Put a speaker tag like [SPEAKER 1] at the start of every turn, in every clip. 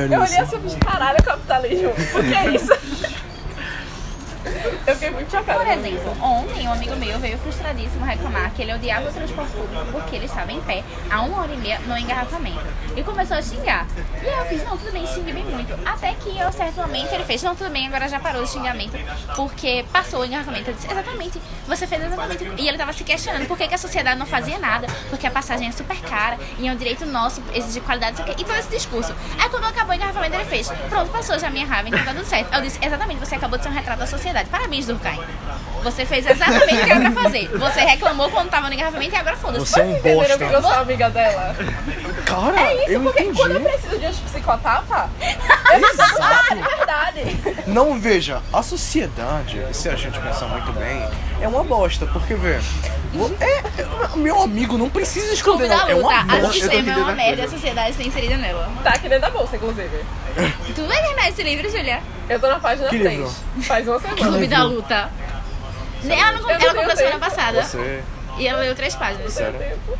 [SPEAKER 1] Eu olhei assim e fiz, caralho, capitalismo. O que é isso? Eu fiquei muito chocada.
[SPEAKER 2] Por exemplo, ontem um amigo meu veio frustradíssimo reclamar que ele odiava o transporte público porque ele estava em pé a uma hora e meia no engarrafamento. E começou a xingar. E aí eu fiz, não, tudo bem, xinguei bem muito. Até que eu, certo momento, ele fez, não, tudo bem, agora já parou o xingamento porque passou o engarrafamento. Eu disse, exatamente, você fez exatamente. E ele estava se questionando por que, que a sociedade não fazia nada, porque a passagem é super cara e é um direito nosso exigir qualidade, não sei o quê. E todo esse discurso. Aí quando acabou o engarrafamento, ele fez, pronto, passou já a minha raiva, então tá tudo certo. Eu disse, exatamente, você acabou de ser um retrato da sociedade. Parabéns, Durkheim. Você fez exatamente o que era pra fazer. Você reclamou quando tava no engarrafamento e agora foda-se.
[SPEAKER 3] Você é um
[SPEAKER 1] Entenderam que eu
[SPEAKER 3] bosta.
[SPEAKER 1] sou amiga dela?
[SPEAKER 3] Cara,
[SPEAKER 1] É isso,
[SPEAKER 3] eu
[SPEAKER 1] porque
[SPEAKER 3] entendi.
[SPEAKER 1] quando eu preciso de uns psicotapa, é
[SPEAKER 3] Exato.
[SPEAKER 1] verdade.
[SPEAKER 3] Não, veja, a sociedade, se a gente pensar muito bem, é uma bosta, porque, vê, vo- é, meu amigo não precisa esconder,
[SPEAKER 2] Clube da
[SPEAKER 3] não, é uma
[SPEAKER 2] luta. O
[SPEAKER 3] bosta.
[SPEAKER 2] sistema é uma merda e a sociedade está inserida nela.
[SPEAKER 1] Tá aqui dentro da bolsa, inclusive.
[SPEAKER 2] Tu vai terminar esse livro, Julia?
[SPEAKER 1] Eu tô na página
[SPEAKER 3] Que
[SPEAKER 1] 3.
[SPEAKER 3] livro?
[SPEAKER 1] Faz uma semana.
[SPEAKER 2] Clube da Luta. Nem Ela, não,
[SPEAKER 1] Eu não
[SPEAKER 2] ela
[SPEAKER 1] tenho
[SPEAKER 2] comprou semana
[SPEAKER 1] tempo.
[SPEAKER 2] passada.
[SPEAKER 1] assim,
[SPEAKER 3] Você,
[SPEAKER 1] tá?
[SPEAKER 2] E ela leu três páginas.
[SPEAKER 1] Meu
[SPEAKER 3] sério,
[SPEAKER 1] tempo.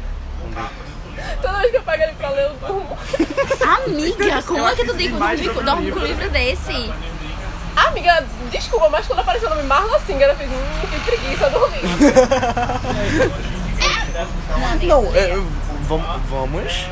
[SPEAKER 1] Toda vez que eu pego ele pra ler, eu durmo.
[SPEAKER 2] Amiga, como é que tu
[SPEAKER 4] acredito
[SPEAKER 2] tem-
[SPEAKER 4] demais
[SPEAKER 2] dorme,
[SPEAKER 4] no
[SPEAKER 2] com-
[SPEAKER 4] meu
[SPEAKER 2] dorme com um
[SPEAKER 4] livro.
[SPEAKER 2] livro desse?
[SPEAKER 1] Amiga, desculpa, mas quando apareceu o nome Marla Singer, eu fiz, hum, que preguiça, eu dormi.
[SPEAKER 3] Não, é, vamos, vamos...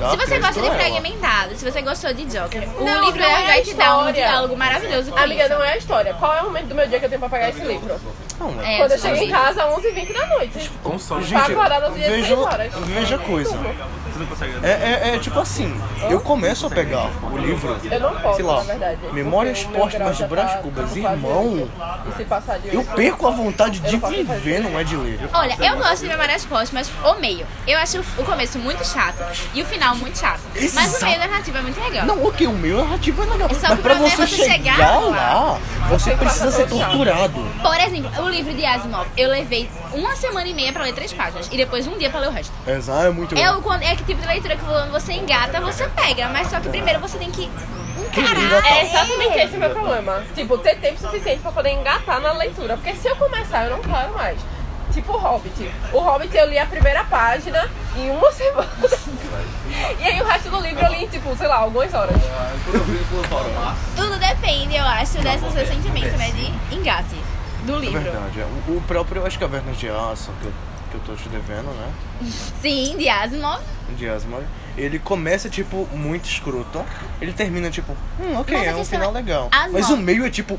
[SPEAKER 3] dar
[SPEAKER 2] Se você
[SPEAKER 3] crédito
[SPEAKER 2] gosta de
[SPEAKER 3] a ela.
[SPEAKER 2] fragmentado, se você gostou de Joker, o
[SPEAKER 1] Não,
[SPEAKER 2] livro
[SPEAKER 1] não é
[SPEAKER 2] vai te dar um
[SPEAKER 1] história.
[SPEAKER 2] diálogo maravilhoso com
[SPEAKER 1] Amiga,
[SPEAKER 2] isso.
[SPEAKER 1] não é a história. Qual é o momento do meu dia que eu tenho pra pegar esse livro?
[SPEAKER 3] Não,
[SPEAKER 2] É,
[SPEAKER 1] Quando eu
[SPEAKER 2] sim.
[SPEAKER 1] chego em casa, 11h20 da noite.
[SPEAKER 4] Com sono.
[SPEAKER 3] Gente,
[SPEAKER 1] Tá acordada no dia de
[SPEAKER 3] veja,
[SPEAKER 1] seis horas. Tá
[SPEAKER 3] veja a coisa.
[SPEAKER 4] Você não consegue
[SPEAKER 3] É, é- é tipo assim, eu começo a pegar o livro,
[SPEAKER 1] Eu não posso,
[SPEAKER 3] sei lá,
[SPEAKER 1] na verdade.
[SPEAKER 3] Memórias
[SPEAKER 1] porque o meu grau
[SPEAKER 3] Póstumas de
[SPEAKER 1] já
[SPEAKER 3] Brás
[SPEAKER 1] tá
[SPEAKER 3] Cubas,
[SPEAKER 1] quase
[SPEAKER 3] irmão,
[SPEAKER 1] E se passar de
[SPEAKER 3] eu
[SPEAKER 1] oito-
[SPEAKER 3] perco a vontade de
[SPEAKER 1] Eu posso fazer
[SPEAKER 3] viver, não é de ler.
[SPEAKER 2] Olha, eu gosto de Memórias Póstumas, o meio. Eu acho o começo muito chato e o final muito chato. Mas
[SPEAKER 3] Exato.
[SPEAKER 2] o meio da narrativa é muito legal.
[SPEAKER 3] Não, ok, o meu narrativo é legal.
[SPEAKER 2] Só
[SPEAKER 3] Mas
[SPEAKER 2] que
[SPEAKER 3] pra
[SPEAKER 2] o problema
[SPEAKER 3] você
[SPEAKER 2] é você
[SPEAKER 3] chegar,
[SPEAKER 2] chegar
[SPEAKER 3] lá, você precisa ser torturado.
[SPEAKER 2] Por exemplo, o livro de Asimov, eu levei uma semana e meia pra ler três páginas e depois um dia pra ler o resto.
[SPEAKER 3] Exato, é muito
[SPEAKER 2] É, o, quando- é que tipo de leitura que quando você engata, você pega, mas só que primeiro você tem que encarar.
[SPEAKER 1] É exatamente esse o meu problema. Tipo, ter tempo suficiente pra poder engatar na leitura. Porque se eu começar, eu não quero mais. Tipo o Hobbit. O Hobbit eu li a primeira página em uma semana. E aí o resto do livro eu li em, tipo, sei lá, algumas horas.
[SPEAKER 2] Tudo depende, eu acho, desse seu sentimento, né? De engate do
[SPEAKER 3] É
[SPEAKER 2] livro.
[SPEAKER 3] verdade. é. O, o próprio, acho que Cavernas de Aço, que eu, que eu tô te devendo, né?
[SPEAKER 2] Sim, de Asimov.
[SPEAKER 3] De Asimov. Ele começa, tipo, muito escroto. Ele termina, tipo, hum, ok,
[SPEAKER 2] Mas a
[SPEAKER 3] é um
[SPEAKER 2] questão
[SPEAKER 3] final
[SPEAKER 2] é-
[SPEAKER 3] legal.
[SPEAKER 2] Asimov.
[SPEAKER 3] Mas o meio é tipo,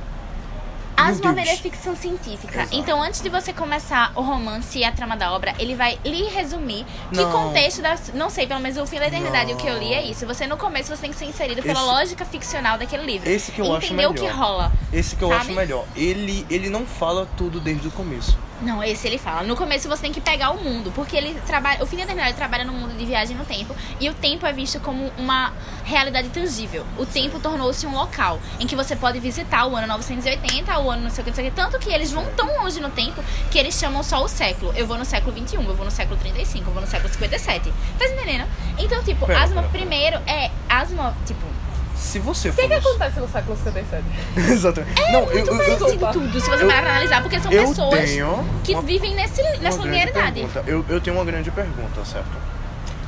[SPEAKER 2] As
[SPEAKER 3] Meu Deus.
[SPEAKER 2] novelas é ficção científica.
[SPEAKER 3] Exato.
[SPEAKER 2] Então, antes de você começar o romance e a trama da obra, ele vai lhe resumir que
[SPEAKER 3] Não.
[SPEAKER 2] contexto da. Não sei, pelo menos o fim da eternidade,
[SPEAKER 3] Não.
[SPEAKER 2] o que eu li é isso. Você no começo você tem que ser inserido pela
[SPEAKER 3] Esse-
[SPEAKER 2] lógica ficcional daquele livro.
[SPEAKER 3] esse que eu acho
[SPEAKER 2] Entender
[SPEAKER 3] melhor.
[SPEAKER 2] o que rola.
[SPEAKER 3] Esse que eu
[SPEAKER 2] Sabe?
[SPEAKER 3] acho melhor. Ele, ele não fala tudo desde o começo.
[SPEAKER 2] Não, esse ele fala. No começo você tem que pegar o mundo, porque ele trabalha. O fim da eternidade trabalha no mundo de viagem no tempo. E o tempo é visto como uma realidade tangível. O tempo tornou-se um local em que você pode visitar o ano 980, o ano não sei o que, não sei o que. Tanto que eles vão tão longe no tempo que eles chamam só o século. Eu vou no século 21, eu vou no século 35, eu vou no século 57. Tá entendendo? Então, tipo,
[SPEAKER 3] Pera,
[SPEAKER 2] Asimov
[SPEAKER 3] pera, pera.
[SPEAKER 2] primeiro é. Asimov, tipo.
[SPEAKER 3] Se você
[SPEAKER 1] O
[SPEAKER 3] for.
[SPEAKER 1] que, que
[SPEAKER 3] no-
[SPEAKER 1] acontece no século 57?
[SPEAKER 3] Exatamente. não, eu, eu, eu,
[SPEAKER 2] É Parecido tudo, se você
[SPEAKER 3] Eu-
[SPEAKER 2] parar pra analisar, porque são
[SPEAKER 3] eu
[SPEAKER 2] pessoas
[SPEAKER 3] tenho
[SPEAKER 2] que
[SPEAKER 3] uma-
[SPEAKER 2] vivem nesse,
[SPEAKER 1] é
[SPEAKER 3] uma
[SPEAKER 2] nessa
[SPEAKER 3] grande
[SPEAKER 2] linearidade.
[SPEAKER 3] pergunta. Eu, eu tenho uma grande pergunta, certo?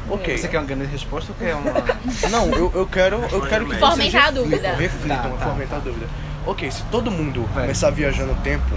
[SPEAKER 3] Ok.
[SPEAKER 4] Você quer uma grande resposta ou quer uma.
[SPEAKER 3] Não, eu, eu quero, eu quero que
[SPEAKER 2] Fomentar
[SPEAKER 3] vocês
[SPEAKER 2] a
[SPEAKER 3] reflitam,
[SPEAKER 2] dúvida.
[SPEAKER 3] Reflitam,
[SPEAKER 4] né? Tá, tá.
[SPEAKER 3] fomentar a dúvida. Ok, se todo mundo
[SPEAKER 4] Vai.
[SPEAKER 3] começar a viajar no tempo,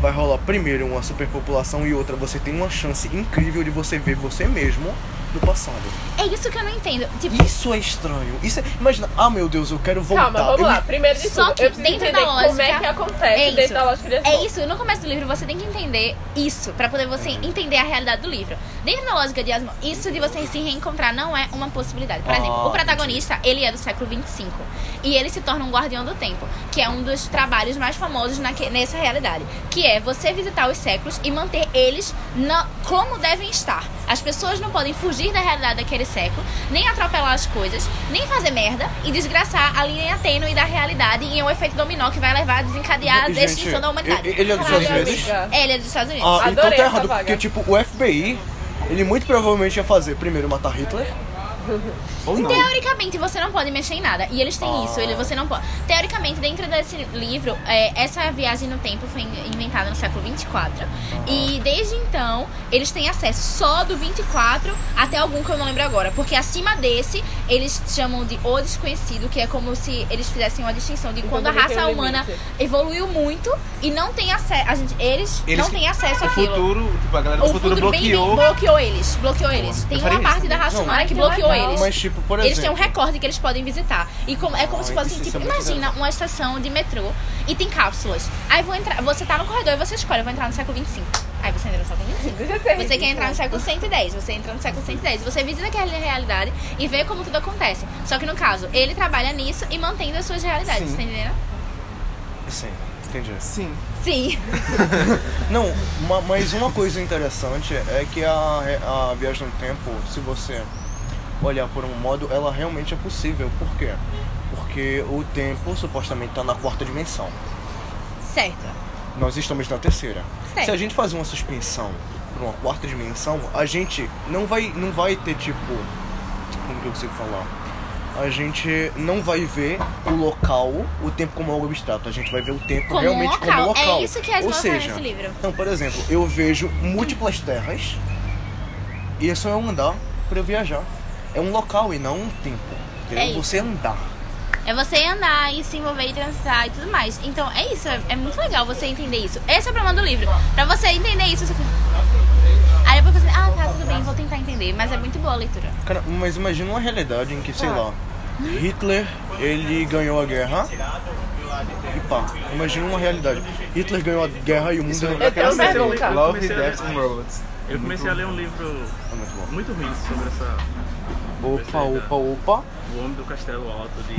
[SPEAKER 3] vai rolar primeiro uma superpopulação e outra você tem uma chance incrível de você ver você mesmo no passado.
[SPEAKER 2] É isso que eu não entendo. Tipo,
[SPEAKER 3] Isso é estranho. Isso é- Imagina, ah meu Deus, eu quero voltar.
[SPEAKER 1] Calma, vamos
[SPEAKER 3] Eu-
[SPEAKER 1] lá. Primeiro de
[SPEAKER 2] Só
[SPEAKER 1] tudo,
[SPEAKER 2] que
[SPEAKER 1] eu preciso
[SPEAKER 2] dentro
[SPEAKER 1] entender
[SPEAKER 2] da lógica-
[SPEAKER 1] como é que acontece dentro da lógica de
[SPEAKER 2] É isso, no começo do livro você tem que entender isso pra poder você entender a realidade do livro. Dentro da lógica de Asimov, isso de você se reencontrar não é uma possibilidade. Por
[SPEAKER 3] Ah,
[SPEAKER 2] exemplo, o protagonista, ele é do século 25 e ele se torna um guardião do tempo, que é um dos trabalhos mais famosos naque- nessa realidade, que é você visitar os séculos e manter eles na- como devem estar. As pessoas não podem fugir da realidade daquele século, nem atropelar as coisas, nem fazer merda e desgraçar a linha tênue da realidade e é um efeito dominó que vai levar a desencadear a
[SPEAKER 3] Gente,
[SPEAKER 2] destruição da humanidade.
[SPEAKER 3] e- ele é dos
[SPEAKER 2] Caralho,
[SPEAKER 3] Estados
[SPEAKER 2] amiga.
[SPEAKER 1] Unidos?
[SPEAKER 2] É, ele é dos Estados Unidos.
[SPEAKER 3] Ah, então
[SPEAKER 1] Adorei
[SPEAKER 3] tá
[SPEAKER 1] essa
[SPEAKER 3] errado,
[SPEAKER 1] vaga.
[SPEAKER 3] porque tipo, o FBI, ele muito provavelmente ia fazer primeiro matar Hitler,
[SPEAKER 4] Ou
[SPEAKER 1] Então-
[SPEAKER 4] não.
[SPEAKER 2] Teoricamente, você não pode mexer em nada. E eles têm
[SPEAKER 4] Ah.
[SPEAKER 2] isso, ele, você não pode. Teoricamente, dentro desse livro, é, essa viagem no tempo foi in- inventada no século 24. E desde então, eles têm acesso só do 24 até algum que eu não lembro agora. Porque acima desse, eles chamam de o desconhecido, que é como se eles fizessem uma distinção de
[SPEAKER 1] Então
[SPEAKER 2] quando a
[SPEAKER 1] também tem
[SPEAKER 2] raça
[SPEAKER 1] um
[SPEAKER 2] humana
[SPEAKER 1] limite.
[SPEAKER 2] evoluiu muito e não tem acesso. A gente, eles,
[SPEAKER 3] Eles-
[SPEAKER 2] não têm acesso
[SPEAKER 4] O
[SPEAKER 2] àquilo.
[SPEAKER 4] futuro, tipo, a galera do
[SPEAKER 2] O
[SPEAKER 4] futuro,
[SPEAKER 2] futuro bem,
[SPEAKER 4] bloqueou.
[SPEAKER 2] bloqueou eles. Bloqueou eles. Tem uma
[SPEAKER 4] faria isso né?
[SPEAKER 2] parte da
[SPEAKER 4] também.
[SPEAKER 2] raça
[SPEAKER 3] Não,
[SPEAKER 2] humana
[SPEAKER 3] ai,
[SPEAKER 1] que
[SPEAKER 2] que bloqueou
[SPEAKER 1] legal.
[SPEAKER 2] eles.
[SPEAKER 3] Mas, tipo, por
[SPEAKER 2] Eles
[SPEAKER 3] exemplo.
[SPEAKER 2] têm um recorde que eles podem visitar. E como, é como se
[SPEAKER 3] Ai,
[SPEAKER 2] fosse,
[SPEAKER 3] isso
[SPEAKER 2] tipo,
[SPEAKER 3] é muito
[SPEAKER 2] imagina
[SPEAKER 3] legal.
[SPEAKER 2] uma estação de metrô e tem cápsulas. Aí vou entrar, você tá no corredor e você escolhe, eu vou entrar no século 25. Aí você entra no século 25.
[SPEAKER 1] Deixa eu ser
[SPEAKER 2] Você
[SPEAKER 1] ridícula.
[SPEAKER 2] quer entrar no século 110, você entra no século 110. Você visita aquela realidade e vê como tudo acontece. Só que no caso, ele trabalha nisso e mantendo as suas realidades,
[SPEAKER 3] Sim.
[SPEAKER 2] tá entendendo?
[SPEAKER 3] Sim, entendi.
[SPEAKER 4] Sim.
[SPEAKER 2] Sim.
[SPEAKER 3] Não, ma- mas uma coisa interessante é que a, a viagem no tempo, se você olhar por um modo, ela realmente é possível. Por quê? Porque o tempo supostamente está na quarta dimensão.
[SPEAKER 2] Certo.
[SPEAKER 3] Nós estamos na terceira.
[SPEAKER 2] Certo.
[SPEAKER 3] Se a gente fazer uma suspensão para uma quarta dimensão, a gente não vai, não vai ter tipo. Como que eu consigo falar? A gente não vai ver o local, o tempo como algo abstrato. A gente vai ver o tempo
[SPEAKER 2] Como um
[SPEAKER 3] realmente como
[SPEAKER 2] local.
[SPEAKER 3] um local.
[SPEAKER 2] É isso que as
[SPEAKER 3] Ou
[SPEAKER 2] mãos
[SPEAKER 3] seja,
[SPEAKER 2] fazem nesse livro.
[SPEAKER 3] Então, por exemplo, eu vejo múltiplas terras e é só eu andar para eu viajar. É um local e não um tempo. entendeu?
[SPEAKER 2] É isso.
[SPEAKER 3] Você andar.
[SPEAKER 2] É você andar e se envolver e dançar e tudo mais. Então é isso, é, é muito legal você entender isso. Esse é o problema do livro. Pra você entender isso, você fica. Aí depois você, ah, tá, tudo bem, vou tentar entender. Mas é muito boa a leitura.
[SPEAKER 3] Cara, mas imagina uma realidade em que, sei lá, Hitler, ele ganhou a guerra. E pá, imagina uma realidade. Hitler ganhou a guerra e o mundo é
[SPEAKER 1] Eu tenho
[SPEAKER 4] Comecei a ler
[SPEAKER 1] pergunta.
[SPEAKER 4] Love,
[SPEAKER 5] Comecei a
[SPEAKER 4] Death
[SPEAKER 5] ler.
[SPEAKER 4] and Robots.
[SPEAKER 5] Eu comecei a ler um livro
[SPEAKER 3] É muito bom.
[SPEAKER 5] muito ruim sobre essa.
[SPEAKER 3] Opa, opa, opa.
[SPEAKER 5] O Homem do Castelo Alto de.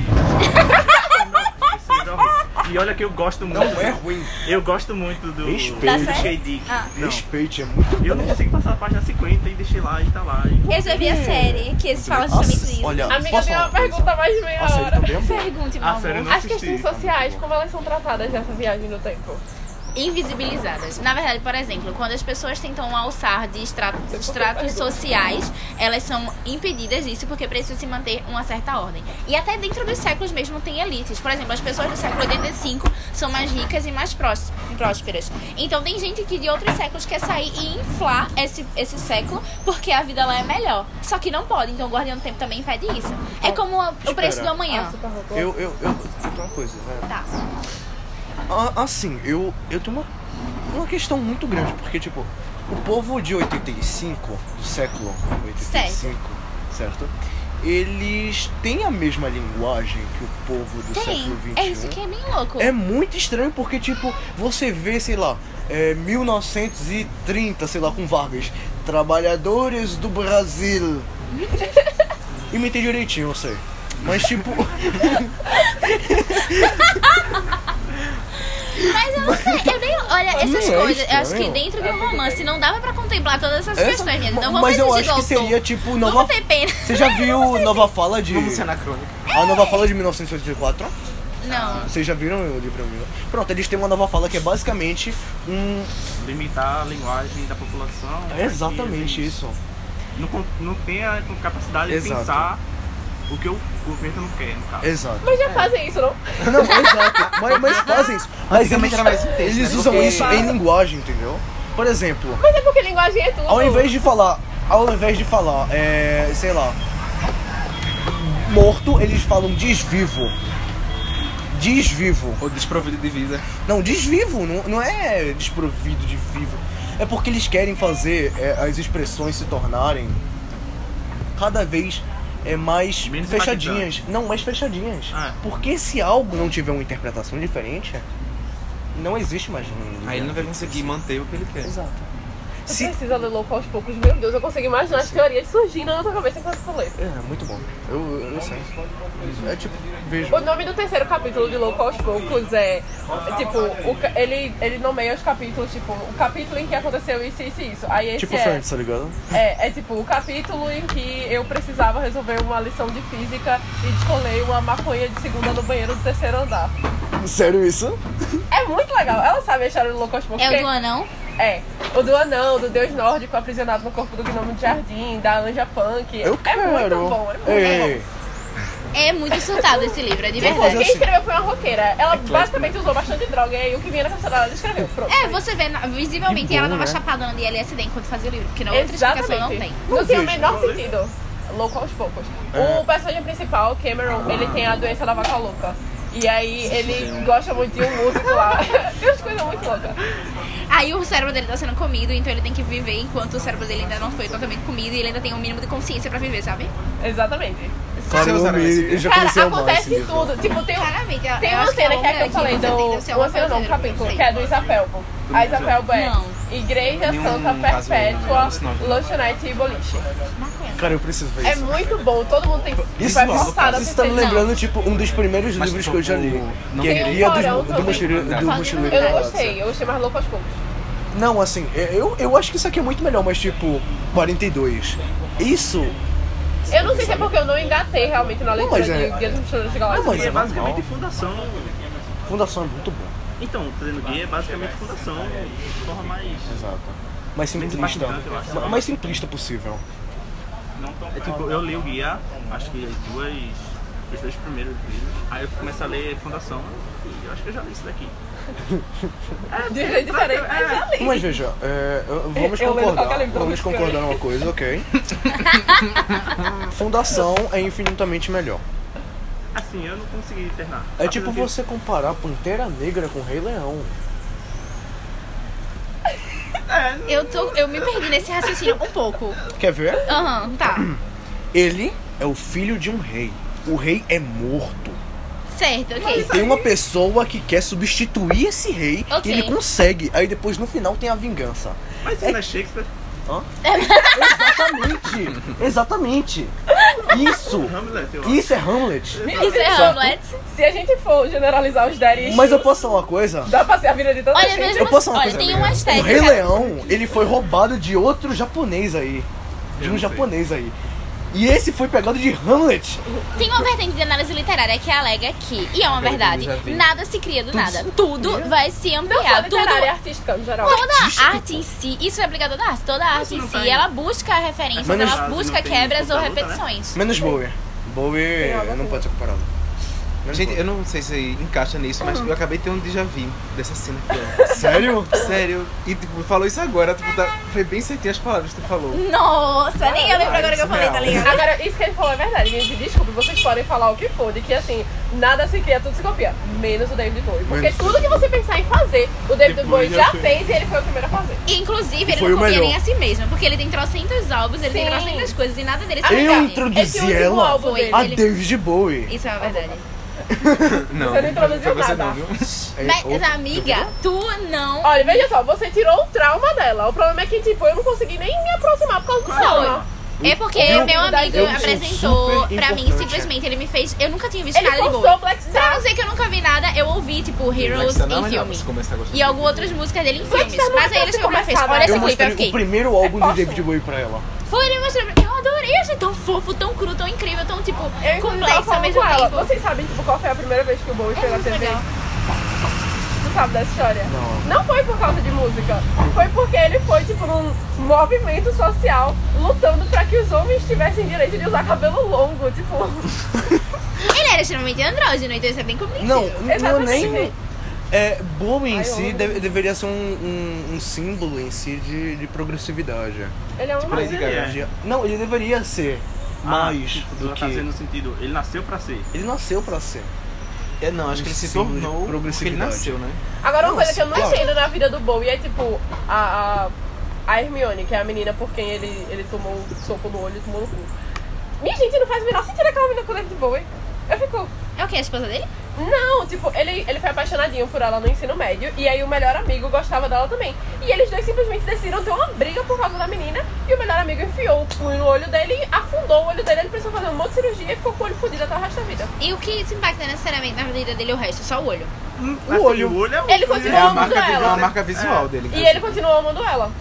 [SPEAKER 5] Esse livro é horrível. E olha que eu gosto muito.
[SPEAKER 3] Não é ruim.
[SPEAKER 5] Eu gosto muito do.
[SPEAKER 3] Respeita.
[SPEAKER 5] do
[SPEAKER 2] Tá certo?
[SPEAKER 5] K. Dick.
[SPEAKER 2] Ah.
[SPEAKER 5] Não.
[SPEAKER 3] Respeite, é muito
[SPEAKER 5] Eu não consigo passar a página 50 e deixei lá e tá lá. E...
[SPEAKER 2] Eu já vi a série que eles falam
[SPEAKER 3] Nossa,
[SPEAKER 2] justamente isso.
[SPEAKER 3] Olha,
[SPEAKER 1] Amiga,
[SPEAKER 3] posso
[SPEAKER 1] tem
[SPEAKER 3] falar
[SPEAKER 1] uma pergunta mais de meia
[SPEAKER 3] A série
[SPEAKER 1] hora.
[SPEAKER 3] também é boa.
[SPEAKER 2] Pergunte, meu
[SPEAKER 5] Ah,
[SPEAKER 2] amor.
[SPEAKER 5] sério, não.
[SPEAKER 1] As questões
[SPEAKER 5] assisti, tá
[SPEAKER 1] sociais, como elas são tratadas nessa viagem no tempo?
[SPEAKER 2] invisibilizadas. Na verdade, por exemplo, quando as pessoas tentam alçar de estra- de estratos sociais, elas são impedidas disso porque precisa se manter uma certa ordem. E até dentro dos séculos mesmo tem elites. Por exemplo, as pessoas do século 85 são mais ricas e mais prós- prósperas. Então tem gente que de outros séculos quer sair e inflar esse, esse século porque a vida lá é melhor. Só que não pode, então o Guardião do Tempo também impede isso. É como a- o preço
[SPEAKER 3] Espera.
[SPEAKER 2] do amanhã.
[SPEAKER 1] Tá Super robô.
[SPEAKER 3] Eu, eu, eu. eu tenho Uma coisa, né?
[SPEAKER 2] Tá.
[SPEAKER 3] Ah, Assim, eu, eu tenho uma, uma questão muito grande, porque, tipo, o povo de 85, do século 85, certo? Eles têm a mesma linguagem que o povo do
[SPEAKER 2] Tem.
[SPEAKER 3] século 21.
[SPEAKER 2] É isso que é bem louco.
[SPEAKER 3] É muito estranho porque, tipo, você vê, sei lá, é, 1930, sei lá, com Vargas. Trabalhadores do Brasil. Imitei direitinho, eu sei. Mas, tipo,
[SPEAKER 2] Mas eu não sei, é meio. Olha, essas
[SPEAKER 3] Não é
[SPEAKER 2] coisas, eu acho que
[SPEAKER 3] estranho.
[SPEAKER 2] dentro de um romance não dava pra contemplar todas essas
[SPEAKER 3] essa-
[SPEAKER 2] questões mesmo. Então vamos
[SPEAKER 3] é, mas eu
[SPEAKER 2] exigir
[SPEAKER 3] acho que
[SPEAKER 2] do autor.
[SPEAKER 3] seria, tipo,
[SPEAKER 2] Vamos
[SPEAKER 3] nova.
[SPEAKER 2] ter pena.
[SPEAKER 3] Você já viu Nova Fala de.
[SPEAKER 4] Vamos ser anacrônico.
[SPEAKER 3] A Nova Fala de 1984?
[SPEAKER 2] Não.
[SPEAKER 3] Vocês já viram o livro meu? Pronto, eles têm uma nova fala que é basicamente um.
[SPEAKER 5] Limitar a linguagem da população.
[SPEAKER 3] É exatamente
[SPEAKER 5] E-
[SPEAKER 3] isso.
[SPEAKER 5] Não, con- não tem a capacidade
[SPEAKER 3] Exato. É,
[SPEAKER 5] de pensar o que o governo não quer, no caso. é
[SPEAKER 3] Exato.
[SPEAKER 1] Mas já fazem isso, não?
[SPEAKER 3] Não, exato. Mas, mas fazem isso. Mas eles,
[SPEAKER 4] Antigamente era mais um texto,
[SPEAKER 3] eles
[SPEAKER 4] né?
[SPEAKER 3] usam
[SPEAKER 4] Porque-
[SPEAKER 3] isso em linguagem, entendeu? Por exemplo,
[SPEAKER 1] Mas é porque linguagem é tudo.
[SPEAKER 3] ao invés de falar. Ao invés de falar, é, sei lá. Morto, eles falam desvivo. Desvivo.
[SPEAKER 4] Ou desprovido de vida.
[SPEAKER 3] Não, desvivo, não, não é desprovido de vivo. É porque eles querem fazer é, as expressões se tornarem cada vez é, mais
[SPEAKER 5] Menos
[SPEAKER 3] fechadinhas. Não, mais fechadinhas.
[SPEAKER 5] Ah, é.
[SPEAKER 3] Porque se algo não tiver uma interpretação diferente, não existe mais. um-
[SPEAKER 4] Aí ele não vai conseguir manter o que ele quer.
[SPEAKER 3] Exato.
[SPEAKER 1] Você
[SPEAKER 3] Se...
[SPEAKER 1] precisa ler louco aos poucos. Meu Deus, eu consigo imaginar as teorias surgindo na tua cabeça enquanto você lê.
[SPEAKER 3] É, muito bom. Eu, eu sei. É tipo, vejo.
[SPEAKER 1] O nome do terceiro capítulo de Louco aos Poucos é. Tipo, o ca- ele, ele nomeia os capítulos, tipo, o capítulo em que aconteceu isso, isso e isso. Aí esse
[SPEAKER 3] Tipo
[SPEAKER 1] é,
[SPEAKER 3] Friends, tá ligado?
[SPEAKER 1] É, é tipo o capítulo em que eu precisava resolver uma lição de física e descolei uma maconha de segunda no banheiro do terceiro andar.
[SPEAKER 3] Sério isso?
[SPEAKER 1] É muito legal. Ela sabe a história do Louco aos Poucos.
[SPEAKER 2] É o
[SPEAKER 1] porque
[SPEAKER 2] do anão?
[SPEAKER 1] É. O do anão, do deus nórdico aprisionado no corpo do gnomo de jardim, da anja punk.
[SPEAKER 3] Eu
[SPEAKER 1] é
[SPEAKER 3] quero.
[SPEAKER 1] muito bom, é muito bom.
[SPEAKER 3] Ei,
[SPEAKER 2] É muito surtado esse livro, é de
[SPEAKER 3] Vamos
[SPEAKER 2] verdade.
[SPEAKER 3] fazer
[SPEAKER 1] Quem
[SPEAKER 3] assim. É né?
[SPEAKER 1] escreveu foi uma roqueira. Ela basicamente usou bastante droga e aí o que vinha na cabeça dela, ela escreveu. Pronto.
[SPEAKER 2] É, você vê, na- visivelmente
[SPEAKER 3] Que bom,
[SPEAKER 2] ela tava
[SPEAKER 3] né?
[SPEAKER 2] chapadona de LSD enquanto fazia o livro, porque na outra explicação não tem.
[SPEAKER 1] Não tem o
[SPEAKER 3] Veja.
[SPEAKER 1] menor sentido. Louco aos poucos.
[SPEAKER 3] É.
[SPEAKER 1] O personagem principal, Cameron, ele tem a doença da vaca louca. E aí ele gosta muito de um músico lá. tem umas coisas muito loucas.
[SPEAKER 2] Aí o cérebro dele tá sendo comido, então ele tem que viver enquanto o cérebro dele ainda não foi totalmente comido e ele ainda tem um mínimo de consciência pra viver, sabe?
[SPEAKER 1] Exatamente.
[SPEAKER 3] Cara, eu
[SPEAKER 4] Você
[SPEAKER 3] amei.
[SPEAKER 4] usaram
[SPEAKER 3] Eu já
[SPEAKER 1] Cara,
[SPEAKER 3] comecei a amar esse
[SPEAKER 1] acontece
[SPEAKER 3] livro.
[SPEAKER 1] tudo. Tipo, tem um.
[SPEAKER 2] Claramente, eu-
[SPEAKER 1] Tem
[SPEAKER 2] eu
[SPEAKER 1] uma
[SPEAKER 2] acho
[SPEAKER 1] cena
[SPEAKER 2] é
[SPEAKER 1] que é a que eu
[SPEAKER 2] obra
[SPEAKER 1] falei
[SPEAKER 2] você
[SPEAKER 1] do.
[SPEAKER 2] tem que ser uma
[SPEAKER 1] Uma cena não, um
[SPEAKER 2] coisa
[SPEAKER 1] capítulo,
[SPEAKER 2] eu
[SPEAKER 1] que é do
[SPEAKER 2] sei.
[SPEAKER 1] Isapelpo. A Isapelpo é
[SPEAKER 2] Não.
[SPEAKER 1] Igreja
[SPEAKER 4] Nenhum
[SPEAKER 1] Santa
[SPEAKER 3] é
[SPEAKER 4] caso
[SPEAKER 1] Perpétua,
[SPEAKER 4] não.
[SPEAKER 1] Lanchonete e Boliche.
[SPEAKER 3] Cara, eu preciso ver
[SPEAKER 1] É
[SPEAKER 3] isso.
[SPEAKER 1] muito bom, todo mundo tem.
[SPEAKER 3] Isso,
[SPEAKER 1] vai
[SPEAKER 3] isso,
[SPEAKER 1] forçado a
[SPEAKER 3] isso tá me
[SPEAKER 1] assistir.
[SPEAKER 3] lembrando, tipo, um dos primeiros
[SPEAKER 4] Mas
[SPEAKER 3] livros
[SPEAKER 4] tô
[SPEAKER 3] que eu já li.
[SPEAKER 4] com- não
[SPEAKER 3] Que é
[SPEAKER 4] tem um
[SPEAKER 3] Guia
[SPEAKER 1] porão
[SPEAKER 3] do, do
[SPEAKER 1] também.
[SPEAKER 3] Mochileiro
[SPEAKER 4] Não.
[SPEAKER 3] do mochileiro
[SPEAKER 1] Eu
[SPEAKER 3] do
[SPEAKER 1] não
[SPEAKER 3] Galáxia.
[SPEAKER 1] gostei, eu gostei mais louco aos poucos.
[SPEAKER 3] Não, assim, eu, eu acho que isso aqui é muito melhor, mas tipo, 42. Isso.
[SPEAKER 1] Eu não sei se é porque eu não engatei realmente na leitura
[SPEAKER 3] mas é-
[SPEAKER 1] de Guia dos Mochileiros de
[SPEAKER 3] Não, mas
[SPEAKER 5] Gay
[SPEAKER 1] Galáxia.
[SPEAKER 5] é
[SPEAKER 3] normal.
[SPEAKER 5] basicamente fundação.
[SPEAKER 3] Fundação é muito bom.
[SPEAKER 5] Então, fazendo gay é basicamente fundação de forma mais.
[SPEAKER 3] Exato. Mais
[SPEAKER 5] Menos
[SPEAKER 3] simplista.
[SPEAKER 5] impactante, eu acho.
[SPEAKER 3] Ma- Mais simplista possível.
[SPEAKER 5] Não tão é, tipo, eu li o guia, acho que as duas. Os dois primeiros livros. Aí eu comecei a ler Fundação e eu acho que eu já li isso daqui.
[SPEAKER 1] De jeito diferente, mas é já li.
[SPEAKER 3] Mas veja, é, eu- vamos
[SPEAKER 1] Eu lendo
[SPEAKER 3] concordar.
[SPEAKER 1] qualquer livro,
[SPEAKER 3] Vamos
[SPEAKER 1] porque-
[SPEAKER 3] concordar numa coisa, ok. Fundação é infinitamente melhor.
[SPEAKER 5] Assim, eu não consegui terminar.
[SPEAKER 3] É
[SPEAKER 5] Apesar
[SPEAKER 3] tipo
[SPEAKER 5] que-
[SPEAKER 3] você comparar Pantera Negra com Rei Leão.
[SPEAKER 1] é
[SPEAKER 2] Eu, tô, eu me perdi nesse raciocínio um pouco.
[SPEAKER 3] Quer ver?
[SPEAKER 2] Aham, tá.
[SPEAKER 3] Ele é o filho de um rei. O rei é morto.
[SPEAKER 2] Certo,
[SPEAKER 3] E
[SPEAKER 2] ok.
[SPEAKER 3] tem uma pessoa que quer substituir esse rei
[SPEAKER 2] Ok.
[SPEAKER 3] e ele consegue. Aí depois no final tem a vingança.
[SPEAKER 5] Mas isso não é Shakespeare?
[SPEAKER 3] Exatamente! Exatamente! Isso!
[SPEAKER 5] Hamlet, eu acho.
[SPEAKER 3] Isso é Hamlet!
[SPEAKER 2] Isso é
[SPEAKER 3] Certo.
[SPEAKER 2] Hamlet.
[SPEAKER 1] Se a gente for generalizar os daddy
[SPEAKER 3] Mas eu
[SPEAKER 1] issues,
[SPEAKER 3] posso falar uma coisa?
[SPEAKER 1] Dá pra ser a vida de tanta
[SPEAKER 2] Olha,
[SPEAKER 1] gente.
[SPEAKER 2] mesmo
[SPEAKER 3] Eu posso falar uma
[SPEAKER 2] olha,
[SPEAKER 3] coisa? Um
[SPEAKER 2] tem uma
[SPEAKER 3] O
[SPEAKER 2] estética.
[SPEAKER 3] Rei Leão, ele foi roubado de outro japonês aí. De
[SPEAKER 4] Eu
[SPEAKER 3] um
[SPEAKER 4] não sei.
[SPEAKER 3] japonês aí. E esse foi pegado de Hamlet.
[SPEAKER 2] Tem uma vertente de análise literária que alega que, e é uma verdade,
[SPEAKER 4] já vi.
[SPEAKER 2] nada se cria do nada. Tudo vai se ampliar.
[SPEAKER 1] Tudo
[SPEAKER 2] Tudo
[SPEAKER 1] é artística no geral.
[SPEAKER 2] Toda arte em si, isso é aplicado da arte, toda arte em
[SPEAKER 5] não
[SPEAKER 2] si,
[SPEAKER 5] tá em-
[SPEAKER 2] ela busca referências,
[SPEAKER 3] Menos-
[SPEAKER 2] ela busca
[SPEAKER 5] não tem
[SPEAKER 2] quebras ou
[SPEAKER 5] luta, né?
[SPEAKER 2] repetições.
[SPEAKER 3] Menos Bowie. Bowie
[SPEAKER 1] alguma
[SPEAKER 3] não pode ser comparado. Menos
[SPEAKER 4] Gente,
[SPEAKER 3] Bowie.
[SPEAKER 4] eu não sei se encaixa nisso,
[SPEAKER 2] Uhum.
[SPEAKER 4] mas eu acabei de ter um déjà vu dessa cena aqui,
[SPEAKER 3] Sério?
[SPEAKER 4] ó. Sério. E tipo, falou isso agora, tipo, tá, foi bem certinho as palavras que tu falou.
[SPEAKER 2] Nossa, nem eu lembro agora que eu falei, tá ligado?
[SPEAKER 1] Agora, isso que ele falou é verdade, gente. Desculpe, vocês podem falar o que for, de que assim, nada se cria, tudo se copia. Menos o David Bowie. Porque
[SPEAKER 3] Menos.
[SPEAKER 1] tudo que você pensar em fazer, o David Bowie
[SPEAKER 4] Depois já
[SPEAKER 1] já
[SPEAKER 4] fez.
[SPEAKER 1] fez e ele foi o primeiro a fazer.
[SPEAKER 2] Inclusive, ele
[SPEAKER 3] Foi
[SPEAKER 2] não
[SPEAKER 3] o
[SPEAKER 2] copia
[SPEAKER 3] melhor.
[SPEAKER 2] nem a si mesmo, porque ele tem trocentos álbuns, ele tem
[SPEAKER 1] Sim.
[SPEAKER 2] trocentas coisas e nada dele se
[SPEAKER 1] Amiga,
[SPEAKER 3] Ah, Eu
[SPEAKER 2] copia.
[SPEAKER 1] Esse
[SPEAKER 3] introduzi
[SPEAKER 1] último
[SPEAKER 3] ela
[SPEAKER 1] álbum
[SPEAKER 2] Foi.
[SPEAKER 1] dele.
[SPEAKER 3] a David Bowie.
[SPEAKER 2] Isso é uma verdade.
[SPEAKER 4] Não,
[SPEAKER 1] Você não introduziu
[SPEAKER 4] foi você
[SPEAKER 1] nada.
[SPEAKER 4] não, viu?
[SPEAKER 3] É, ou-
[SPEAKER 2] Mas, amiga, tu não.
[SPEAKER 1] Olha, veja só, você tirou o trauma dela. O problema é que, tipo, eu não consegui nem me aproximar por causa do trauma.
[SPEAKER 2] É porque
[SPEAKER 3] Eu-
[SPEAKER 2] meu amigo
[SPEAKER 3] eu sou
[SPEAKER 2] apresentou
[SPEAKER 3] super
[SPEAKER 2] pra mim,
[SPEAKER 3] importante.
[SPEAKER 2] simplesmente ele me fez. Eu nunca tinha visto
[SPEAKER 1] Ele
[SPEAKER 2] nada de
[SPEAKER 1] forçou
[SPEAKER 2] boa.
[SPEAKER 1] o Black
[SPEAKER 2] Pra
[SPEAKER 1] Star.
[SPEAKER 2] não dizer que eu nunca vi nada, eu ouvi, tipo, Heroes
[SPEAKER 4] Blackstar não é
[SPEAKER 2] em
[SPEAKER 4] legal,
[SPEAKER 2] filme.
[SPEAKER 4] você começa a gostar
[SPEAKER 2] E
[SPEAKER 4] de
[SPEAKER 2] algumas outras músicas dele em filmes.
[SPEAKER 1] Blackstar não é
[SPEAKER 2] Mas aí
[SPEAKER 1] pra
[SPEAKER 2] ele
[SPEAKER 1] você
[SPEAKER 2] chegou pra mim e fez,
[SPEAKER 1] começar,
[SPEAKER 2] olha
[SPEAKER 1] né?
[SPEAKER 2] esse
[SPEAKER 3] Eu
[SPEAKER 2] clipe, eu
[SPEAKER 3] mostrei o
[SPEAKER 2] fiquei.
[SPEAKER 3] primeiro álbum
[SPEAKER 1] É
[SPEAKER 3] do
[SPEAKER 1] fofo.
[SPEAKER 3] David Bowie pra ela.
[SPEAKER 2] Foi, ele mostrou pra mim. Eu adorei, achei tão fofo, tão cru, tão incrível, tão, tipo,
[SPEAKER 1] Eu inclusive, tava
[SPEAKER 2] complexo ao
[SPEAKER 1] falando
[SPEAKER 2] mesmo
[SPEAKER 1] com ela.
[SPEAKER 2] tempo.
[SPEAKER 1] Vocês sabem, tipo, qual foi a primeira vez que o Bowie
[SPEAKER 2] É
[SPEAKER 1] foi na
[SPEAKER 2] muito
[SPEAKER 1] TV?
[SPEAKER 2] legal.
[SPEAKER 1] Não sabe dessa história?
[SPEAKER 3] Não.
[SPEAKER 1] Não foi por causa de música. Foi porque ele foi, tipo, num movimento social lutando pra que os homens tivessem direito de usar cabelo longo. Tipo,
[SPEAKER 2] Ele era extremamente andrógeno, então isso é bem compreensível.
[SPEAKER 3] Não, não
[SPEAKER 1] Exatamente.
[SPEAKER 3] nem. É, Bowie em
[SPEAKER 1] Ai,
[SPEAKER 3] si
[SPEAKER 1] eu-
[SPEAKER 3] deve- deveria ser um, um- um símbolo em si de, de progressividade.
[SPEAKER 1] ele é um
[SPEAKER 4] Lady
[SPEAKER 1] homem.
[SPEAKER 5] ele
[SPEAKER 4] Gaga.
[SPEAKER 5] é.
[SPEAKER 3] De- Não, ele deveria ser mais
[SPEAKER 4] tipo,
[SPEAKER 5] Ah,
[SPEAKER 3] do
[SPEAKER 5] ela tá dizendo
[SPEAKER 3] que.
[SPEAKER 5] no sentido, ele nasceu pra ser.
[SPEAKER 3] Ele nasceu pra ser. Um
[SPEAKER 4] É, não, acho que ele se
[SPEAKER 3] Símbolo de
[SPEAKER 4] tornou porque ele
[SPEAKER 3] progressividade.
[SPEAKER 4] nasceu, né?
[SPEAKER 1] Agora, uma coisa
[SPEAKER 3] Nossa,
[SPEAKER 1] que eu não
[SPEAKER 3] claro.
[SPEAKER 1] entendo na vida do Bowie é, tipo, a, a, a Hermione, que é a menina por quem ele, ele tomou o soco no olho e tomou no cu. Minha gente, não faz o menor sentido aquela menina com o David Bowie. Eu fico...
[SPEAKER 2] É o que? A esposa dele?
[SPEAKER 1] Não, tipo, ele, ele foi apaixonadinho por ela no ensino médio e aí o melhor amigo gostava dela também. E eles dois simplesmente decidiram ter uma briga por causa da menina e o melhor amigo enfiou o punho no olho dele, afundou o olho dele, ele precisou fazer um monte de cirurgia e ficou com o olho fudido até o resto da vida.
[SPEAKER 2] E o que isso impacta necessariamente na vida dele é o resto? Só o olho.
[SPEAKER 5] Assim,
[SPEAKER 3] Um olho.
[SPEAKER 5] O olho é o
[SPEAKER 1] Ele
[SPEAKER 4] É
[SPEAKER 1] continuou
[SPEAKER 4] a
[SPEAKER 1] amando
[SPEAKER 4] marca, vi- é
[SPEAKER 1] ela.
[SPEAKER 4] uma marca visual dele. então.
[SPEAKER 1] E
[SPEAKER 3] tá-
[SPEAKER 1] ele continuou amando ela.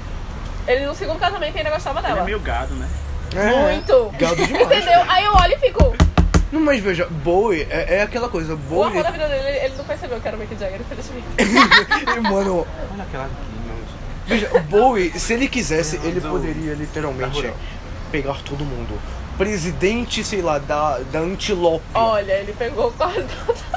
[SPEAKER 1] Ele no segundo casamento ainda gostava
[SPEAKER 5] Ele é
[SPEAKER 1] dela.
[SPEAKER 5] meio gado, né?
[SPEAKER 3] É.
[SPEAKER 1] Muito.
[SPEAKER 3] Gado demais.
[SPEAKER 1] Entendeu? Aí eu olho e fico.
[SPEAKER 3] não, mas veja, Bowie é, é aquela coisa.
[SPEAKER 1] O
[SPEAKER 3] Bowie.
[SPEAKER 1] amor da vida dele, ele, ele não percebeu que era o Mick Jagger, infelizmente.
[SPEAKER 3] Mano,
[SPEAKER 4] Olha aquela aqui, meu Deus.
[SPEAKER 3] Veja, Bowie, se ele quisesse, ele poderia literalmente pegar todo mundo. Presidente, sei lá, da, da antilope.
[SPEAKER 1] Olha, ele pegou quase todo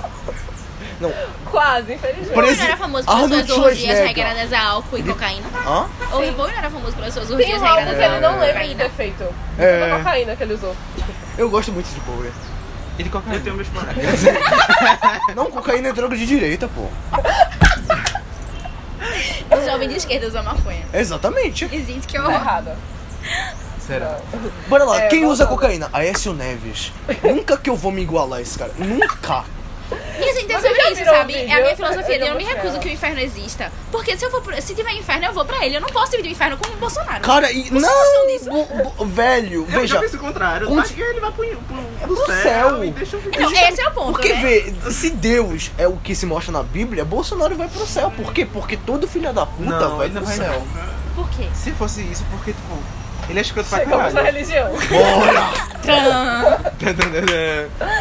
[SPEAKER 3] Não,
[SPEAKER 1] Quase, infelizmente.
[SPEAKER 3] Pre-
[SPEAKER 2] Ele não era famoso pelas
[SPEAKER 3] Arnold
[SPEAKER 2] suas orgias
[SPEAKER 3] Schwarzenegger.
[SPEAKER 2] regradas a álcool e cocaína.
[SPEAKER 3] hã?
[SPEAKER 2] O Riboll não era famoso pelas suas
[SPEAKER 1] Tem
[SPEAKER 2] orgias né,
[SPEAKER 1] um álbum
[SPEAKER 2] regradas
[SPEAKER 1] que
[SPEAKER 2] a
[SPEAKER 1] ele não
[SPEAKER 2] álcool e
[SPEAKER 1] lembra de
[SPEAKER 2] cocaína.
[SPEAKER 1] ter feito.
[SPEAKER 3] É.
[SPEAKER 1] Toda a cocaína que ele usou. Tá
[SPEAKER 3] Eu gosto muito de Bowie.
[SPEAKER 4] Ele
[SPEAKER 3] é?
[SPEAKER 5] Eu
[SPEAKER 4] cocaína.
[SPEAKER 5] tenho meus parentes.
[SPEAKER 3] Não, cocaína é droga de direita, pô.
[SPEAKER 2] O jovem de esquerda usa maconha.
[SPEAKER 3] Exatamente.
[SPEAKER 2] E gente, que
[SPEAKER 1] Tá
[SPEAKER 2] horror.
[SPEAKER 1] errado.
[SPEAKER 4] Será?
[SPEAKER 3] Bora lá,
[SPEAKER 1] É,
[SPEAKER 3] quem usa
[SPEAKER 1] voltando.
[SPEAKER 3] cocaína? Aécio Neves. Nunca que eu vou me igualar a esse cara. Nunca.
[SPEAKER 2] E gente, é
[SPEAKER 1] Você
[SPEAKER 2] sobre
[SPEAKER 1] já
[SPEAKER 2] isso,
[SPEAKER 1] virou
[SPEAKER 2] sabe?
[SPEAKER 1] um
[SPEAKER 2] É a
[SPEAKER 1] vídeo?
[SPEAKER 2] minha filosofia.
[SPEAKER 1] Eu
[SPEAKER 2] Eu,
[SPEAKER 1] não
[SPEAKER 2] não me
[SPEAKER 1] vou
[SPEAKER 2] recuso
[SPEAKER 1] pra
[SPEAKER 2] que o inferno exista. Porque se eu for pro- se tiver inferno, eu vou pra ele. Eu não posso dividir o inferno com o Bolsonaro.
[SPEAKER 3] Cara, e.
[SPEAKER 2] Você
[SPEAKER 3] não!
[SPEAKER 2] tem noção
[SPEAKER 3] bo- bo- velho,
[SPEAKER 5] Eu já
[SPEAKER 3] veja.
[SPEAKER 5] penso o contrário.
[SPEAKER 3] Onde-
[SPEAKER 5] Tá que ele vai pro, pro,
[SPEAKER 3] pro
[SPEAKER 5] pro céu,
[SPEAKER 3] Um céu.
[SPEAKER 5] e deixa eu viver.
[SPEAKER 2] Não, esse é o ponto,
[SPEAKER 3] Porque,
[SPEAKER 2] né?
[SPEAKER 3] vê, se Deus é o que se mostra na Bíblia, Bolsonaro vai pro céu. Por quê? Porque todo filho da puta
[SPEAKER 4] Não,
[SPEAKER 3] vai
[SPEAKER 4] ele
[SPEAKER 3] pro
[SPEAKER 4] não vai
[SPEAKER 3] céu.
[SPEAKER 4] não.
[SPEAKER 2] Por quê?
[SPEAKER 4] Se fosse isso, porque, tipo, ele é escroto pra
[SPEAKER 1] Chegamos na
[SPEAKER 4] caralho.
[SPEAKER 1] religião.
[SPEAKER 3] Bora!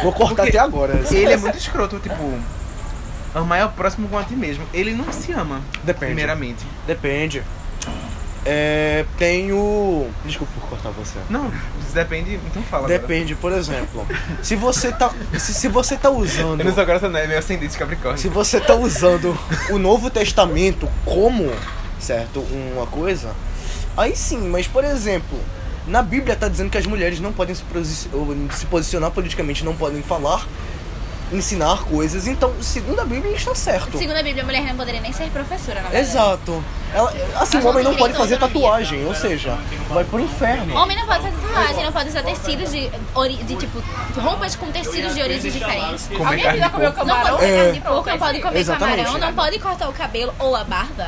[SPEAKER 3] Vou cortar
[SPEAKER 4] Porque-
[SPEAKER 3] até agora.
[SPEAKER 4] ele é muito escroto, tipo. Amar é o próximo com a ti mesmo. Ele não se ama,
[SPEAKER 3] Depende.
[SPEAKER 4] primeiramente.
[SPEAKER 3] Depende. É. Tenho. Desculpa por cortar você.
[SPEAKER 4] Não, isso depende, então fala. agora.
[SPEAKER 3] Depende, por exemplo. Se você tá. Se, se você tá usando.
[SPEAKER 4] Eu não sou agora, você não é meu ascendente Capricórnio.
[SPEAKER 3] Se você tá usando o Novo Testamento como, certo, uma coisa, aí sim, mas por exemplo, na Bíblia tá dizendo que as mulheres não podem se, posi- ou se posicionar politicamente, não podem falar, ensinar coisas, então, segundo a Bíblia, está certo.
[SPEAKER 2] Segundo a Bíblia, a mulher não poderia nem ser professora, na verdade.
[SPEAKER 3] Exato. Ela, assim,
[SPEAKER 2] Mas
[SPEAKER 3] o homem
[SPEAKER 2] não
[SPEAKER 3] não pode
[SPEAKER 2] tem direito à
[SPEAKER 3] fazer
[SPEAKER 2] autonomia.
[SPEAKER 3] tatuagem, ou seja, vai pro inferno.
[SPEAKER 2] Homem não pode fazer tatuagem, não pode usar tecidos de, ori- de tipo, roupas com tecidos de origem diferentes.
[SPEAKER 4] Comer
[SPEAKER 1] Alguém já
[SPEAKER 4] carne
[SPEAKER 1] comeu
[SPEAKER 4] de
[SPEAKER 2] Não pode
[SPEAKER 1] camarão?
[SPEAKER 2] comer carne de
[SPEAKER 3] É.
[SPEAKER 2] porco, não pode comer
[SPEAKER 3] Exatamente.
[SPEAKER 2] camarão, não pode cortar o cabelo ou a barba.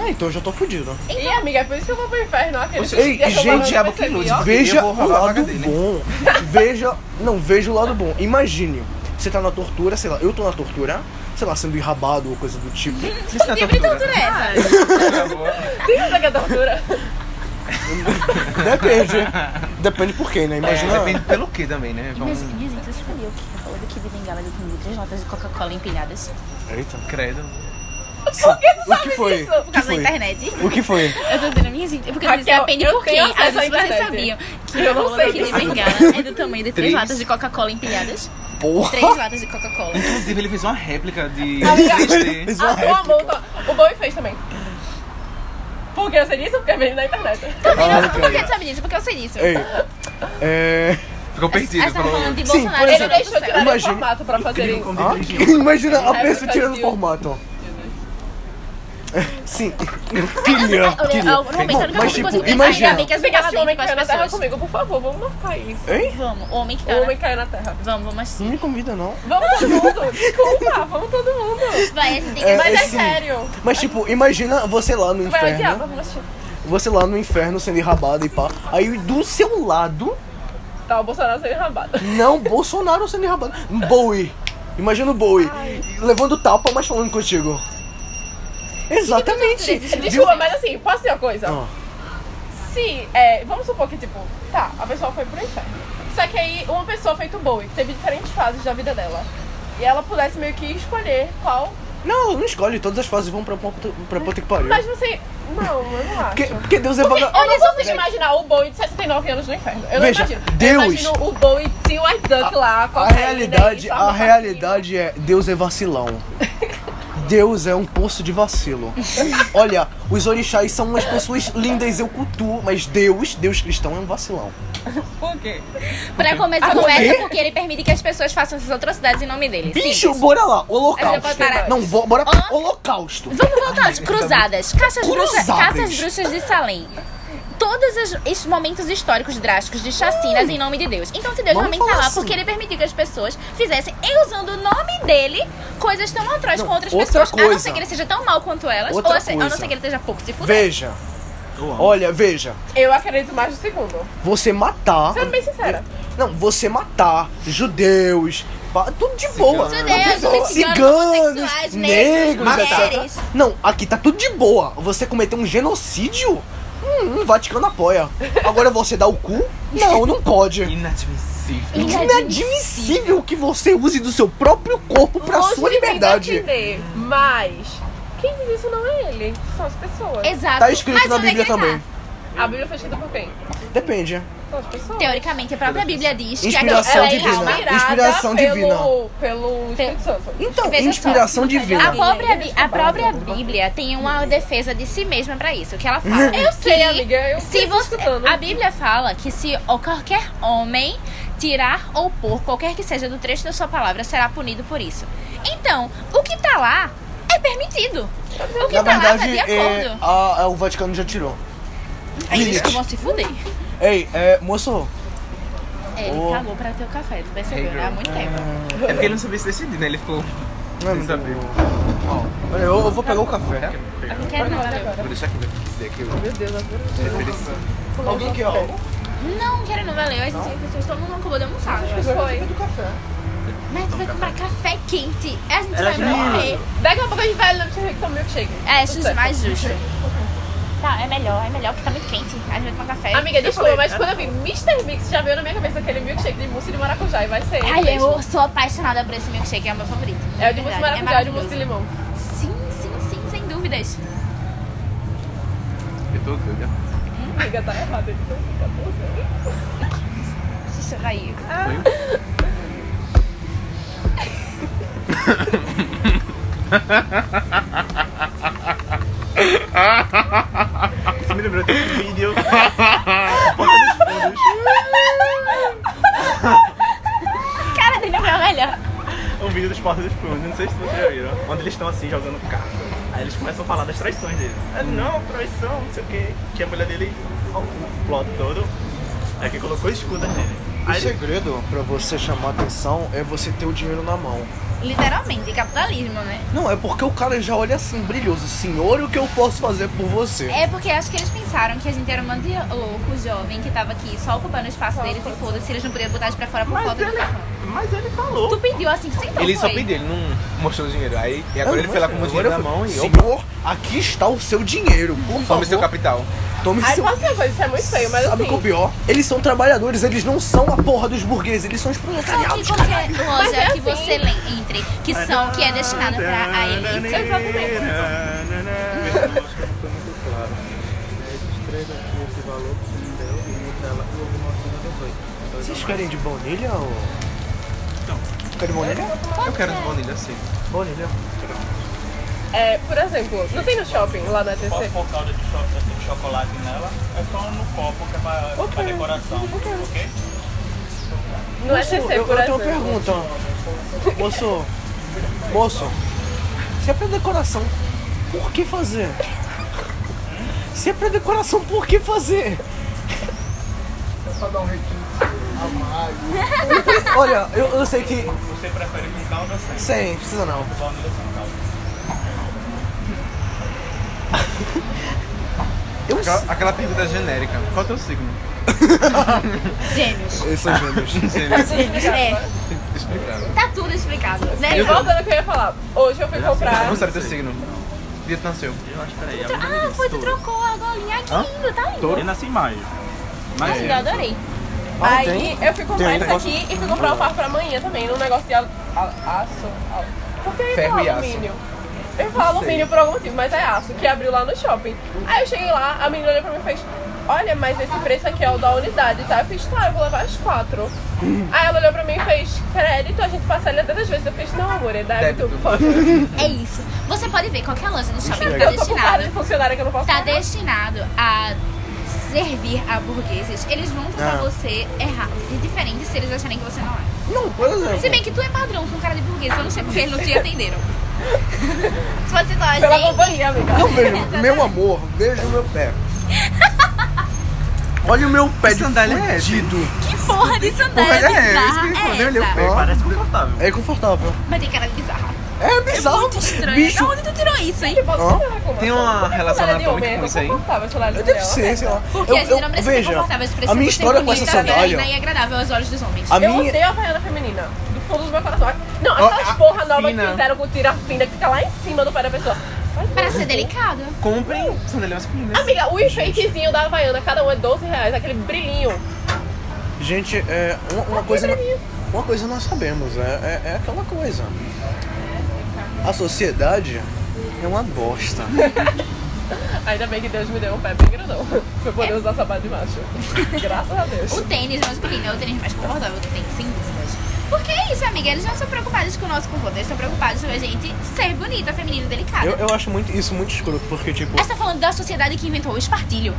[SPEAKER 3] Ah, então eu já tô fudido.
[SPEAKER 1] Ih, amiga, é por isso que eu vou pro inferno. Aquele dia
[SPEAKER 3] Ei,
[SPEAKER 1] que eu
[SPEAKER 3] gente,
[SPEAKER 1] morro, eu
[SPEAKER 4] diabo que
[SPEAKER 1] percebi,
[SPEAKER 4] ilude.
[SPEAKER 1] ó.
[SPEAKER 3] Veja
[SPEAKER 4] Eu vou
[SPEAKER 3] o
[SPEAKER 4] rolar a
[SPEAKER 3] lado
[SPEAKER 4] vaga dele.
[SPEAKER 3] bom. Veja. Não, veja o lado bom. Imagine. Você tá na tortura, sei lá, eu tô na tortura, sei lá, sendo enrabado ou coisa do tipo.
[SPEAKER 4] Isso não é
[SPEAKER 2] Que
[SPEAKER 1] Então
[SPEAKER 2] brincadeira
[SPEAKER 4] tortura.
[SPEAKER 2] é essa?
[SPEAKER 1] Tem essa que é tortura.
[SPEAKER 3] Depende. Depende por quem, né? Imagina.
[SPEAKER 4] É, depende pelo que também, né? Vamos...
[SPEAKER 2] Mas, minha gente, você sabia o que falou do que vive em Gala de comigo? Três latas de Coca-Cola empilhadas.
[SPEAKER 3] Eita.
[SPEAKER 4] Credo.
[SPEAKER 3] O que foi?
[SPEAKER 2] Isso, por
[SPEAKER 3] O que
[SPEAKER 2] causa da
[SPEAKER 3] foi?
[SPEAKER 2] internet.
[SPEAKER 3] O que foi?
[SPEAKER 2] Eu tô dizendo, minha gente, é porque
[SPEAKER 1] Raquel,
[SPEAKER 2] Raquel, depende
[SPEAKER 1] eu
[SPEAKER 2] por quê.
[SPEAKER 1] tenho acesso
[SPEAKER 2] As
[SPEAKER 1] à
[SPEAKER 2] pessoas
[SPEAKER 1] internet.
[SPEAKER 2] sabiam que
[SPEAKER 1] Eu
[SPEAKER 2] a
[SPEAKER 1] não
[SPEAKER 2] rola
[SPEAKER 1] sei
[SPEAKER 2] que vive em Gala é do tamanho de três
[SPEAKER 4] Três?
[SPEAKER 2] latas de Coca-Cola empilhadas.
[SPEAKER 3] Porra.
[SPEAKER 2] Três latas de Coca-Cola.
[SPEAKER 4] Inclusive, ele fez uma réplica de.
[SPEAKER 1] Aliás,
[SPEAKER 3] Isso
[SPEAKER 1] A
[SPEAKER 3] é uma
[SPEAKER 1] tua
[SPEAKER 3] réplica.
[SPEAKER 1] mão, tá- o Bowie fez também. Por que eu sei disso? Porque eu vejo na internet.
[SPEAKER 2] Não, por que tu sabe disso? Porque eu sei disso.
[SPEAKER 3] Ei. É.
[SPEAKER 4] Ficou perdido.
[SPEAKER 2] Essa tá é
[SPEAKER 4] falou-
[SPEAKER 2] falando de
[SPEAKER 3] Sim,
[SPEAKER 2] Bolsonaro.
[SPEAKER 3] por
[SPEAKER 2] e
[SPEAKER 1] Ele
[SPEAKER 2] Bolsonaro
[SPEAKER 1] deixou
[SPEAKER 2] do
[SPEAKER 1] tirar o
[SPEAKER 3] Imagina-
[SPEAKER 1] formato pra fazer isso.
[SPEAKER 5] como
[SPEAKER 3] Ah?
[SPEAKER 5] dirigir.
[SPEAKER 3] Imagina a pessoa
[SPEAKER 1] Réplica
[SPEAKER 3] tirando o
[SPEAKER 1] de-
[SPEAKER 3] formato. Sim. Queria.
[SPEAKER 2] céu.
[SPEAKER 3] Queria.
[SPEAKER 2] Eu- eu- Normalmente, a
[SPEAKER 3] Bom, tipo, mas
[SPEAKER 2] única coisa que eu
[SPEAKER 3] tipo,
[SPEAKER 2] consigo pensar é
[SPEAKER 3] imagina.
[SPEAKER 2] bem que as
[SPEAKER 1] Se
[SPEAKER 2] mulheres
[SPEAKER 1] esse homem
[SPEAKER 2] dentro
[SPEAKER 1] que
[SPEAKER 2] com
[SPEAKER 1] caiu na
[SPEAKER 2] as
[SPEAKER 1] terra
[SPEAKER 2] pessoas.
[SPEAKER 1] comigo, por favor, vamos marcar isso.
[SPEAKER 3] Hein?
[SPEAKER 2] Vamos, homem que
[SPEAKER 1] O
[SPEAKER 3] É.
[SPEAKER 2] tá.
[SPEAKER 1] homem caiu na terra.
[SPEAKER 2] Vamos, vamos
[SPEAKER 3] Não
[SPEAKER 2] assim.
[SPEAKER 3] me convida, não.
[SPEAKER 1] Vamos todo mundo! Desculpa, vamos todo mundo!
[SPEAKER 2] Vai, a gente tem que
[SPEAKER 3] É,
[SPEAKER 1] Mas é
[SPEAKER 3] sim.
[SPEAKER 1] sério!
[SPEAKER 3] Mas tipo, imagina você lá no
[SPEAKER 1] Tu vai odiar,
[SPEAKER 3] inferno.
[SPEAKER 1] vamos assistir.
[SPEAKER 3] Você lá no inferno sendo enrabado e pá. Aí do seu lado,
[SPEAKER 1] Tá, o Bolsonaro sendo enrabado.
[SPEAKER 3] não, Bolsonaro sendo enrabado. Bowie. Imagina o Bowie. Levando tapa, mas falando contigo. Exatamente.
[SPEAKER 1] Desculpa, mas assim, posso dizer uma coisa?
[SPEAKER 3] Ah.
[SPEAKER 1] Se, é, vamos supor que, tipo, tá, a pessoa foi pro inferno. Só que aí, uma pessoa feito o Bowie, que teve diferentes fases da vida dela. E ela pudesse meio que escolher qual.
[SPEAKER 3] Não, não escolhe, todas as fases vão pra, ponto- pra puta que pariu.
[SPEAKER 1] Mas você. Não, eu não acho.
[SPEAKER 3] Porque, porque Deus é
[SPEAKER 1] Porque
[SPEAKER 3] vaga...
[SPEAKER 1] eu não consigo imaginar o Bowie de 69 anos no inferno. Eu
[SPEAKER 3] Veja,
[SPEAKER 1] não imagino.
[SPEAKER 3] Deus-
[SPEAKER 1] Eu imagino o Bowie de White Duck lá, com
[SPEAKER 3] A
[SPEAKER 1] cocaína
[SPEAKER 3] realidade,
[SPEAKER 1] e só
[SPEAKER 3] a
[SPEAKER 1] vacina.
[SPEAKER 3] realidade é Deus é vacilão. Deus é um poço de vacilo. Olha, os orixás são umas pessoas lindas, eu cultuo, mas Deus, Deus cristão é um vacilão.
[SPEAKER 1] Por quê?
[SPEAKER 2] Pra começar a
[SPEAKER 3] Ah, quê?
[SPEAKER 2] conversa, porque ele permite que as pessoas façam essas atrocidades em nome dele.
[SPEAKER 3] Bicho,
[SPEAKER 2] Sim.
[SPEAKER 3] bora lá,
[SPEAKER 2] A gente pode
[SPEAKER 3] holocausto.
[SPEAKER 2] parar.
[SPEAKER 3] Não, bo- bora
[SPEAKER 2] Ó.
[SPEAKER 3] holocausto.
[SPEAKER 2] Vamos voltar às cruzadas. Caças bruxas,
[SPEAKER 3] Cruzadas.
[SPEAKER 2] caças bruxas de Salem. Todos os- esses momentos históricos drásticos de chacinas em nome de Deus. Então, se Deus
[SPEAKER 3] Vamos
[SPEAKER 2] realmente tá
[SPEAKER 3] falar
[SPEAKER 2] lá,
[SPEAKER 3] assim.
[SPEAKER 2] porque ele permitiu que as pessoas fizessem, e usando o nome dele, coisas tão atrás
[SPEAKER 3] Não,
[SPEAKER 2] com outras
[SPEAKER 3] outra
[SPEAKER 2] pessoas. A não
[SPEAKER 3] coisa.
[SPEAKER 2] ser que ele seja tão mal quanto elas,
[SPEAKER 3] Outra
[SPEAKER 2] ou a, se- a não
[SPEAKER 3] coisa.
[SPEAKER 2] ser que ele esteja pouco se fuder.
[SPEAKER 3] Veja,
[SPEAKER 5] Eu amo.
[SPEAKER 3] olha, veja.
[SPEAKER 1] Eu acredito mais no segundo.
[SPEAKER 3] Você matar.
[SPEAKER 1] Sendo bem sincera.
[SPEAKER 3] Não, você matar judeus, pa- tudo de boa. Tudo
[SPEAKER 2] Judeus,
[SPEAKER 3] de boa.
[SPEAKER 2] ciganos,
[SPEAKER 3] ciganos,
[SPEAKER 2] homossexuais, negros,
[SPEAKER 3] negros,
[SPEAKER 2] mulheres.
[SPEAKER 3] etc. Não, aqui tá tudo de boa. Você cometer um genocídio? Hum, o Vaticano apoia. Agora você dá o cu? Não, não pode.
[SPEAKER 4] Inadmissível.
[SPEAKER 3] Inadmissível que você use do seu próprio corpo pra
[SPEAKER 1] Longe
[SPEAKER 3] sua
[SPEAKER 1] de mim
[SPEAKER 3] liberdade.
[SPEAKER 1] defender, mas Quem diz isso não é ele, são as pessoas.
[SPEAKER 2] Exato.
[SPEAKER 3] Tá escrito
[SPEAKER 2] Mas
[SPEAKER 3] na
[SPEAKER 2] onde é que
[SPEAKER 3] Bíblia
[SPEAKER 2] ele tá?
[SPEAKER 3] também.
[SPEAKER 1] A Bíblia foi escrita por quem?
[SPEAKER 3] Depende.
[SPEAKER 1] São as pessoas.
[SPEAKER 2] Teoricamente, a própria Bíblia diz que
[SPEAKER 3] Inspiração
[SPEAKER 2] aquela
[SPEAKER 1] Ela é
[SPEAKER 3] divina.
[SPEAKER 2] alma-
[SPEAKER 1] inspirada
[SPEAKER 3] Inspiração
[SPEAKER 1] pelo,
[SPEAKER 3] divina.
[SPEAKER 1] pelo Espírito Santo.
[SPEAKER 3] Então,
[SPEAKER 2] Veja só,
[SPEAKER 3] inspiração
[SPEAKER 2] não tá A
[SPEAKER 3] divina.
[SPEAKER 1] jogando.
[SPEAKER 2] própria, Bí- a própria Bíblia tem uma defesa de si mesma pra isso, que ela fala.
[SPEAKER 1] Eu sei,
[SPEAKER 2] que
[SPEAKER 1] amiga, eu
[SPEAKER 2] se
[SPEAKER 1] cresci
[SPEAKER 2] você,
[SPEAKER 1] escutando.
[SPEAKER 2] A Bíblia fala que se o- qualquer homem tirar ou pôr qualquer que seja do trecho da sua palavra, será punido por isso. Então, o que tá lá é permitido. O que
[SPEAKER 3] Na
[SPEAKER 2] tá lá tá
[SPEAKER 3] verdade,
[SPEAKER 2] de
[SPEAKER 3] é, um
[SPEAKER 2] acordo. É
[SPEAKER 3] a- a- o Vaticano já tirou.
[SPEAKER 2] Aí eles
[SPEAKER 3] Lilith.
[SPEAKER 2] vão se fuder.
[SPEAKER 3] Ei, é, moço,
[SPEAKER 2] É, Ele
[SPEAKER 3] Oh.
[SPEAKER 2] cagou pra ter o café, tu percebeu,
[SPEAKER 4] Hey,
[SPEAKER 2] né? Há
[SPEAKER 4] girl.
[SPEAKER 2] muito
[SPEAKER 3] Ah.
[SPEAKER 2] tempo.
[SPEAKER 4] É porque ele não sabia se decidir, né? Ele ficou.
[SPEAKER 3] Não é
[SPEAKER 4] Sem
[SPEAKER 3] muito
[SPEAKER 4] saber.
[SPEAKER 3] bom. Olha, eu, eu vou pegar o café.
[SPEAKER 2] Não quero não, valeu.
[SPEAKER 4] Vou deixar aqui né? dizer aqui.
[SPEAKER 1] Meu Deus, agora
[SPEAKER 3] Alguém quer, ó.
[SPEAKER 2] Não, quero não, valeu. A gente, as pessoas, todo mundo acabou de almoçar.
[SPEAKER 1] foi.
[SPEAKER 2] Mas tu vai comprar café quente. A gente
[SPEAKER 4] Era
[SPEAKER 2] vai
[SPEAKER 4] que-
[SPEAKER 3] é
[SPEAKER 2] morrer.
[SPEAKER 1] Daqui a pouco a gente vai no milkshake, tomar um milkshake.
[SPEAKER 2] É,
[SPEAKER 1] Tudo
[SPEAKER 2] isso é
[SPEAKER 1] certo.
[SPEAKER 2] mais justo. Tá, é melhor, é melhor porque tá muito quente. A gente vai tomar café.
[SPEAKER 1] Amiga, desculpa,
[SPEAKER 5] falei,
[SPEAKER 1] mas
[SPEAKER 5] né?
[SPEAKER 1] quando eu vi Mr. Mix, já veio na minha cabeça aquele milkshake de mousse de maracujá e vai ser ele
[SPEAKER 2] Ai,
[SPEAKER 1] mesmo.
[SPEAKER 2] eu sou apaixonada por esse milkshake, é o meu favorito.
[SPEAKER 1] É o de mousse de
[SPEAKER 2] Verdade,
[SPEAKER 1] maracujá e o de mousse de
[SPEAKER 2] maravilhoso.
[SPEAKER 1] limão.
[SPEAKER 2] Sim, sim, sim, sem dúvidas.
[SPEAKER 4] Eu tô doida.
[SPEAKER 1] Amiga, tá errado. Ele tá
[SPEAKER 2] Deixa eu cair.
[SPEAKER 5] Você me lembrou daquele vídeo.
[SPEAKER 2] Cara dele é o meu melhor.
[SPEAKER 5] um vídeo dos Portas dos Fundos, não sei se vocês já viram, onde eles estão assim jogando carta. Aí eles começam a falar das traições dele. Ah, não, traição, não sei o quê. Que a mulher dele, ó, o plot todo, é que colocou escudas nele.
[SPEAKER 3] O
[SPEAKER 5] Aí ele,
[SPEAKER 3] segredo pra você chamar atenção é você ter o dinheiro na mão.
[SPEAKER 2] Literalmente, capitalismo, né?
[SPEAKER 3] Não, é porque o cara já olha assim, brilhoso. Senhor, o que eu posso fazer por você?
[SPEAKER 2] É porque acho que eles pensaram que a gente era um monte de louco jovem que tava aqui só ocupando o espaço deles e foda-se, eles não podiam botar a gente pra fora por
[SPEAKER 5] mas,
[SPEAKER 2] falta de
[SPEAKER 1] é
[SPEAKER 5] ele,
[SPEAKER 2] telefone.
[SPEAKER 5] mas ele
[SPEAKER 2] Tu
[SPEAKER 5] falou.
[SPEAKER 2] pediu assim, sentou
[SPEAKER 4] Ele só
[SPEAKER 2] foi.
[SPEAKER 4] pediu, ele não mostrou o dinheiro. Aí e agora ele foi lá com o meu dinheiro na mão e eu.
[SPEAKER 3] Senhor, aqui está o seu dinheiro, por favor.
[SPEAKER 4] Tome seu capital.
[SPEAKER 3] Tome
[SPEAKER 1] Aí
[SPEAKER 3] seu...
[SPEAKER 1] pode ser uma coisa, isso é muito feio, mas
[SPEAKER 3] Sabe o que é o
[SPEAKER 1] assim...
[SPEAKER 3] pior? Eles são trabalhadores, eles não são a porra dos burgueses, eles são os
[SPEAKER 2] Só que
[SPEAKER 3] proletariados, cara.
[SPEAKER 2] qualquer loja
[SPEAKER 1] é
[SPEAKER 2] que
[SPEAKER 1] assim.
[SPEAKER 2] você le- entre, que são, que é destinada pra a é elite.
[SPEAKER 5] Exatamente.
[SPEAKER 3] né, Vocês querem de baunilha ou... Não. Querem baunilha?
[SPEAKER 4] Eu quero de baunilha assim.
[SPEAKER 3] Baunilha.
[SPEAKER 1] É, por exemplo, não tem no shopping lá na TC?
[SPEAKER 5] Pode pôr calda de cho- de chocolate nela, é só no copo que é pra, pra
[SPEAKER 1] Ok.
[SPEAKER 5] decoração, ok?
[SPEAKER 1] Não é
[SPEAKER 3] Moço,
[SPEAKER 1] TC,
[SPEAKER 3] eu,
[SPEAKER 1] por
[SPEAKER 3] eu tenho
[SPEAKER 1] exemplo.
[SPEAKER 3] uma pergunta. Moço, moço, se é pra decoração, por que fazer? Se é pra decoração, por que fazer?
[SPEAKER 5] É um
[SPEAKER 3] Olha, eu, eu sei que.
[SPEAKER 5] Você prefere com calda ou sem?
[SPEAKER 3] Sem, precisa não.
[SPEAKER 5] Baunilha sem calda.
[SPEAKER 3] Eu
[SPEAKER 4] Aquela, aquela pergunta genérica. Qual é o teu signo?
[SPEAKER 2] Gêmeos.
[SPEAKER 3] Eles são gêmeos.
[SPEAKER 2] Gêmeos, é.
[SPEAKER 4] Explicado.
[SPEAKER 2] Tá tudo explicado. Né?
[SPEAKER 1] E voltando ao que eu ia falar, hoje eu fui comprar...
[SPEAKER 4] Não sabe teu signo. Dia que tu nasceu.
[SPEAKER 5] Eu acho, peraí, a minha
[SPEAKER 2] Ah,
[SPEAKER 5] disse
[SPEAKER 2] foi, tu
[SPEAKER 5] touro.
[SPEAKER 2] trocou a golinha. Ai, que
[SPEAKER 4] Hã?
[SPEAKER 2] lindo, tá lindo.
[SPEAKER 5] Eu nasci em maio.
[SPEAKER 2] Ai,
[SPEAKER 3] é.
[SPEAKER 2] eu adorei.
[SPEAKER 4] é assim,
[SPEAKER 1] Aí eu fui comprar
[SPEAKER 4] um
[SPEAKER 3] Tem
[SPEAKER 1] isso
[SPEAKER 3] negócio-
[SPEAKER 1] aqui e fui comprar o farro pra amanhã também, num negócio de al- a- aço. al- Por que eu ia
[SPEAKER 4] Ferro
[SPEAKER 1] falar
[SPEAKER 4] e aço.
[SPEAKER 1] alumínio? Eu falo alumínio por algum motivo, mas é aço, que abriu lá no shopping. Aí eu cheguei lá, a menina olhou pra mim e fez: Olha, mas esse preço aqui é o da unidade, tá? Eu fiz, tá, eu vou levar as quatro. Aí ela olhou pra mim e fez: Crédito, a gente parcela tantas vezes. Eu fiz: Não, amor, é débito,
[SPEAKER 4] Débito.
[SPEAKER 1] por favor.
[SPEAKER 2] É isso. Você pode ver qualquer loja do shopping que tá
[SPEAKER 1] Eu tô com cara de
[SPEAKER 2] destinado.
[SPEAKER 1] funcionária que eu não posso
[SPEAKER 2] Tá
[SPEAKER 1] pagar.
[SPEAKER 2] destinado a servir a burgueses. Eles vão tratar
[SPEAKER 3] Ah.
[SPEAKER 2] você errado. E diferente se eles acharem que você não é.
[SPEAKER 3] Não, por
[SPEAKER 2] Se
[SPEAKER 3] exemplo.
[SPEAKER 2] bem que tu é padrão com cara de burguês. Eu não sei porque eles não te atenderam. Se você
[SPEAKER 1] Pela
[SPEAKER 2] só, gente,
[SPEAKER 1] companhia, amiga.
[SPEAKER 3] Não vejo, meu amor, veja o meu pé. Olha o meu pé
[SPEAKER 4] Que
[SPEAKER 3] de
[SPEAKER 4] sandália é essa, hein?
[SPEAKER 3] fudido.
[SPEAKER 2] que porra de
[SPEAKER 4] Porra,
[SPEAKER 2] sandália
[SPEAKER 4] é,
[SPEAKER 2] bizarra
[SPEAKER 4] isso que
[SPEAKER 2] é
[SPEAKER 4] eu ia
[SPEAKER 3] né?
[SPEAKER 4] falar, olhei o
[SPEAKER 2] essa?
[SPEAKER 4] pé.
[SPEAKER 5] Parece confortável.
[SPEAKER 3] ah, É confortável.
[SPEAKER 2] Mas tem cara de bizarra.
[SPEAKER 3] É bizarro.
[SPEAKER 2] Muito estranho.
[SPEAKER 3] Bicho,
[SPEAKER 2] Da onde tu tirou isso, hein?
[SPEAKER 1] Posso
[SPEAKER 3] Hã?
[SPEAKER 1] falar com
[SPEAKER 4] Tem
[SPEAKER 1] você?
[SPEAKER 4] uma
[SPEAKER 1] Por que
[SPEAKER 4] relação
[SPEAKER 1] sandália de
[SPEAKER 4] anatômica
[SPEAKER 1] homem é
[SPEAKER 4] com isso aí?
[SPEAKER 1] confortável, a sandália de
[SPEAKER 3] Deve
[SPEAKER 1] mulher?
[SPEAKER 3] ser, sei lá.
[SPEAKER 2] Porque a gente não precisa ser confortável, a gente precisa
[SPEAKER 3] a minha
[SPEAKER 2] ser
[SPEAKER 3] história com essa
[SPEAKER 2] bonita, feminina
[SPEAKER 3] sandália.
[SPEAKER 2] e é agradável aos olhos dos homens.
[SPEAKER 3] A
[SPEAKER 1] eu
[SPEAKER 3] minha.
[SPEAKER 1] odeio a Havaiana feminina. Do fundo do meu coração. Não,
[SPEAKER 4] Ó,
[SPEAKER 1] aquelas
[SPEAKER 4] a-
[SPEAKER 1] porra nova que
[SPEAKER 4] fina.
[SPEAKER 1] fizeram com tira fina que fica lá em cima do pé da pessoa. Mas,
[SPEAKER 2] Pra ser delicado.
[SPEAKER 4] Comprem sandália masculina.
[SPEAKER 1] Amiga, o enfeitezinho da Havaiana, cada um é 12 reais, aquele brilhinho.
[SPEAKER 3] Gente, é, uma, uma coisa. Uma coisa nós sabemos, é, é, é aquela coisa. a sociedade é uma bosta.
[SPEAKER 1] Ainda bem que Deus me deu um pé bem grandão. Pra eu
[SPEAKER 2] É.
[SPEAKER 1] poder usar sapato de macho. Graças a Deus.
[SPEAKER 2] O tênis masculino é o tênis mais confortável que tem, sem dúvidas. Porque é isso, amiga. Eles não são preocupados com o nosso conforto. Eles estão preocupados com a gente ser bonita, feminina e delicada.
[SPEAKER 3] Eu, eu acho muito, isso muito escuro, porque, tipo.
[SPEAKER 2] Ela está falando da sociedade que inventou o espartilho.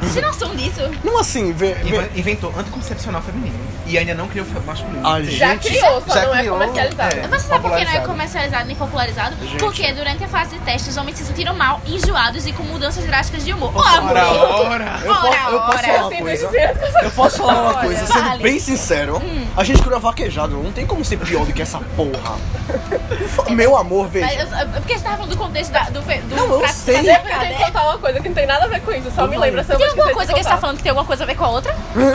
[SPEAKER 2] Vocês têm noção disso?
[SPEAKER 3] Não assim, vê. vê-
[SPEAKER 4] Inve- Inventou anticoncepcional feminino e ainda não criou masculino.
[SPEAKER 3] A
[SPEAKER 1] Já
[SPEAKER 3] gente.
[SPEAKER 1] criou, só
[SPEAKER 4] Ah, já
[SPEAKER 1] não é
[SPEAKER 4] criou,
[SPEAKER 1] comercializado. tá
[SPEAKER 4] é.
[SPEAKER 2] Você sabe por que não é
[SPEAKER 4] Popularizado.
[SPEAKER 2] comercializado nem popularizado?
[SPEAKER 3] Gente.
[SPEAKER 2] Porque durante a fase de teste os homens se sentiram mal, enjoados e com mudanças drásticas de humor. Ô,
[SPEAKER 4] Ora,
[SPEAKER 2] amor!
[SPEAKER 3] Eu,
[SPEAKER 4] ora!
[SPEAKER 3] po- eu
[SPEAKER 2] Ora,
[SPEAKER 3] posso
[SPEAKER 2] ora.
[SPEAKER 3] falar uma
[SPEAKER 1] Tem
[SPEAKER 3] coisa.
[SPEAKER 1] dois dias.
[SPEAKER 3] Eu posso falar uma
[SPEAKER 1] Olha,
[SPEAKER 3] coisa, sendo
[SPEAKER 2] fale.
[SPEAKER 3] bem sincero, a gente criou a vaquejada, não tem como ser pior do que essa porra. Meu amor,
[SPEAKER 2] Mas
[SPEAKER 3] veja.
[SPEAKER 2] eu- eu- Porque você tava falando do contexto da, do, fe- do
[SPEAKER 3] Não, eu
[SPEAKER 2] prato
[SPEAKER 3] sei.
[SPEAKER 2] da
[SPEAKER 1] Eu tenho que
[SPEAKER 2] década. né?
[SPEAKER 1] contar uma coisa que não tem nada a ver com isso, só me
[SPEAKER 3] Uhum.
[SPEAKER 1] lembra se eu
[SPEAKER 2] Tem
[SPEAKER 1] vou
[SPEAKER 2] alguma
[SPEAKER 1] esquecer
[SPEAKER 2] coisa
[SPEAKER 1] de
[SPEAKER 2] que você tá
[SPEAKER 1] contar.
[SPEAKER 2] falando que tem alguma coisa a ver com a outra?
[SPEAKER 1] Não,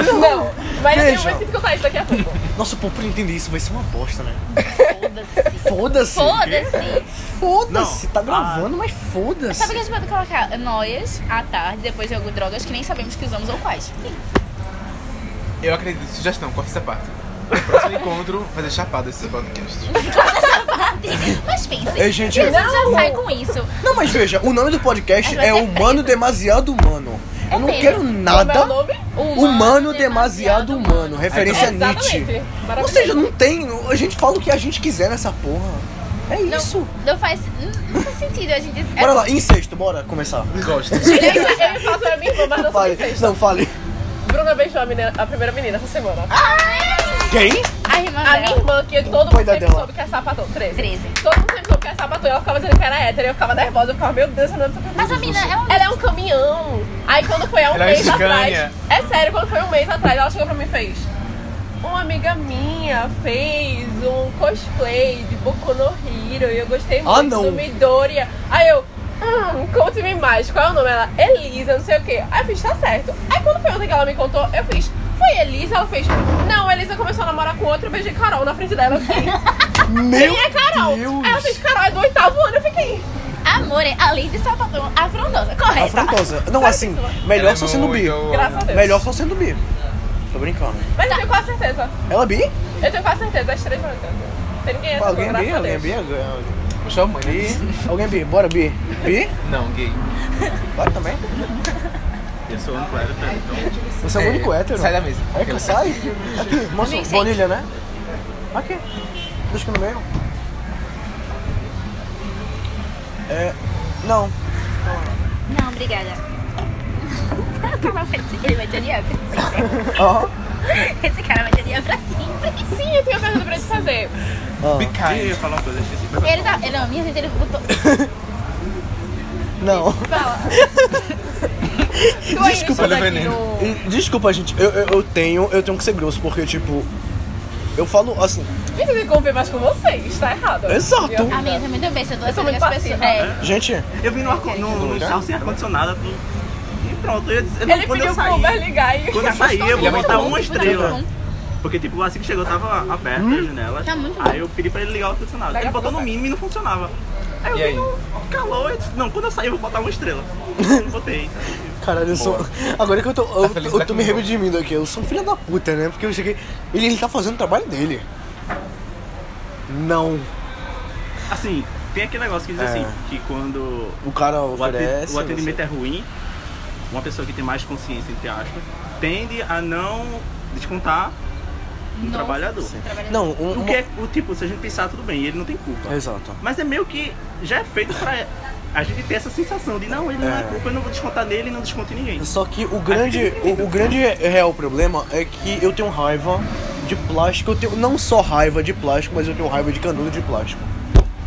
[SPEAKER 1] mas eu tenho
[SPEAKER 3] Veja.
[SPEAKER 1] muito que contar isso daqui a pouco.
[SPEAKER 3] Nossa, o povo não entender isso, vai ser uma bosta, né?
[SPEAKER 2] Foda-se.
[SPEAKER 3] Foda-se.
[SPEAKER 2] Foda-se.
[SPEAKER 3] Foda-se, tá gravando, mas foda-se.
[SPEAKER 2] Sabe que a gente pode colocar noias à tarde, depois de algumas drogas que nem sabemos que usamos ou quais.
[SPEAKER 4] Eu acredito, sugestão, corta essa parte. No próximo encontro, fazer chapada esse podcast.
[SPEAKER 2] Mas pense,
[SPEAKER 3] Ei, gente,
[SPEAKER 2] se a gente já
[SPEAKER 1] não.
[SPEAKER 2] sai com isso.
[SPEAKER 3] Não, mas veja, o nome do podcast
[SPEAKER 2] Mas vai
[SPEAKER 3] é
[SPEAKER 2] ser
[SPEAKER 3] Humano Demasiado Humano. Eu não
[SPEAKER 2] mesmo.
[SPEAKER 3] quero
[SPEAKER 1] Como é o
[SPEAKER 3] nada
[SPEAKER 1] nome?
[SPEAKER 2] Humano,
[SPEAKER 3] humano demasiado humano. Referência a Nietzsche.
[SPEAKER 1] Exatamente.
[SPEAKER 3] Ou
[SPEAKER 1] Maravilhoso.
[SPEAKER 3] seja, não tem. A gente fala o que a gente quiser nessa porra. É
[SPEAKER 2] Não, É
[SPEAKER 3] isso.
[SPEAKER 2] não, faz, não faz sentido a gente.
[SPEAKER 3] Bora lá, incesto, bora começar.
[SPEAKER 4] Gosto.
[SPEAKER 1] Ele ele faz pra mim, mas não
[SPEAKER 3] Fale,
[SPEAKER 1] sou vocês.
[SPEAKER 3] não, fale.
[SPEAKER 1] Bruna beijou a, menina- a primeira menina essa semana.
[SPEAKER 3] Quem?
[SPEAKER 2] A irmã
[SPEAKER 1] A
[SPEAKER 2] dela.
[SPEAKER 1] minha irmã, que todo
[SPEAKER 3] Ah, é. Foi
[SPEAKER 1] mundo
[SPEAKER 3] da
[SPEAKER 1] sempre
[SPEAKER 3] dela.
[SPEAKER 1] soube que é sapatão. 13.
[SPEAKER 2] 13.
[SPEAKER 1] Todo mundo sempre soube que é sapatão. E ela ficava dizendo que era hétero. e Eu ficava nervosa. Eu ficava, meu Deus, essa menina
[SPEAKER 2] Mas a mina é uma.
[SPEAKER 1] Ela é um caminhão. Aí quando foi há um
[SPEAKER 4] Ela é
[SPEAKER 1] mês
[SPEAKER 4] Scania.
[SPEAKER 1] atrás. É sério, quando foi um mês atrás, ela chegou pra mim e fez. Uma amiga minha fez um cosplay de Boku no Hero e eu gostei muito
[SPEAKER 3] Ah, não.
[SPEAKER 1] do Midoriya. Aí eu, hum, conte-me mais, qual é o nome? Ela, Elisa, não sei o quê. Aí eu fiz, tá certo. Aí quando foi ontem que ela me contou, eu fiz, foi Elisa? Ela fez, não, Elisa começou a namorar com outro, eu beijei Carol na frente dela. Eu fiquei,
[SPEAKER 3] Meu
[SPEAKER 1] quem é Carol? Aí ela fez,
[SPEAKER 3] Deus.
[SPEAKER 1] Carol é do oitavo ano, eu fiquei.
[SPEAKER 2] Amor, é além de sapatão, afrontosa. Correto.
[SPEAKER 3] Afrontosa. Não, assim, melhor só sendo
[SPEAKER 4] é
[SPEAKER 3] bi.
[SPEAKER 1] Graças a Deus.
[SPEAKER 3] É. Melhor só sendo bi. Tô brincando.
[SPEAKER 1] Mas eu tenho quase certeza.
[SPEAKER 3] Ela é bi?
[SPEAKER 1] Eu tenho quase certeza, as três brancas. Tem ninguém hétero,
[SPEAKER 3] Alguém é
[SPEAKER 1] graças
[SPEAKER 3] bi?
[SPEAKER 1] a
[SPEAKER 3] Alguém é
[SPEAKER 1] Deus.
[SPEAKER 3] bi? Alguém-
[SPEAKER 4] Puxa a mãe.
[SPEAKER 3] Bi? Alguém é bi? Bora, bi. Bi?
[SPEAKER 4] Não, gay.
[SPEAKER 3] Bora também.
[SPEAKER 5] Eu sou um claro, então.
[SPEAKER 3] Você é, o único hétero.
[SPEAKER 4] Sai da mesa.
[SPEAKER 3] É que sai? Aqui,
[SPEAKER 2] Nem
[SPEAKER 3] moço,
[SPEAKER 2] sei.
[SPEAKER 3] bonilha, né? Aqui. Deixa aqui no meio. É. Não.
[SPEAKER 2] Não, obrigada. Ele vai te odiar pra sempre.
[SPEAKER 3] Aham.
[SPEAKER 2] Esse cara vai te odiar pra sempre.
[SPEAKER 1] Sim, eu tenho uma pergunta pra te fazer.
[SPEAKER 3] Ah.
[SPEAKER 4] Be
[SPEAKER 5] Eu ia
[SPEAKER 4] kind.
[SPEAKER 5] falar uma coisa, esqueci. Mas
[SPEAKER 2] Ele tá. Ele, não, minha gente, ele botou.
[SPEAKER 3] Não.
[SPEAKER 2] Fala.
[SPEAKER 1] Tu ainda
[SPEAKER 3] Desculpa,
[SPEAKER 1] estuda
[SPEAKER 4] ele é
[SPEAKER 1] aqui
[SPEAKER 4] veneno.
[SPEAKER 1] no-
[SPEAKER 3] E, Desculpa, gente. Eu, eu, eu tenho. Eu tenho que ser grosso, porque tipo. Eu falo assim.
[SPEAKER 1] Eu não tenho que conviver mais com vocês, tá errado.
[SPEAKER 3] Exato.
[SPEAKER 1] Eu-
[SPEAKER 2] A minha também também, se eu tô
[SPEAKER 1] sou
[SPEAKER 2] achando que
[SPEAKER 1] muito
[SPEAKER 2] as pessoas.
[SPEAKER 1] passiva.
[SPEAKER 2] É.
[SPEAKER 3] Gente,
[SPEAKER 5] Eu vim no, arco, no, no carro sem ar-condicionado pro- e pronto. Eu, eu,
[SPEAKER 1] Ele
[SPEAKER 5] quando
[SPEAKER 1] pediu
[SPEAKER 5] eu
[SPEAKER 1] pro Uber
[SPEAKER 5] saí,
[SPEAKER 1] ligar e...
[SPEAKER 5] quando eu saí, eu vou
[SPEAKER 2] Ele
[SPEAKER 5] botar
[SPEAKER 2] aumentou
[SPEAKER 5] uma
[SPEAKER 2] um,
[SPEAKER 5] estrela.
[SPEAKER 2] tipo,
[SPEAKER 5] Porque, tipo, assim que chegou, tava aberta a janela.
[SPEAKER 2] Tá muito bom.
[SPEAKER 5] aí eu pedi pra ele ligar o ar-condicionado.
[SPEAKER 1] Daqui
[SPEAKER 5] Ele
[SPEAKER 1] a pouco
[SPEAKER 5] botou
[SPEAKER 1] vai.
[SPEAKER 5] no mínimo e não funcionava. Aí eu
[SPEAKER 4] E aí?
[SPEAKER 5] vi no calor. Eu disse, não, quando eu sair, eu vou botar uma estrela. Não botei.
[SPEAKER 3] Caralho, eu sou. Agora que eu tô.
[SPEAKER 5] Tá
[SPEAKER 3] Eu,
[SPEAKER 4] feliz
[SPEAKER 3] eu
[SPEAKER 4] da
[SPEAKER 3] tô me
[SPEAKER 4] comigo.
[SPEAKER 3] redimindo aqui. Eu sou um filho da puta, né? Porque eu cheguei. Ele, ele tá fazendo o trabalho dele. Não.
[SPEAKER 5] Assim, tem aquele negócio que diz
[SPEAKER 3] É.
[SPEAKER 5] assim, que quando
[SPEAKER 3] O cara
[SPEAKER 5] o, ate-
[SPEAKER 3] oferece.
[SPEAKER 5] o atendimento é ruim, uma pessoa que tem mais consciência, entre aspas, tende a não descontar no
[SPEAKER 2] Nossa.
[SPEAKER 5] trabalhador.
[SPEAKER 3] você- Não, um.
[SPEAKER 5] O que é, o tipo, se a gente pensar, tudo bem, ele não tem culpa.
[SPEAKER 3] um- Exato.
[SPEAKER 5] Mas é meio que já é feito pra a gente ter essa sensação de não, ele não é
[SPEAKER 3] É.
[SPEAKER 5] culpa, eu não vou descontar nele e não desconto em ninguém.
[SPEAKER 3] Só que o grande, o, o grande real problema é que eu tenho raiva de plástico. Eu tenho não só raiva de plástico, mas eu tenho raiva de canudo de plástico.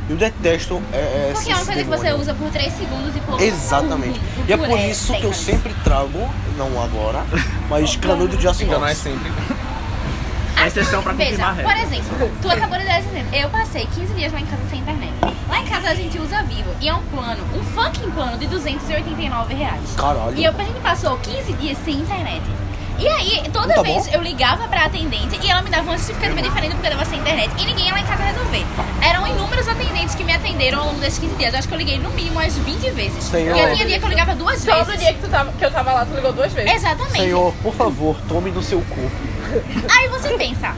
[SPEAKER 3] Eu detesto é, é,
[SPEAKER 2] Porque é uma
[SPEAKER 3] esses
[SPEAKER 2] coisa que você
[SPEAKER 3] demônios.
[SPEAKER 2] usa por 3 segundos e por.
[SPEAKER 3] Exatamente. E é por isso que eu sempre trago, não agora, mas canudo de aço
[SPEAKER 4] Então nós
[SPEAKER 3] inox.
[SPEAKER 4] sempre.
[SPEAKER 5] É exceção pra
[SPEAKER 2] Veja,
[SPEAKER 5] confirmar a regra.
[SPEAKER 2] por exemplo, tu acabou de dar esse exemplo. Eu passei 15 dias lá em casa sem internet. Lá em casa a gente usa vivo. E é um plano, um fucking plano de 289 reais.
[SPEAKER 3] Caralho.
[SPEAKER 2] E eu, a gente passou 15 dias sem internet. E aí, toda
[SPEAKER 3] Tá bom.
[SPEAKER 2] vez eu ligava pra atendente e ela me dava uma justificativa diferente porque eu tava sem internet. E ninguém ia lá em casa resolver. Eram inúmeros atendentes que me atenderam ao longo desses 15 dias. Eu acho que eu liguei no mínimo umas 20 vezes.
[SPEAKER 3] Senhor.
[SPEAKER 2] E a minha dia que eu ligava duas
[SPEAKER 1] Só no
[SPEAKER 2] vezes.
[SPEAKER 1] dia que, tu tava, que eu tava lá, tu ligou duas vezes.
[SPEAKER 2] Exatamente.
[SPEAKER 3] Senhor, por favor, tome no seu cu.
[SPEAKER 2] Aí você pensa,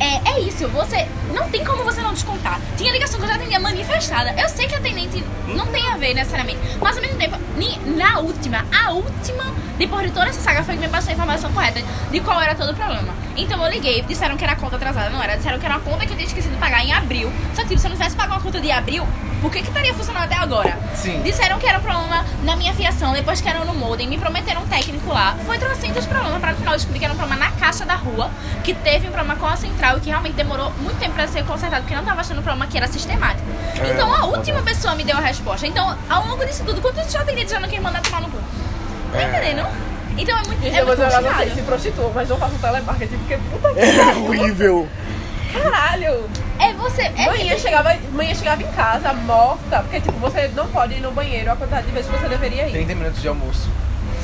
[SPEAKER 2] É, é isso, você. Não tem como você não descontar. Tinha ligação que eu já atendia manifestada. Eu sei que atendente não tem a ver necessariamente. Mas ao mesmo tempo, ni- na última, a última, depois de toda essa saga, foi que me passou a informação correta de qual era todo o problema. Então eu liguei, disseram que era conta atrasada, não era. Disseram que era uma conta que eu tinha esquecido de pagar em abril. Só que tipo, se eu não tivesse pago uma conta de abril, por que que estaria funcionando até agora?
[SPEAKER 4] Sim.
[SPEAKER 2] Disseram que era um problema na minha fiação, depois que era no modem, me prometeram um técnico lá. Foi trocentos problemas pra no final descobrir que era um problema na caixa da rua, que teve um problema com a central e que realmente demorou muito tempo pra ser consertado, porque não tava achando o problema que era sistemático.
[SPEAKER 3] É,
[SPEAKER 2] então a
[SPEAKER 3] foda.
[SPEAKER 2] última pessoa me deu a resposta. Então, ao longo disso tudo, quantos já atendidos já não quis mandar tomar no cu? Tá entendendo? Então é muito,
[SPEAKER 1] Gente,
[SPEAKER 2] é
[SPEAKER 1] eu vou
[SPEAKER 2] muito
[SPEAKER 1] jogar vocês
[SPEAKER 2] complicado.
[SPEAKER 1] se prostituam, mas não façam telemarketing, porque puta que
[SPEAKER 3] É horrível.
[SPEAKER 1] caralho!
[SPEAKER 2] É você. É
[SPEAKER 1] Manhã eu chegava, manhã eu chegava em casa morta, porque tipo, você não pode ir no banheiro a quantidade de vezes que você deveria ir.
[SPEAKER 4] 30 minutos de almoço.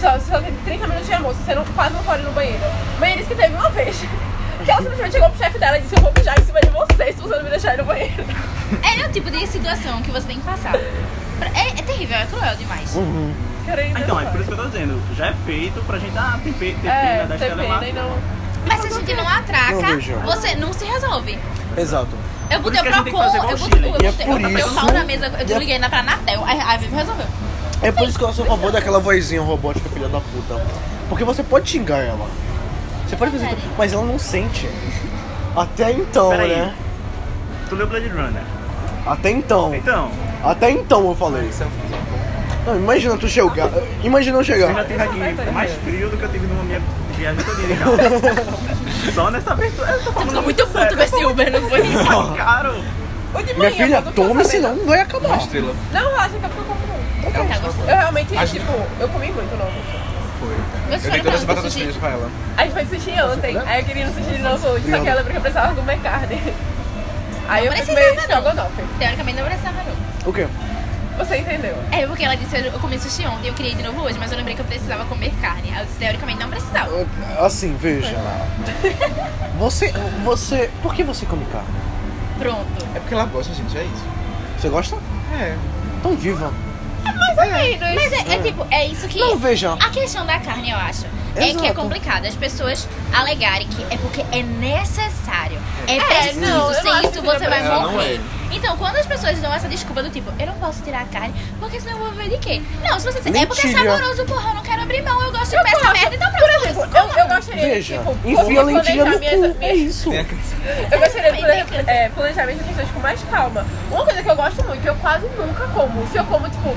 [SPEAKER 1] Só, só tem 30 minutos de almoço, você não, quase não pode ir no banheiro. Manhã disse que teve uma vez. Que ela simplesmente chegou pro chefe dela e disse: Eu vou mijar em cima de você se você não me deixar ir no banheiro.
[SPEAKER 2] É o tipo de situação que você tem que passar. Pra- É, é terrível, é cruel demais.
[SPEAKER 3] Hum.
[SPEAKER 1] Querendo,
[SPEAKER 5] Ah, então, é por isso que eu tô dizendo. Já é feito pra gente dar ah, tem pe- tem pena
[SPEAKER 1] É,
[SPEAKER 5] das
[SPEAKER 1] tem pena e
[SPEAKER 5] telemarcas.
[SPEAKER 1] não.
[SPEAKER 2] Mas se a gente não atraca,
[SPEAKER 3] Não, veja.
[SPEAKER 2] você não se resolve.
[SPEAKER 3] Exato.
[SPEAKER 2] Eu botei o
[SPEAKER 5] isso que a gente tem que
[SPEAKER 2] Procon,
[SPEAKER 5] fazer igual
[SPEAKER 2] eu
[SPEAKER 5] o
[SPEAKER 2] botei, eu
[SPEAKER 5] Chile.
[SPEAKER 3] E é
[SPEAKER 2] botei, eu
[SPEAKER 3] por
[SPEAKER 2] botei o
[SPEAKER 3] isso-
[SPEAKER 2] pau na mesa,
[SPEAKER 3] e é-
[SPEAKER 2] eu liguei na Pranatel, aí a Vivi resolveu.
[SPEAKER 3] É por isso que eu sou a favor daquela vozinha robótica, filha da puta. Porque você pode xingar ela. Você pode fazer tudo, mas ela não sente. Até então,
[SPEAKER 5] Peraí.
[SPEAKER 3] né?
[SPEAKER 5] Tu leu Blade Runner?
[SPEAKER 3] Até então.
[SPEAKER 5] Então,
[SPEAKER 3] Até então eu falei.
[SPEAKER 4] Isso é um filme bom.
[SPEAKER 3] Não, imagina tu chegar. Imagina eu
[SPEAKER 5] eu já
[SPEAKER 3] chegar.
[SPEAKER 5] tive aqui mais frio do que eu tive numa minha viagem todinha, cara. Só nessa abertura. Eu tô
[SPEAKER 2] Você
[SPEAKER 5] falando
[SPEAKER 2] ficou muito
[SPEAKER 5] é
[SPEAKER 2] puto com esse Uber, não foi?
[SPEAKER 5] Tá caro.
[SPEAKER 1] O de é manhã,
[SPEAKER 3] Minha filha,
[SPEAKER 1] quando eu fiquei
[SPEAKER 3] tome,
[SPEAKER 1] sabendo-
[SPEAKER 3] senão vai
[SPEAKER 4] Uma
[SPEAKER 3] acabar.
[SPEAKER 4] estrela.
[SPEAKER 1] Não, relaxa, que é eu não compro um. não.
[SPEAKER 5] É
[SPEAKER 2] Tá gostoso.
[SPEAKER 1] Eu realmente,
[SPEAKER 4] Acho-
[SPEAKER 1] tipo, eu comi muito não.
[SPEAKER 4] Foi.
[SPEAKER 2] Vocês
[SPEAKER 4] Eu
[SPEAKER 2] foram
[SPEAKER 4] dei todas as
[SPEAKER 2] pra onde?
[SPEAKER 4] batatas frias pra ela.
[SPEAKER 1] A gente foi sushi ontem,
[SPEAKER 3] né?
[SPEAKER 1] aí eu queria ir no sushi de novo hoje, só que ela porque eu precisava comer carne. Aí eu
[SPEAKER 2] Não
[SPEAKER 1] fui comer
[SPEAKER 2] precisava, não.
[SPEAKER 1] estrogonofe.
[SPEAKER 2] Teoricamente não precisava não.
[SPEAKER 3] O quê?
[SPEAKER 1] Você entendeu?
[SPEAKER 2] É porque ela disse, eu comi sushi ontem, eu queria ir de novo hoje, mas eu lembrei que eu precisava comer carne. Aí eu disse, teoricamente não precisava.
[SPEAKER 3] Assim, veja. Você. Você. Por que você come carne?
[SPEAKER 2] Pronto.
[SPEAKER 4] É porque ela gosta, gente, é isso.
[SPEAKER 3] Você gosta?
[SPEAKER 4] É.
[SPEAKER 3] Então viva.
[SPEAKER 2] Mas é, é tipo, é isso que...
[SPEAKER 3] Não, veja.
[SPEAKER 2] A questão da carne, eu acho, é que é
[SPEAKER 3] Exato.
[SPEAKER 2] complicada. As pessoas alegarem que é porque é necessário. É,
[SPEAKER 1] não,
[SPEAKER 2] preciso,
[SPEAKER 1] eu não acho
[SPEAKER 2] sem
[SPEAKER 1] que
[SPEAKER 2] isso você
[SPEAKER 1] seja
[SPEAKER 2] vai
[SPEAKER 4] pra- Não, não
[SPEAKER 2] morrer.
[SPEAKER 4] é.
[SPEAKER 2] Então, quando as pessoas dão essa desculpa do tipo, eu não posso tirar a carne, porque senão eu vou viver de quê? Não, se você disser, é porque é
[SPEAKER 3] Mentira.
[SPEAKER 2] saboroso, porra, eu não quero abrir mão, eu gosto de comer essa merda, então pronto.
[SPEAKER 1] Tipo, eu, eu gostaria de,
[SPEAKER 3] Veja.
[SPEAKER 1] tipo,
[SPEAKER 3] Enfia a
[SPEAKER 1] poder
[SPEAKER 3] lentilha no
[SPEAKER 1] planejar minhas,
[SPEAKER 3] cu. É
[SPEAKER 1] minhas,
[SPEAKER 3] isso.
[SPEAKER 4] Tem a-
[SPEAKER 1] eu gostaria de
[SPEAKER 2] Também tem
[SPEAKER 1] planejar, é, planejar minhas refeições com mais calma. Uma coisa que eu gosto muito, eu quase nunca como. Se eu como, tipo,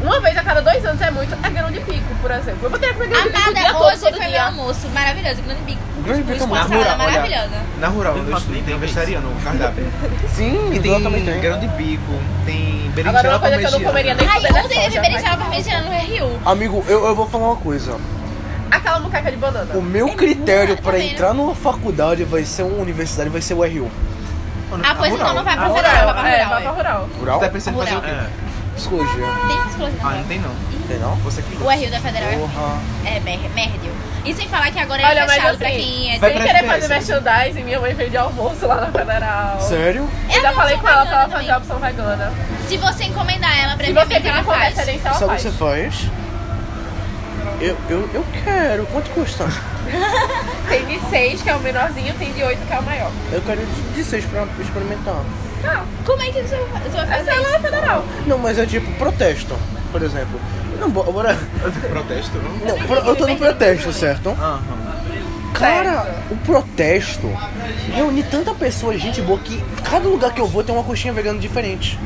[SPEAKER 1] uma vez a cada dois anos é muito, é grão de pico, por exemplo. Eu poderia comer grão de pico o dia
[SPEAKER 2] Amada,
[SPEAKER 1] todo,
[SPEAKER 2] hoje
[SPEAKER 1] todo
[SPEAKER 2] foi meu
[SPEAKER 1] dia.
[SPEAKER 2] almoço maravilhoso, grande bico.
[SPEAKER 3] O grande
[SPEAKER 2] Tipo,
[SPEAKER 3] pico é
[SPEAKER 2] uma
[SPEAKER 3] muito
[SPEAKER 2] salada
[SPEAKER 4] rural, olha.
[SPEAKER 2] maravilhosa.
[SPEAKER 4] Na rural,
[SPEAKER 5] Eu
[SPEAKER 4] onde eu
[SPEAKER 5] faço
[SPEAKER 4] estudo,
[SPEAKER 5] nem
[SPEAKER 4] tem
[SPEAKER 5] vez.
[SPEAKER 4] vegetariano no cardápio.
[SPEAKER 3] Sim,
[SPEAKER 4] E
[SPEAKER 3] eu também
[SPEAKER 4] tem
[SPEAKER 3] tenho.
[SPEAKER 4] grão de bico, tem
[SPEAKER 1] Agora
[SPEAKER 4] berinjela
[SPEAKER 1] uma coisa que eu não comeria
[SPEAKER 4] parmegiana.
[SPEAKER 1] nem
[SPEAKER 2] Ai,
[SPEAKER 1] fudendo é
[SPEAKER 2] ontem teve
[SPEAKER 1] soja.
[SPEAKER 2] berinjela parmegiana no RU.
[SPEAKER 3] Amigo, eu, eu vou falar uma coisa.
[SPEAKER 1] Aquela mucaca de banana.
[SPEAKER 3] O meu
[SPEAKER 2] É
[SPEAKER 3] critério
[SPEAKER 2] muito, tá
[SPEAKER 1] né?
[SPEAKER 3] pra
[SPEAKER 2] vendo?
[SPEAKER 3] entrar numa faculdade vai ser uma universidade, vai ser o um. RU.
[SPEAKER 2] Ah, pois então não vai pra
[SPEAKER 5] Ah,
[SPEAKER 2] federal, vai
[SPEAKER 1] é,
[SPEAKER 2] pra
[SPEAKER 1] mapa
[SPEAKER 2] rural. é.
[SPEAKER 1] rural.
[SPEAKER 3] Rural?
[SPEAKER 4] Tu tá pensando em fazer o quê?
[SPEAKER 5] É.
[SPEAKER 3] Psicologia.
[SPEAKER 2] Tem psicologia
[SPEAKER 4] Ah, não tem não.
[SPEAKER 3] Tem não?
[SPEAKER 4] Você que
[SPEAKER 2] O RU da Federal é
[SPEAKER 3] Porra.
[SPEAKER 2] É, mer merdio. E sem falar que agora
[SPEAKER 1] Olha,
[SPEAKER 2] é
[SPEAKER 1] mas
[SPEAKER 2] fechado
[SPEAKER 1] assim,
[SPEAKER 2] pra quem é...
[SPEAKER 4] vai
[SPEAKER 1] Sem
[SPEAKER 4] pra
[SPEAKER 1] querer fazer
[SPEAKER 4] FPS,
[SPEAKER 1] merchandising, minha mãe veio de almoço lá na Federal.
[SPEAKER 3] Sério?
[SPEAKER 1] Eu já
[SPEAKER 2] Ela
[SPEAKER 1] falei
[SPEAKER 2] é
[SPEAKER 1] com ela pra ela
[SPEAKER 2] vegana
[SPEAKER 1] fazer a opção vegana.
[SPEAKER 2] Se você encomendar ela
[SPEAKER 1] Se você
[SPEAKER 2] previamente,
[SPEAKER 1] tem
[SPEAKER 2] ela
[SPEAKER 1] com
[SPEAKER 2] faz.
[SPEAKER 1] referência, ela
[SPEAKER 3] Sabe o que
[SPEAKER 1] faz.
[SPEAKER 3] você faz? Eu, eu, eu quero. Quanto custa?
[SPEAKER 1] Tem de 6, que é o menorzinho, tem de 8, que é o maior. Ah,
[SPEAKER 3] Eu quero de- de seis pra experimentar.
[SPEAKER 2] Como é que você vai você vai
[SPEAKER 1] Essa é
[SPEAKER 2] fazer?
[SPEAKER 1] lá na Federal.
[SPEAKER 3] Não, mas é tipo protesto, por exemplo. Não, bo- bora.
[SPEAKER 4] protesto. não?
[SPEAKER 3] Não, pro- eu tô no protesto, certo?
[SPEAKER 4] Aham.
[SPEAKER 3] Cara, o protesto reúne tanta pessoa, gente boa, que cada lugar que eu vou tem uma coxinha vegana diferente.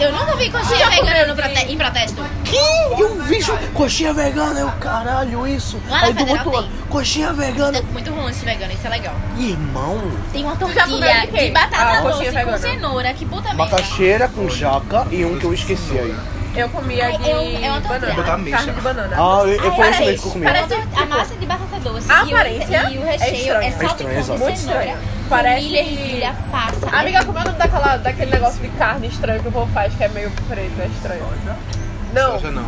[SPEAKER 2] Eu nunca vi coxinha vegana no prote em protesto.
[SPEAKER 3] Que? Eu vi jo- coxinha vegana, eu caralho, isso.
[SPEAKER 2] Lá na
[SPEAKER 3] Aí do
[SPEAKER 2] Federal
[SPEAKER 3] outro lado, coxinha vegana.
[SPEAKER 2] É muito ruim esse vegano, isso é legal.
[SPEAKER 3] Então Irmão,
[SPEAKER 2] Tem uma
[SPEAKER 1] já comeu
[SPEAKER 2] tortilha
[SPEAKER 1] de quê?
[SPEAKER 2] de batata
[SPEAKER 1] Ah,
[SPEAKER 2] doce
[SPEAKER 1] coxinha
[SPEAKER 2] com
[SPEAKER 1] vegana.
[SPEAKER 2] cenoura, que puta merda.
[SPEAKER 3] macaxeira com jaca e um que eu esqueci aí.
[SPEAKER 1] Eu comia
[SPEAKER 2] Ai,
[SPEAKER 1] de
[SPEAKER 2] eu- eu adoro
[SPEAKER 1] banana.
[SPEAKER 4] botar ameixa.
[SPEAKER 1] Carne de banana.
[SPEAKER 3] Ah, eu, eu
[SPEAKER 2] Ai,
[SPEAKER 3] foi
[SPEAKER 2] parece-
[SPEAKER 3] esse mesmo que eu comi.
[SPEAKER 2] Parece a massa de batata doce.
[SPEAKER 1] A
[SPEAKER 2] e o-
[SPEAKER 1] aparência
[SPEAKER 2] E o
[SPEAKER 1] é
[SPEAKER 2] recheio é,
[SPEAKER 1] estranha.
[SPEAKER 2] só de
[SPEAKER 3] Estranha,
[SPEAKER 2] pão
[SPEAKER 3] exato.
[SPEAKER 2] com
[SPEAKER 1] Muito
[SPEAKER 2] cenoura.
[SPEAKER 1] estranha. Parece-
[SPEAKER 2] Milha, ervilha, passa.
[SPEAKER 1] Amiga, como é o nome daquela, daquele negócio de carne estranho que o povo faz, que é meio preto, é estranho? Não,
[SPEAKER 4] Soja não.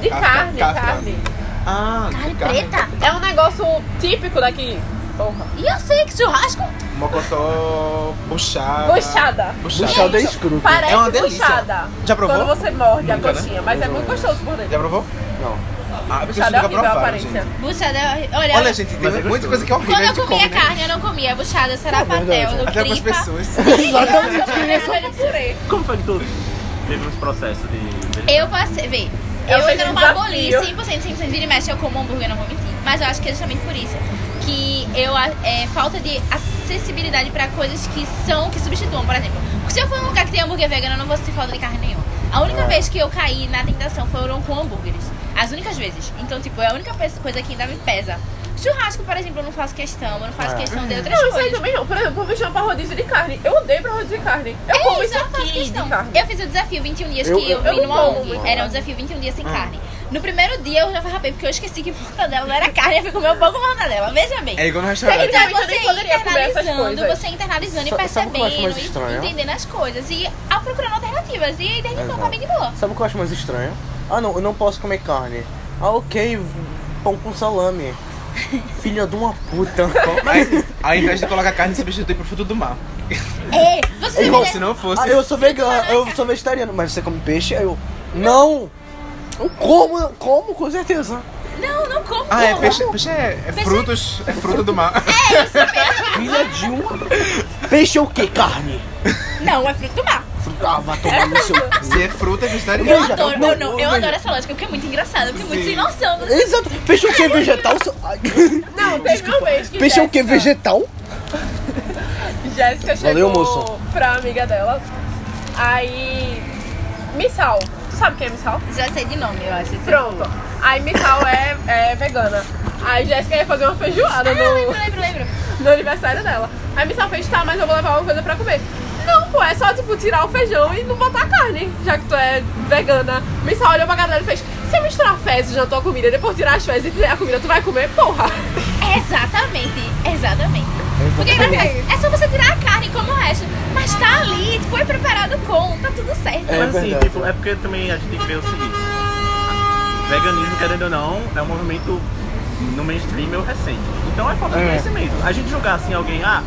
[SPEAKER 1] de
[SPEAKER 4] Kafka,
[SPEAKER 1] carne,
[SPEAKER 4] Kafka.
[SPEAKER 1] carne.
[SPEAKER 4] Ah,
[SPEAKER 2] Carne preta?
[SPEAKER 1] É um negócio típico daqui. Porra.
[SPEAKER 2] E eu sei que churrasco
[SPEAKER 4] Mocotó, buchada.
[SPEAKER 1] Buchada.
[SPEAKER 4] Buchada.
[SPEAKER 3] Buchada é
[SPEAKER 1] Isso
[SPEAKER 3] escroto.
[SPEAKER 1] Parece
[SPEAKER 4] É uma delícia.
[SPEAKER 1] buchada.
[SPEAKER 4] Já provou?
[SPEAKER 1] Quando você morde a
[SPEAKER 4] Nunca, né?
[SPEAKER 1] coxinha, mas é muito gostoso por dentro.
[SPEAKER 4] Já provou?
[SPEAKER 3] Não.
[SPEAKER 4] Ah, porque isso
[SPEAKER 1] Buchada é
[SPEAKER 4] fica
[SPEAKER 1] horrível a
[SPEAKER 4] pra fora,
[SPEAKER 1] aparência.
[SPEAKER 4] gente.
[SPEAKER 2] Buchada é. Olha,
[SPEAKER 4] Olha, gente, tem
[SPEAKER 5] Mas é
[SPEAKER 4] muita
[SPEAKER 5] gostoso.
[SPEAKER 4] coisa que é horrível.
[SPEAKER 2] quando
[SPEAKER 4] a
[SPEAKER 2] eu
[SPEAKER 4] gente
[SPEAKER 2] comia
[SPEAKER 4] come, né? é
[SPEAKER 2] carne, eu não comia buchada, será
[SPEAKER 3] verdade.
[SPEAKER 2] pastel, no
[SPEAKER 4] Até algumas
[SPEAKER 2] tripa.
[SPEAKER 4] pessoas.
[SPEAKER 1] Eu também sou de purê.
[SPEAKER 5] Como foi que tu teve uns processos de... de-
[SPEAKER 2] Eu passei, vê.
[SPEAKER 1] É
[SPEAKER 2] Eu
[SPEAKER 1] um
[SPEAKER 2] ainda não
[SPEAKER 1] desafio.
[SPEAKER 2] baboli 100%, 100%, vira e mexe, eu como hambúrguer, não vou mentir. Mas eu acho que é justamente por isso. Que eu, a- é, falta de acessibilidade pra coisas que são, que substituam, por exemplo. Se eu for num lugar que tem hambúrguer vegano, eu não vou sentir falta de carne nenhuma. A
[SPEAKER 1] É.
[SPEAKER 2] única vez que eu caí na tentação foram com hambúrgueres. As únicas vezes. Então, tipo, é a única pe- coisa que ainda me pesa. Churrasco, por exemplo, eu não faço questão. Eu não faço questão de outras
[SPEAKER 1] É. Não, isso aí
[SPEAKER 2] coisas.
[SPEAKER 1] também não. Por exemplo, me chama pra rodízio de carne. Eu odeio pra rodízio de carne. Eu
[SPEAKER 2] É,
[SPEAKER 1] como isso
[SPEAKER 2] isso eu faço
[SPEAKER 1] aqui
[SPEAKER 2] questão.
[SPEAKER 1] de carne.
[SPEAKER 2] Eu fiz o desafio 21 dias
[SPEAKER 3] Eu-
[SPEAKER 2] que eu,
[SPEAKER 1] eu
[SPEAKER 2] vim
[SPEAKER 1] não
[SPEAKER 2] numa
[SPEAKER 1] como
[SPEAKER 2] ONG.
[SPEAKER 1] muito.
[SPEAKER 2] Era um desafio 21 dias sem carne. No primeiro dia eu já farrapei, porque eu esqueci que mortadela não era carne, eu fui comer um pão com mortadela. Veja bem.
[SPEAKER 4] É igual no
[SPEAKER 1] Tem que-
[SPEAKER 4] restaurante.
[SPEAKER 2] Então
[SPEAKER 1] Eu
[SPEAKER 2] você
[SPEAKER 1] nem
[SPEAKER 2] ia
[SPEAKER 1] poderia comer essas
[SPEAKER 2] internalizando,
[SPEAKER 1] coisas.
[SPEAKER 2] você ia internalizando e
[SPEAKER 3] Sa- sabe o que eu acho mais
[SPEAKER 2] percebendo, e
[SPEAKER 3] estranho?
[SPEAKER 2] entendendo as coisas e a procurando alternativas. E daí então tá
[SPEAKER 3] Exato.
[SPEAKER 2] bem de boa.
[SPEAKER 3] Sabe o que eu acho mais estranho? Ah, não, eu não posso comer carne. Ah, ok, pão com salame. Filha de uma puta.
[SPEAKER 4] Aí, ao invés de colocar carne, substitui pro fruto do mar.
[SPEAKER 2] É, você
[SPEAKER 4] Igual
[SPEAKER 2] deveria-
[SPEAKER 4] se não fosse.
[SPEAKER 3] Ah, eu sou vegano, eu sou vegetariano, mas você come peixe? Aí eu, não! Eu como, eu como com certeza.
[SPEAKER 2] Não, não como.
[SPEAKER 4] Ah, é
[SPEAKER 2] como.
[SPEAKER 4] peixe, peixe é, é frutos, é fruta do mar.
[SPEAKER 3] Filha de uma. Peixe é o quê? Carne.
[SPEAKER 2] Não, é fruto do mar.
[SPEAKER 3] Ah, vai tomar no seu cu.
[SPEAKER 4] Se é fruta, é
[SPEAKER 2] Eu
[SPEAKER 4] vegetariano.
[SPEAKER 3] Veja,
[SPEAKER 2] adoro,
[SPEAKER 3] não,
[SPEAKER 2] eu, não, eu
[SPEAKER 3] veja.
[SPEAKER 2] adoro essa lógica, porque é muito engraçado, porque é muito
[SPEAKER 4] Sim.
[SPEAKER 2] sem noção.
[SPEAKER 3] Exato. Peixe é o quê? Vegetal? Seu- Ai.
[SPEAKER 1] Não, teve uma vez que
[SPEAKER 3] Peixe é o quê?
[SPEAKER 1] Jéssica-
[SPEAKER 3] Vegetal?
[SPEAKER 1] Jéssica chegou
[SPEAKER 3] Valeu, moço.
[SPEAKER 1] pra amiga dela. Aí. Missal. Tu sabe quem é Missal?
[SPEAKER 2] Já sei de nome, eu acho.
[SPEAKER 1] Pronto. Aí Missal é, é vegana. Aí Jéssica ia fazer uma feijoada
[SPEAKER 2] Ah,
[SPEAKER 1] no,
[SPEAKER 2] lembro, lembro, lembro.
[SPEAKER 1] no aniversário dela. Aí Missal fez, tá, mas eu vou levar alguma coisa pra comer. Não, pô, é só tipo tirar o feijão e não botar a carne, já que tu é vegana. Missal olhou pra galera e fez, se eu misturar fezes na tua comida, depois tirar as fezes e tirar a comida, tu vai comer, porra.
[SPEAKER 2] Exatamente, exatamente. Porque na verdade, é só você tirar a carne como o resto. Mas tá ali, foi preparado com, tá tudo certo.
[SPEAKER 3] É
[SPEAKER 5] Mas assim,
[SPEAKER 3] verdade.
[SPEAKER 5] tipo, é porque também a gente tem que ver o seguinte. Veganismo, querendo ou não, é um movimento no mainstream meio recente. Então é falta de
[SPEAKER 3] É.
[SPEAKER 5] conhecimento. A gente julgar assim alguém, ah,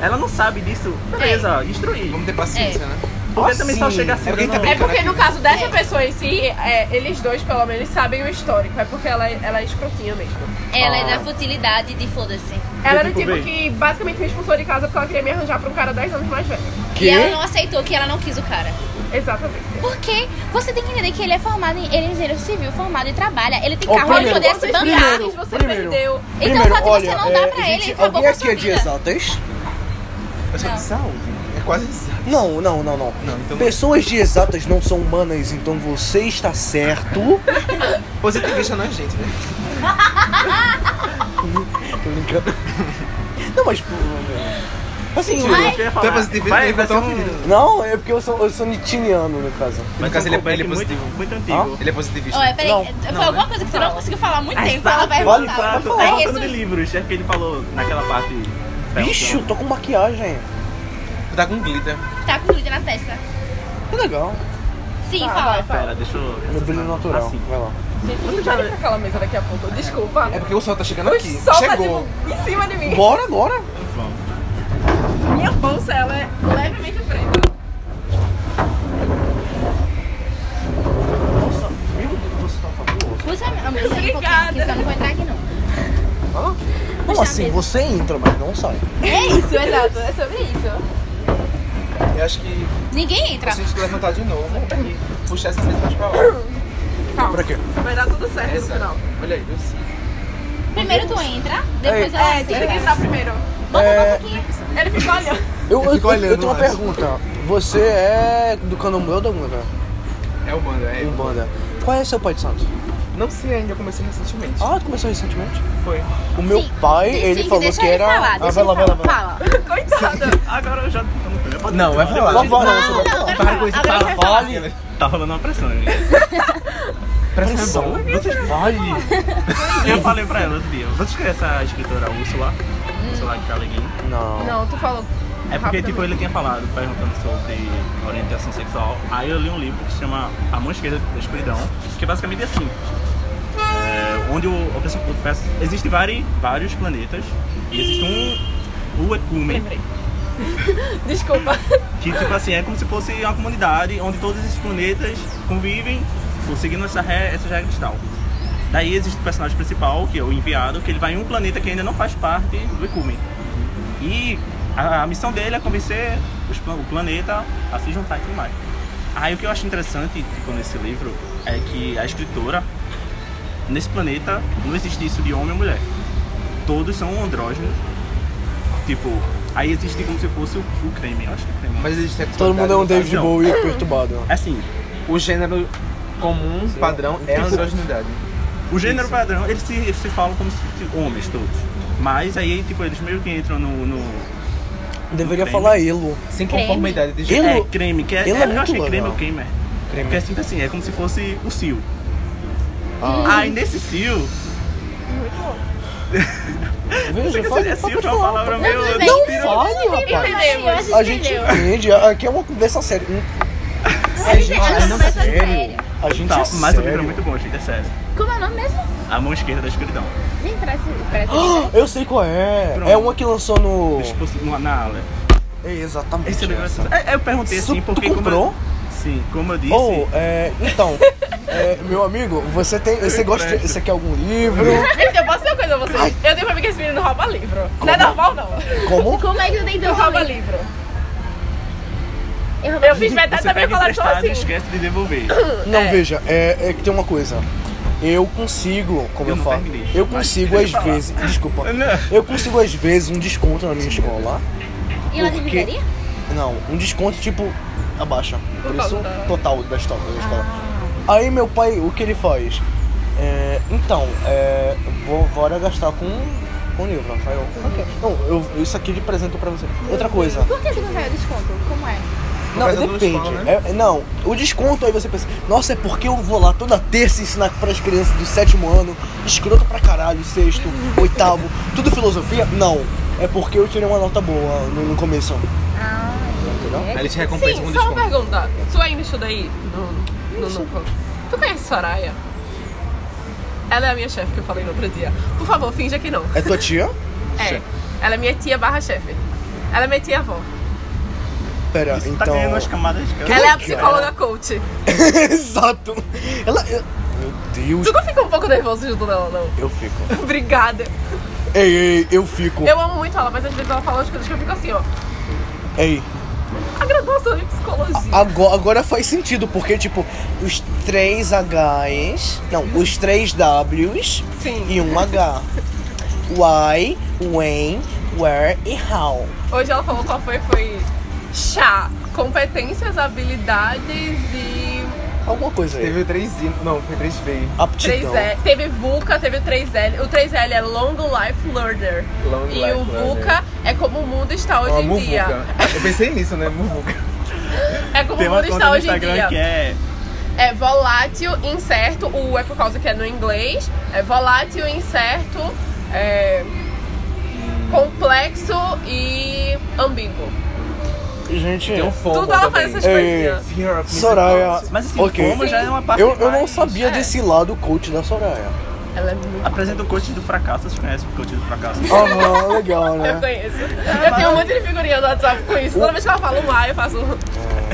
[SPEAKER 5] ela não sabe disso, beleza, instruir.
[SPEAKER 4] Vamos ter paciência,
[SPEAKER 2] É.
[SPEAKER 4] né?
[SPEAKER 5] Porque também só
[SPEAKER 3] Assim,
[SPEAKER 5] chega assim.
[SPEAKER 4] é porque
[SPEAKER 5] não-
[SPEAKER 4] também-
[SPEAKER 1] É porque no caso dessa pessoa em si, é, eles dois pelo menos sabem o histórico. É porque ela, ela é escrotinha mesmo.
[SPEAKER 2] Ela
[SPEAKER 3] Ah.
[SPEAKER 2] é da futilidade de foda-se.
[SPEAKER 1] Ela era o
[SPEAKER 5] tipo
[SPEAKER 1] tipo
[SPEAKER 5] bem.
[SPEAKER 1] que basicamente me expulsou de casa porque ela queria me arranjar pra um cara 10 anos mais velho.
[SPEAKER 2] E ela não aceitou que ela não quis o cara.
[SPEAKER 1] Exatamente.
[SPEAKER 2] Porque você tem que entender que ele é formado em. Ele é engenheiro civil, formado e trabalha. Ele tem
[SPEAKER 3] Ô,
[SPEAKER 2] carro, ele
[SPEAKER 3] primeiro,
[SPEAKER 2] poder se
[SPEAKER 1] vocês
[SPEAKER 2] bancar.
[SPEAKER 1] primeiro. você perdeu.
[SPEAKER 2] Então, só que você não dá pra ele,
[SPEAKER 3] gente,
[SPEAKER 2] acabou
[SPEAKER 3] alguém
[SPEAKER 2] com a
[SPEAKER 3] aqui
[SPEAKER 2] sua
[SPEAKER 3] é de
[SPEAKER 2] vida.
[SPEAKER 3] exatas?
[SPEAKER 4] Eu sou de
[SPEAKER 2] Não.
[SPEAKER 4] saúde. É quase exato.
[SPEAKER 3] Não, não, não, não.
[SPEAKER 4] Não, então-
[SPEAKER 3] Pessoas de exatas não são humanas, então você está certo.
[SPEAKER 4] Positivista não é gente, né?
[SPEAKER 3] Tô brincando. Não, mas. pô, Assim,
[SPEAKER 5] Mentira, eu ia falar.
[SPEAKER 4] Tu é positivo,
[SPEAKER 5] Vai,
[SPEAKER 4] eu
[SPEAKER 5] vai
[SPEAKER 4] tô
[SPEAKER 5] ser
[SPEAKER 4] ofendido.
[SPEAKER 5] um...
[SPEAKER 3] não, é porque eu sou, eu sou nitiniano, no caso.
[SPEAKER 4] No caso, ele é, ele é
[SPEAKER 5] muito,
[SPEAKER 4] positivo.
[SPEAKER 5] muito antigo.
[SPEAKER 4] Ele é positivista.
[SPEAKER 2] Olha, peraí,
[SPEAKER 3] Não,
[SPEAKER 2] foi
[SPEAKER 5] não,
[SPEAKER 2] alguma
[SPEAKER 5] né?
[SPEAKER 2] coisa que tu não conseguiu falar há muito tempo. Ela vai
[SPEAKER 3] Olha,
[SPEAKER 2] voltar.
[SPEAKER 5] Exato,
[SPEAKER 2] Vai
[SPEAKER 5] tá faltando de
[SPEAKER 2] resumir.
[SPEAKER 5] livros. É porque ele falou naquela parte.
[SPEAKER 3] Bicho, tô com maquiagem.
[SPEAKER 4] Tá com glitter.
[SPEAKER 2] Tá com glitter na testa.
[SPEAKER 3] Que legal.
[SPEAKER 2] Sim,
[SPEAKER 1] Tá,
[SPEAKER 2] fala.
[SPEAKER 1] vai, fala.
[SPEAKER 5] Pera, deixa eu.
[SPEAKER 3] Meu brilho natural.
[SPEAKER 5] Assim.
[SPEAKER 3] Vai lá.
[SPEAKER 1] Gente, a gente vai pra aquela mesa daqui a pouco. Desculpa.
[SPEAKER 4] É porque o sol tá chegando
[SPEAKER 1] O
[SPEAKER 4] aqui.
[SPEAKER 1] sol
[SPEAKER 4] Chegou.
[SPEAKER 1] tá tipo, em cima de mim.
[SPEAKER 3] Bora, bora.
[SPEAKER 5] Vamos.
[SPEAKER 1] Minha bolsa, ela é levemente preta.
[SPEAKER 3] Nossa, meu Deus, você tá fabuloso.
[SPEAKER 2] Usa a mesa um pouquinho,
[SPEAKER 1] Obrigada.
[SPEAKER 2] porque senão eu não vou entrar aqui não.
[SPEAKER 3] Não, assim, você entra, mas não sai.
[SPEAKER 2] É isso, exato. É sobre isso.
[SPEAKER 4] Eu acho que
[SPEAKER 2] Ninguém entra.
[SPEAKER 4] se a gente levantar de novo e puxar essa mesa mais pra lá.
[SPEAKER 1] Calma.
[SPEAKER 3] Pra quê?
[SPEAKER 1] Vai dar tudo certo no
[SPEAKER 4] Essa.
[SPEAKER 1] final.
[SPEAKER 4] Olha aí, viu? Sim.
[SPEAKER 2] Primeiro tu entra, depois
[SPEAKER 3] É,
[SPEAKER 2] ela
[SPEAKER 1] É, tem que
[SPEAKER 2] entra.
[SPEAKER 1] entrar primeiro.
[SPEAKER 3] É,
[SPEAKER 2] um
[SPEAKER 1] Ele fica olhando.
[SPEAKER 3] eu, eu,
[SPEAKER 4] fico
[SPEAKER 3] eu-
[SPEAKER 4] olhando,
[SPEAKER 3] eu tenho uma
[SPEAKER 4] mas-
[SPEAKER 3] pergunta. Você é do candomblé ou da Umbanda?
[SPEAKER 4] É o bando, é.
[SPEAKER 3] Umbanda. Qual é seu pai de santo?
[SPEAKER 4] Não sei ainda, eu comecei recentemente.
[SPEAKER 3] Ah, tu começou recentemente?
[SPEAKER 4] Foi.
[SPEAKER 3] O meu pai,
[SPEAKER 2] Sim,
[SPEAKER 3] ele
[SPEAKER 2] sim,
[SPEAKER 3] falou
[SPEAKER 2] deixa
[SPEAKER 3] que
[SPEAKER 2] ele
[SPEAKER 3] era...
[SPEAKER 2] Falar,
[SPEAKER 3] ah,
[SPEAKER 2] deixa
[SPEAKER 3] vai
[SPEAKER 2] ele
[SPEAKER 3] lá, vai lá, vai lá. é
[SPEAKER 2] falar. Fala.
[SPEAKER 1] Coitada.
[SPEAKER 5] Agora eu já. eu posso-
[SPEAKER 4] Não, vai
[SPEAKER 3] Vai
[SPEAKER 4] falar.
[SPEAKER 3] falar, você
[SPEAKER 2] Não,
[SPEAKER 3] vai
[SPEAKER 2] não,
[SPEAKER 3] falar.
[SPEAKER 2] agora fala,
[SPEAKER 4] com isso,
[SPEAKER 2] agora
[SPEAKER 4] fala,
[SPEAKER 2] vai falar.
[SPEAKER 4] fala.
[SPEAKER 5] Tá rolando uma pressão, gente.
[SPEAKER 4] Parece que é
[SPEAKER 3] Pressão.
[SPEAKER 4] bom.
[SPEAKER 3] Você vai.
[SPEAKER 5] Eu falei pra ela outro dia, vocês conhecem a escritora Úrsula? Úrsula de Guin?
[SPEAKER 3] Não.
[SPEAKER 1] Não, tu falou.
[SPEAKER 5] É porque,
[SPEAKER 1] Hum. Rapidamente.
[SPEAKER 5] tipo, ele tinha falado, perguntando sobre orientação sexual. Aí eu li um livro que se chama A Mão Esquerda da Escuridão, que é basicamente assim. É, onde o, o, pessoa- o, pesso- existe vari, vários planetas e existe um o Ecumen,
[SPEAKER 1] Lembrei. Desculpa.
[SPEAKER 5] que tipo assim, é como se fosse uma comunidade onde todos esses planetas convivem, seguindo essa re- essas regras e tal. Daí existe o personagem principal, que é o enviado, que ele vai em um planeta que ainda não faz parte do Ecumen. E a, a missão dele é convencer os pla- o planeta a se juntar e tudo mais. Aí o que eu acho interessante, tipo, nesse livro, é que a escritora, nesse planeta, não existe isso de homem ou mulher. Todos são andrógenos. Tipo, aí existe como se fosse o, o creme, eu acho que é o creme.
[SPEAKER 4] Mas existe a
[SPEAKER 3] Todo mundo é um
[SPEAKER 4] sexualidade,
[SPEAKER 3] David
[SPEAKER 5] não.
[SPEAKER 3] Bowie perturbado.
[SPEAKER 5] assim,
[SPEAKER 4] O gênero comum, padrão, é a androgenidade.
[SPEAKER 5] O gênero padrão, eles se, eles se falam como se fossem homens todos. Mas aí, tipo, eles meio que entram no. no
[SPEAKER 3] Deveria
[SPEAKER 5] Creme.
[SPEAKER 3] falar Elo.
[SPEAKER 4] Sem conformidade de gênero.
[SPEAKER 5] é
[SPEAKER 3] Elo-
[SPEAKER 5] creme, que é.
[SPEAKER 3] Elo é
[SPEAKER 5] é eu
[SPEAKER 3] muito
[SPEAKER 5] acho que é creme
[SPEAKER 3] legal.
[SPEAKER 5] ou creme, é.
[SPEAKER 4] Creme.
[SPEAKER 5] Porque é tipo assim, é como se fosse o Sil. Aí nesse Sil.
[SPEAKER 3] Veja,
[SPEAKER 5] Sil
[SPEAKER 3] fala,
[SPEAKER 5] é
[SPEAKER 3] fala,
[SPEAKER 5] uma
[SPEAKER 3] fala.
[SPEAKER 5] palavra meio.
[SPEAKER 2] tudo bem.
[SPEAKER 5] Não,
[SPEAKER 3] Não fale, rapaz.
[SPEAKER 2] Entendeu? A gente
[SPEAKER 3] A gente
[SPEAKER 2] entendeu.
[SPEAKER 3] entende, aqui é uma conversa séria.
[SPEAKER 2] A gente
[SPEAKER 3] Ah,
[SPEAKER 2] não,
[SPEAKER 3] não,
[SPEAKER 2] mas é
[SPEAKER 3] sério?
[SPEAKER 2] sério.
[SPEAKER 3] A gente
[SPEAKER 5] tá,
[SPEAKER 3] é
[SPEAKER 5] mas o livro é
[SPEAKER 3] sério.
[SPEAKER 5] muito bom, gente, é sério.
[SPEAKER 2] Como é o nome mesmo?
[SPEAKER 5] A mão esquerda da escuridão.
[SPEAKER 2] Gente, parece. parece
[SPEAKER 3] Ah, Eu sei qual é.
[SPEAKER 5] Pronto.
[SPEAKER 3] É uma que lançou no.
[SPEAKER 5] Tipo, na- na ala.
[SPEAKER 3] É exatamente.
[SPEAKER 5] Esse livro é
[SPEAKER 3] essa.
[SPEAKER 5] é, Eu perguntei
[SPEAKER 3] Isso,
[SPEAKER 5] assim,
[SPEAKER 3] tu
[SPEAKER 5] porque. como eu-
[SPEAKER 3] comprou?
[SPEAKER 5] Sim, como eu disse.
[SPEAKER 3] Ou, é, então, é, meu amigo, você tem. Você gosta de. Você quer algum livro?
[SPEAKER 1] Gente, eu posso dizer uma coisa a vocês? Eu tenho pra mim que esse menino rouba livro. Não é normal, não.
[SPEAKER 3] Como?
[SPEAKER 2] Como é que tu tem
[SPEAKER 1] Eu
[SPEAKER 2] tanto
[SPEAKER 1] rouba
[SPEAKER 2] nome?
[SPEAKER 1] livro.
[SPEAKER 2] Eu roubei.
[SPEAKER 1] Eu fiz metade
[SPEAKER 5] Você
[SPEAKER 1] da minha
[SPEAKER 5] pega
[SPEAKER 1] coleção
[SPEAKER 5] emprestado e
[SPEAKER 1] assim.
[SPEAKER 5] esquece de devolver. Tá
[SPEAKER 3] Não, veja, é, é que tem uma coisa. Eu consigo, como
[SPEAKER 5] Eu
[SPEAKER 3] eu,
[SPEAKER 5] não
[SPEAKER 3] falo,
[SPEAKER 5] terminei,
[SPEAKER 3] eu
[SPEAKER 5] mas
[SPEAKER 3] consigo
[SPEAKER 5] deixa
[SPEAKER 3] às
[SPEAKER 5] eu falar.
[SPEAKER 3] vezes. Desculpa.
[SPEAKER 5] Não.
[SPEAKER 3] Eu consigo às vezes um desconto na minha escola.
[SPEAKER 2] E ela
[SPEAKER 3] Por
[SPEAKER 2] tem
[SPEAKER 3] quê?
[SPEAKER 2] livraria?
[SPEAKER 3] Não, um desconto tipo abaixa. O preço
[SPEAKER 1] causa da-
[SPEAKER 3] total da escola. Da escola.
[SPEAKER 2] Ah.
[SPEAKER 3] Aí meu pai, o que ele faz? É, então, é, vou, bora gastar com com livro, Rafael. Ok. Não, eu, isso aqui de presente pra você. Outra coisa.
[SPEAKER 2] Por que tu não ganhou desconto? Como é?
[SPEAKER 3] Não,
[SPEAKER 4] causa do
[SPEAKER 3] depende.
[SPEAKER 4] escola, né?
[SPEAKER 3] É- não, o desconto aí você pensa, nossa, é porque eu vou lá toda terça ensinar pras crianças do sétimo ano, escroto pra caralho, sexto, oitavo, tudo filosofia? Não. É porque eu tirei uma nota boa no, no começo.
[SPEAKER 4] Aí eles te
[SPEAKER 1] Sim,
[SPEAKER 4] recompensam
[SPEAKER 5] um
[SPEAKER 4] com
[SPEAKER 1] só uma
[SPEAKER 4] desconto.
[SPEAKER 1] pergunta. Tu ainda estuda aí? No, no Núcleo? Tu conhece Soraya? Ela é a minha chefe que eu falei no outro dia. Por favor, finja que não.
[SPEAKER 3] É tua tia?
[SPEAKER 1] É. Ela é minha tia barra chefe. Ela é minha tia avó.
[SPEAKER 3] Pera,
[SPEAKER 5] Isso tá
[SPEAKER 3] então.
[SPEAKER 5] ganhando umas camadas de cara.
[SPEAKER 1] Ela é a
[SPEAKER 3] legal.
[SPEAKER 1] psicóloga coach.
[SPEAKER 3] Exato. Ela. eu- Meu Deus.
[SPEAKER 1] Tu não fica um pouco nervoso junto dela, não?
[SPEAKER 3] Eu fico.
[SPEAKER 1] Obrigada.
[SPEAKER 3] Ei, ei, eu fico.
[SPEAKER 1] Eu amo muito ela, mas às vezes ela fala umas coisas que eu fico assim, ó.
[SPEAKER 3] Ei.
[SPEAKER 1] A graduação de psicologia.
[SPEAKER 3] Agora, agora faz sentido, porque, tipo, os três Hs. Não, os três Ws
[SPEAKER 1] Sim.
[SPEAKER 3] e um H. Why, when, where e how.
[SPEAKER 1] Hoje ela falou qual foi, foi chá. Competências, habilidades e
[SPEAKER 3] Alguma coisa aí.
[SPEAKER 4] Teve três I, não, foi três V.
[SPEAKER 3] Aptidão.
[SPEAKER 1] 3L. Teve VUCA, teve o 3L. O 3L é Long Life Learner.
[SPEAKER 4] Long
[SPEAKER 1] e
[SPEAKER 4] Life
[SPEAKER 1] o VUCA
[SPEAKER 4] Learner.
[SPEAKER 1] é como o mundo está hoje
[SPEAKER 4] Uma
[SPEAKER 1] em dia.
[SPEAKER 4] muvuca. Eu pensei nisso, né? Muvuca.
[SPEAKER 1] É como
[SPEAKER 5] Tem
[SPEAKER 1] o
[SPEAKER 5] uma
[SPEAKER 1] mundo
[SPEAKER 5] conta
[SPEAKER 1] está
[SPEAKER 5] no
[SPEAKER 1] hoje em
[SPEAKER 5] Instagram
[SPEAKER 1] dia.
[SPEAKER 5] que é.
[SPEAKER 1] É volátil, incerto. O é por causa que é no inglês. É volátil, incerto, é complexo e ambíguo.
[SPEAKER 3] Gente,
[SPEAKER 4] Tem um fomo.
[SPEAKER 1] Tudo ela faz
[SPEAKER 4] também.
[SPEAKER 1] essas
[SPEAKER 3] Ei,
[SPEAKER 1] coisinhas.
[SPEAKER 4] Fear of missing
[SPEAKER 3] Soraya.
[SPEAKER 4] out.
[SPEAKER 5] Mas assim,
[SPEAKER 3] Ok.
[SPEAKER 5] como já é uma parte.
[SPEAKER 3] Eu, eu não
[SPEAKER 5] mais-
[SPEAKER 3] sabia
[SPEAKER 1] é.
[SPEAKER 3] desse lado coach da Soraya.
[SPEAKER 1] Ela é muito.
[SPEAKER 5] Apresenta o coach do fracasso, vocês conhecem o coach do fracasso?
[SPEAKER 3] Ah. Aham, legal,
[SPEAKER 1] Eu
[SPEAKER 3] né?
[SPEAKER 1] conheço. Eu tenho um monte de figurinha do WhatsApp com isso. Toda vez que ela fala um A, eu faço um.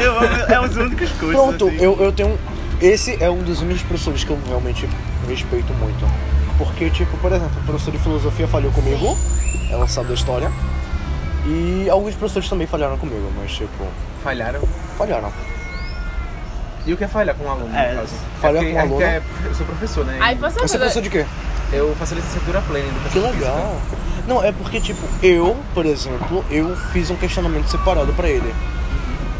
[SPEAKER 5] Eu amo, é os únicos coaches.
[SPEAKER 3] Pronto,
[SPEAKER 5] assim.
[SPEAKER 3] eu, eu tenho. Esse é um dos únicos professores que eu realmente respeito muito. Porque, tipo, por exemplo, o professor de filosofia falhou comigo, ela sabe da história. E alguns professores também falharam comigo, mas, tipo,
[SPEAKER 4] Falharam.
[SPEAKER 3] falharam.
[SPEAKER 4] E o que é falhar com um aluno,
[SPEAKER 5] É,
[SPEAKER 4] no caso?
[SPEAKER 3] falhar com
[SPEAKER 4] porque
[SPEAKER 3] um
[SPEAKER 4] a gente
[SPEAKER 3] aluno.
[SPEAKER 4] é- eu sou professor, né?
[SPEAKER 1] Aí você
[SPEAKER 3] Você é professor
[SPEAKER 1] coisa.
[SPEAKER 3] de quê?
[SPEAKER 4] Eu faço licenciatura plena. então em
[SPEAKER 3] Que
[SPEAKER 4] educação
[SPEAKER 3] legal. Não, é porque, tipo, eu, por exemplo, eu fiz um questionamento separado pra ele.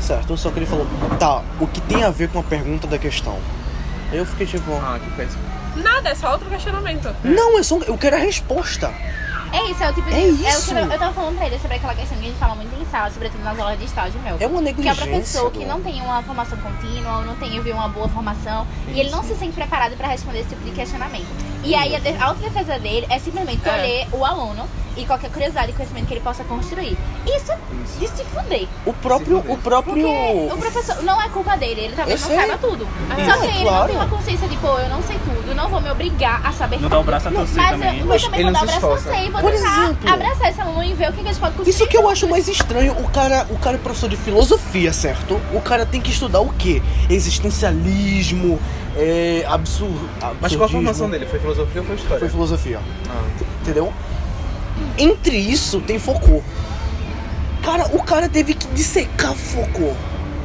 [SPEAKER 3] Certo? Só que ele falou, tá, o que tem a ver com a pergunta da questão? Aí eu fiquei tipo,
[SPEAKER 2] É.
[SPEAKER 4] Ah, que péssimo.
[SPEAKER 1] Nada, é só outro questionamento.
[SPEAKER 3] não, eu, só, um, eu quero a resposta.
[SPEAKER 2] É isso, é o tipo de.
[SPEAKER 3] É isso.
[SPEAKER 2] o que eu, eu tava falando pra ele sobre aquela questão que a gente fala muito em sala, sobretudo nas aulas de estágio meu.
[SPEAKER 3] É uma
[SPEAKER 2] Que é o
[SPEAKER 3] negligência.
[SPEAKER 2] professor que
[SPEAKER 3] do-
[SPEAKER 2] não tem uma formação contínua, ou não tem viu, uma boa formação, e ele não se sente preparado pra responder esse tipo de questionamento. E aí a, de, a autodefesa dele é simplesmente
[SPEAKER 1] É.
[SPEAKER 2] tolher o aluno e qualquer curiosidade e conhecimento que ele possa construir. Isso de se fuder.
[SPEAKER 3] O próprio, o
[SPEAKER 4] Sim,
[SPEAKER 2] Porque
[SPEAKER 3] próprio.
[SPEAKER 2] o professor não é culpa dele, ele talvez
[SPEAKER 3] Eu
[SPEAKER 2] não
[SPEAKER 3] sei.
[SPEAKER 2] saiba tudo.
[SPEAKER 1] É.
[SPEAKER 2] Só que
[SPEAKER 3] É,
[SPEAKER 2] ele não
[SPEAKER 3] claro.
[SPEAKER 2] tem uma consciência de, pô, eu não sei tudo, não vou me obrigar a saber
[SPEAKER 5] Não dá
[SPEAKER 2] tudo.
[SPEAKER 5] o braço a torcer
[SPEAKER 2] mas
[SPEAKER 5] também.
[SPEAKER 2] Eu, mas
[SPEAKER 4] Mas
[SPEAKER 2] também
[SPEAKER 4] ele
[SPEAKER 2] vou
[SPEAKER 4] não
[SPEAKER 2] dar o
[SPEAKER 4] se
[SPEAKER 2] braço a
[SPEAKER 4] esforça.
[SPEAKER 2] torcer e vou
[SPEAKER 3] Por
[SPEAKER 2] tentar
[SPEAKER 3] exemplo.
[SPEAKER 2] abraçar esse aluno e ver o que que a gente pode conseguir.
[SPEAKER 3] Isso que eu acho mais estranho, o cara, o cara é professor de filosofia, certo? O cara tem que estudar o quê? Existencialismo, é, absurdo.
[SPEAKER 4] Mas qual a formação dele? Foi filosofia ou foi história?
[SPEAKER 3] Foi filosofia.
[SPEAKER 4] Ah.
[SPEAKER 3] Entendeu? Entre isso tem Foucault. Cara, o cara teve que dissecar Foucault.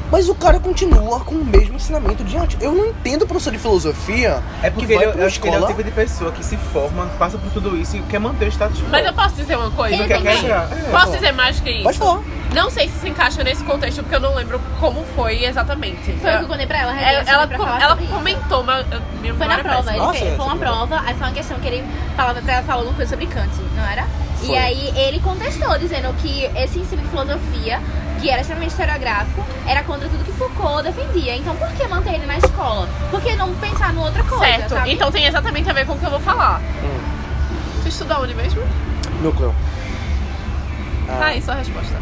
[SPEAKER 3] Mas o cara continua com o mesmo ensinamento de antes. Eu não entendo o professor de filosofia
[SPEAKER 4] É porque
[SPEAKER 3] que
[SPEAKER 4] ele,
[SPEAKER 3] vai
[SPEAKER 4] é-
[SPEAKER 3] pra uma
[SPEAKER 4] acho que ele é o
[SPEAKER 3] escola.
[SPEAKER 4] tipo de pessoa que se forma, passa por tudo isso e quer manter o status quo.
[SPEAKER 1] Mas eu posso dizer uma coisa
[SPEAKER 2] Ele
[SPEAKER 4] Quer-
[SPEAKER 1] também?
[SPEAKER 4] quer-
[SPEAKER 2] também.
[SPEAKER 4] é.
[SPEAKER 1] Posso dizer mais do que isso?
[SPEAKER 3] Pode falar.
[SPEAKER 1] Não sei se se encaixa nesse contexto, porque eu não lembro como foi exatamente.
[SPEAKER 2] Foi o que eu
[SPEAKER 1] ela,
[SPEAKER 2] contei pra ela, né?
[SPEAKER 1] É, ela, ela,
[SPEAKER 2] pra
[SPEAKER 1] com-
[SPEAKER 2] falar
[SPEAKER 1] ela
[SPEAKER 2] sobre isso.
[SPEAKER 1] comentou, mas eu- minha
[SPEAKER 2] Foi na
[SPEAKER 1] memória é
[SPEAKER 2] prova,
[SPEAKER 1] péssima.
[SPEAKER 2] ele
[SPEAKER 3] Nossa,
[SPEAKER 2] fez, foi
[SPEAKER 3] essa
[SPEAKER 2] uma prova, aí foi uma questão que ele falava pra ela, falou alguma coisa sobre Kant, não era? E aí ele contestou, dizendo que esse ensino de filosofia, que era extremamente historiográfico, era contra tudo que Foucault defendia. Então por que manter ele na escola? Por que não pensar numa outra coisa?
[SPEAKER 1] Certo,
[SPEAKER 2] sabe?
[SPEAKER 1] então tem exatamente a ver com o que eu vou falar.
[SPEAKER 3] Hum.
[SPEAKER 1] Tu estuda onde mesmo?
[SPEAKER 3] Núcleo. Ah.
[SPEAKER 1] Tá aí sua resposta.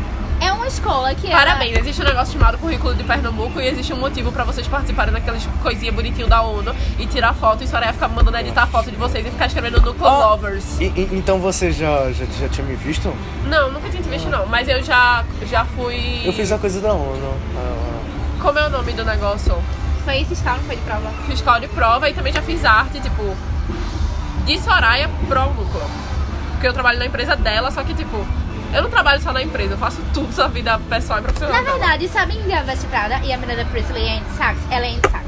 [SPEAKER 2] É uma escola que era-
[SPEAKER 1] Parabéns, existe um negócio chamado currículo de Pernambuco e existe um motivo pra vocês participarem daqueles coisinha bonitinho da ONU e tirar foto e Soraya ficar mandando editar a foto de vocês e ficar escrevendo Nuclear
[SPEAKER 3] Ó.
[SPEAKER 1] Lovers.
[SPEAKER 3] E- e- então você já, já, já tinha me visto?
[SPEAKER 1] Não, nunca tinha te visto não, mas eu já, já fui...
[SPEAKER 3] Eu fiz a coisa da ONU. Ah,
[SPEAKER 1] Como é o nome do negócio?
[SPEAKER 2] Foi esse escala, não foi de prova.
[SPEAKER 1] fiscal de prova e também já fiz arte, tipo, de Soraya pro lucro. Porque eu trabalho na empresa dela, só que, tipo, eu não trabalho só na empresa, eu faço tudo sua vida pessoal e profissional.
[SPEAKER 2] Na
[SPEAKER 1] dela.
[SPEAKER 2] verdade, sabem que a Veste Prada e a Miranda Priestley é Andy Sachs? Ela é Andy Sachs.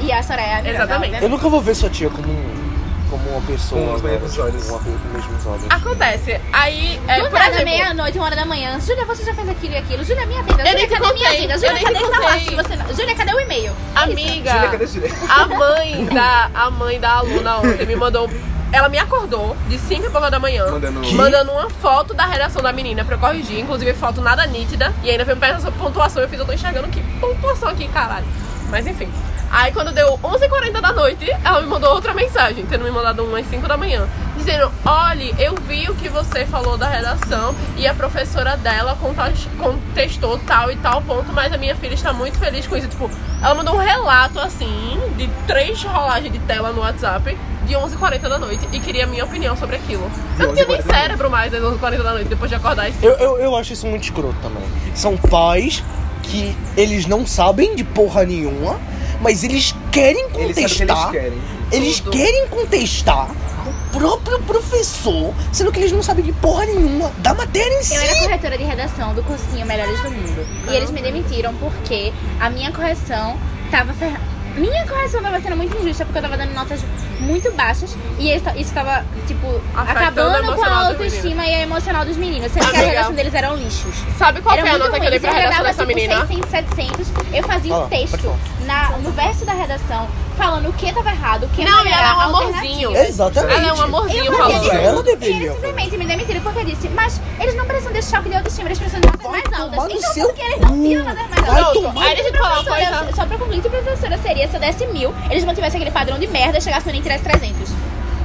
[SPEAKER 2] E a Soraya é a Miranda,
[SPEAKER 1] Exatamente.
[SPEAKER 2] obviamente.
[SPEAKER 3] Eu nunca vou ver sua tia como, um- como uma pessoa.
[SPEAKER 4] Com os
[SPEAKER 3] né?
[SPEAKER 4] mesmos olhos.
[SPEAKER 3] Com a- os mesmos olhos.
[SPEAKER 1] Acontece. Aí, é,
[SPEAKER 2] do
[SPEAKER 1] por
[SPEAKER 2] nada,
[SPEAKER 1] exemplo,
[SPEAKER 2] meia-noite, uma hora da manhã. Júlia, você já fez aquilo e aquilo. Júlia, minha vida.
[SPEAKER 1] nem
[SPEAKER 2] Júlia,
[SPEAKER 1] te
[SPEAKER 2] cadê minha
[SPEAKER 1] contei,
[SPEAKER 2] agenda?
[SPEAKER 1] eu
[SPEAKER 2] Júlia,
[SPEAKER 1] nem
[SPEAKER 2] cadê
[SPEAKER 1] te
[SPEAKER 2] o trabalho que
[SPEAKER 1] contei.
[SPEAKER 2] você... não- Júlia, cadê o e-mail? É
[SPEAKER 1] amiga,
[SPEAKER 4] Júlia, cadê Júlia?
[SPEAKER 1] a mãe da a mãe da aluna ontem me mandou. Ela me acordou de 5 e pouca da manhã,
[SPEAKER 4] Mandando- Que?
[SPEAKER 1] mandando uma foto da redação da menina pra eu corrigir, inclusive foto nada nítida, e ainda veio me perguntar sobre pontuação. Eu fiz, eu tô enxergando que pontuação aqui, caralho. Mas enfim. Aí quando deu 11h40 da noite, ela me mandou outra mensagem, tendo me mandado uma às 5 da manhã, dizendo: Olhe, eu vi o que você falou da redação e a professora dela conta- contestou tal e tal ponto, mas a minha filha está muito feliz com isso. Tipo, ela mandou um relato assim, de três rolagens de tela no WhatsApp, de 11h40 da noite, e queria a minha opinião sobre aquilo. Eu não tinha nem
[SPEAKER 4] 11h40 da noite.
[SPEAKER 1] cérebro mais às 11h40 da noite, depois de acordar às 5
[SPEAKER 3] Eu, eu, eu acho isso muito escroto também. São pais que eles não sabem de porra nenhuma, mas eles querem
[SPEAKER 4] Eles sabem o que eles
[SPEAKER 3] contestar.
[SPEAKER 4] querem.
[SPEAKER 3] Eles
[SPEAKER 1] Tudo.
[SPEAKER 3] querem contestar o próprio professor, sendo que eles não sabem de porra nenhuma da matéria em si.
[SPEAKER 2] Eu era corretora de redação do cursinho Melhores do Mundo.
[SPEAKER 1] Ah.
[SPEAKER 2] E eles me demitiram porque a minha correção tava ferra... Minha correção tava sendo muito injusta porque eu tava dando notas muito baixas e isso isso tava, tipo,
[SPEAKER 1] Afetando o
[SPEAKER 2] acabando com
[SPEAKER 1] emocional Ah,
[SPEAKER 2] a
[SPEAKER 1] dos
[SPEAKER 2] autoestima e a emocional dos meninos. Sendo que a
[SPEAKER 1] Amiga.
[SPEAKER 2] redação deles um eram lixos.
[SPEAKER 1] Sabe qual
[SPEAKER 2] era
[SPEAKER 1] foi a
[SPEAKER 2] muito
[SPEAKER 1] nota que
[SPEAKER 2] ruim.
[SPEAKER 1] eu dei pra
[SPEAKER 2] Você
[SPEAKER 1] redação
[SPEAKER 2] entregava,
[SPEAKER 1] dessa
[SPEAKER 2] tipo,
[SPEAKER 1] menina?
[SPEAKER 2] 600, 700. Eu fazia
[SPEAKER 3] Fala,
[SPEAKER 2] um
[SPEAKER 3] Ah, pode
[SPEAKER 2] texto
[SPEAKER 3] falar.
[SPEAKER 2] na, no verso da redação falando o que tava errado, o que
[SPEAKER 1] Não, e
[SPEAKER 2] melhorar,
[SPEAKER 1] ela é um amorzinho.
[SPEAKER 2] alternativas.
[SPEAKER 3] Exatamente.
[SPEAKER 1] Ela é um amorzinho
[SPEAKER 2] Eu fazia
[SPEAKER 1] falando.
[SPEAKER 2] de
[SPEAKER 3] Ela
[SPEAKER 2] tudo.
[SPEAKER 3] deveria.
[SPEAKER 2] E eles simplesmente me demitiram porque eu disse, mas eles não precisam desse choque de autoestima, eles precisam de notas
[SPEAKER 3] Vai
[SPEAKER 2] mais
[SPEAKER 3] tomar
[SPEAKER 2] altas.
[SPEAKER 3] no
[SPEAKER 2] Então
[SPEAKER 3] seu
[SPEAKER 2] por que eles não
[SPEAKER 3] cu.
[SPEAKER 2] tiram notas mais
[SPEAKER 3] Vai
[SPEAKER 2] altas?
[SPEAKER 3] tomar
[SPEAKER 1] Aí deixa eu te falar uma
[SPEAKER 2] Professora,
[SPEAKER 1] coisa.
[SPEAKER 2] Só pra concluir, que professora seria se eu desse mil, eles mantivessem aquele padrão de merda, chegasse no Enem e tirasse 300.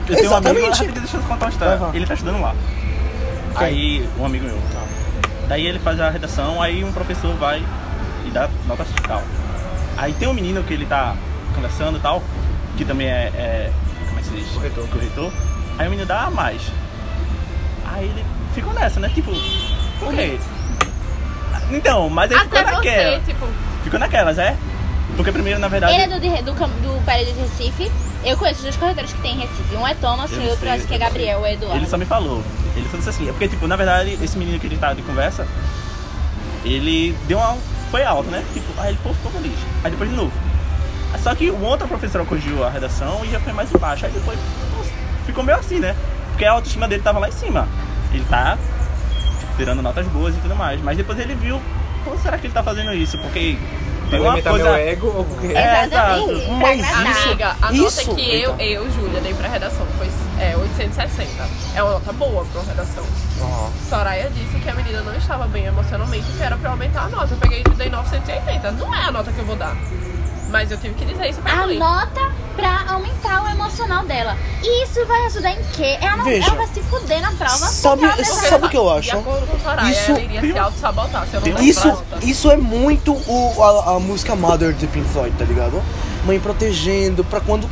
[SPEAKER 5] Eu tenho um amigo lá,
[SPEAKER 3] Exatamente.
[SPEAKER 5] rapidinho, deixa eu contar uma história.
[SPEAKER 3] Vai, vai.
[SPEAKER 5] Ele tá estudando lá. Aí, um amigo meu. Daí ele faz a redação, aí um professor vai e dá nota tal. Aí tem um menino que ele tá conversando e tal, que também é, é- Como é que se diz? Corretor. Corretor. Aí o menino dá a mais. Aí ele ficou nessa, né? Tipo, por quê? Então, mas aí
[SPEAKER 1] Até
[SPEAKER 5] ficou
[SPEAKER 1] você,
[SPEAKER 5] naquela.
[SPEAKER 1] tipo.
[SPEAKER 5] Ficou naquelas, é? Porque primeiro, na
[SPEAKER 1] Tá.
[SPEAKER 5] verdade.
[SPEAKER 2] Ele é do, de- do, cam- do prédio de Recife. Eu conheço os dois corredores que tem em Recife. Um é Thomas
[SPEAKER 5] Eu
[SPEAKER 2] e o outro
[SPEAKER 5] sei,
[SPEAKER 2] acho que é
[SPEAKER 5] eu sei.
[SPEAKER 2] Gabriel ou Eduardo.
[SPEAKER 5] Ele só me falou. Ele só disse assim. É porque, tipo, na verdade, esse menino que ele tava de conversa, ele deu uma. Foi alto, né? Tipo, aí ele pô, ficou feliz. Aí depois de novo. Só que o outro professor corrigiu a redação e já foi mais embaixo. Aí depois nossa, ficou meio assim, né? Porque a autoestima dele tava lá em cima. Ele tá tipo, tirando notas boas e tudo mais. Mas depois ele viu, pô, será que ele tá fazendo isso? Porque
[SPEAKER 4] Pra
[SPEAKER 5] tem uma
[SPEAKER 4] alimentar meu
[SPEAKER 5] coisa.
[SPEAKER 4] ego ou porque...
[SPEAKER 5] É.
[SPEAKER 2] Exatamente.
[SPEAKER 5] exato.
[SPEAKER 2] pra
[SPEAKER 3] Mas
[SPEAKER 1] É
[SPEAKER 2] agradar.
[SPEAKER 3] isso-
[SPEAKER 1] Amiga, a nota
[SPEAKER 3] isso,
[SPEAKER 1] que eu,
[SPEAKER 3] então.
[SPEAKER 1] eu, Júlia, dei pra redação foi é, 860. É uma nota boa pra uma redação.
[SPEAKER 3] Aham.
[SPEAKER 1] Soraya disse que a menina não estava bem emocionalmente e que era pra eu aumentar a nota. Eu peguei e dei 980. Não é a nota que eu vou dar. Mas eu tive que dizer isso pra
[SPEAKER 2] a
[SPEAKER 1] Julie.
[SPEAKER 2] nota pra aumentar o emocional dela. E isso vai ajudar em quê? Ela, não,
[SPEAKER 3] Veja.
[SPEAKER 2] ela vai se fuder na prova.
[SPEAKER 3] Sabe-
[SPEAKER 2] porque ela
[SPEAKER 3] sabe
[SPEAKER 1] é
[SPEAKER 2] vai-
[SPEAKER 3] o que eu acho?
[SPEAKER 1] De acordo com Soraya,
[SPEAKER 3] Isso-
[SPEAKER 1] ela iria se auto-sabotar se eu não desse
[SPEAKER 3] Isso,
[SPEAKER 1] pra nota.
[SPEAKER 3] isso é muito o, a, a música Mother de Pink Floyd, tá ligado? Mãe protegendo pra quando,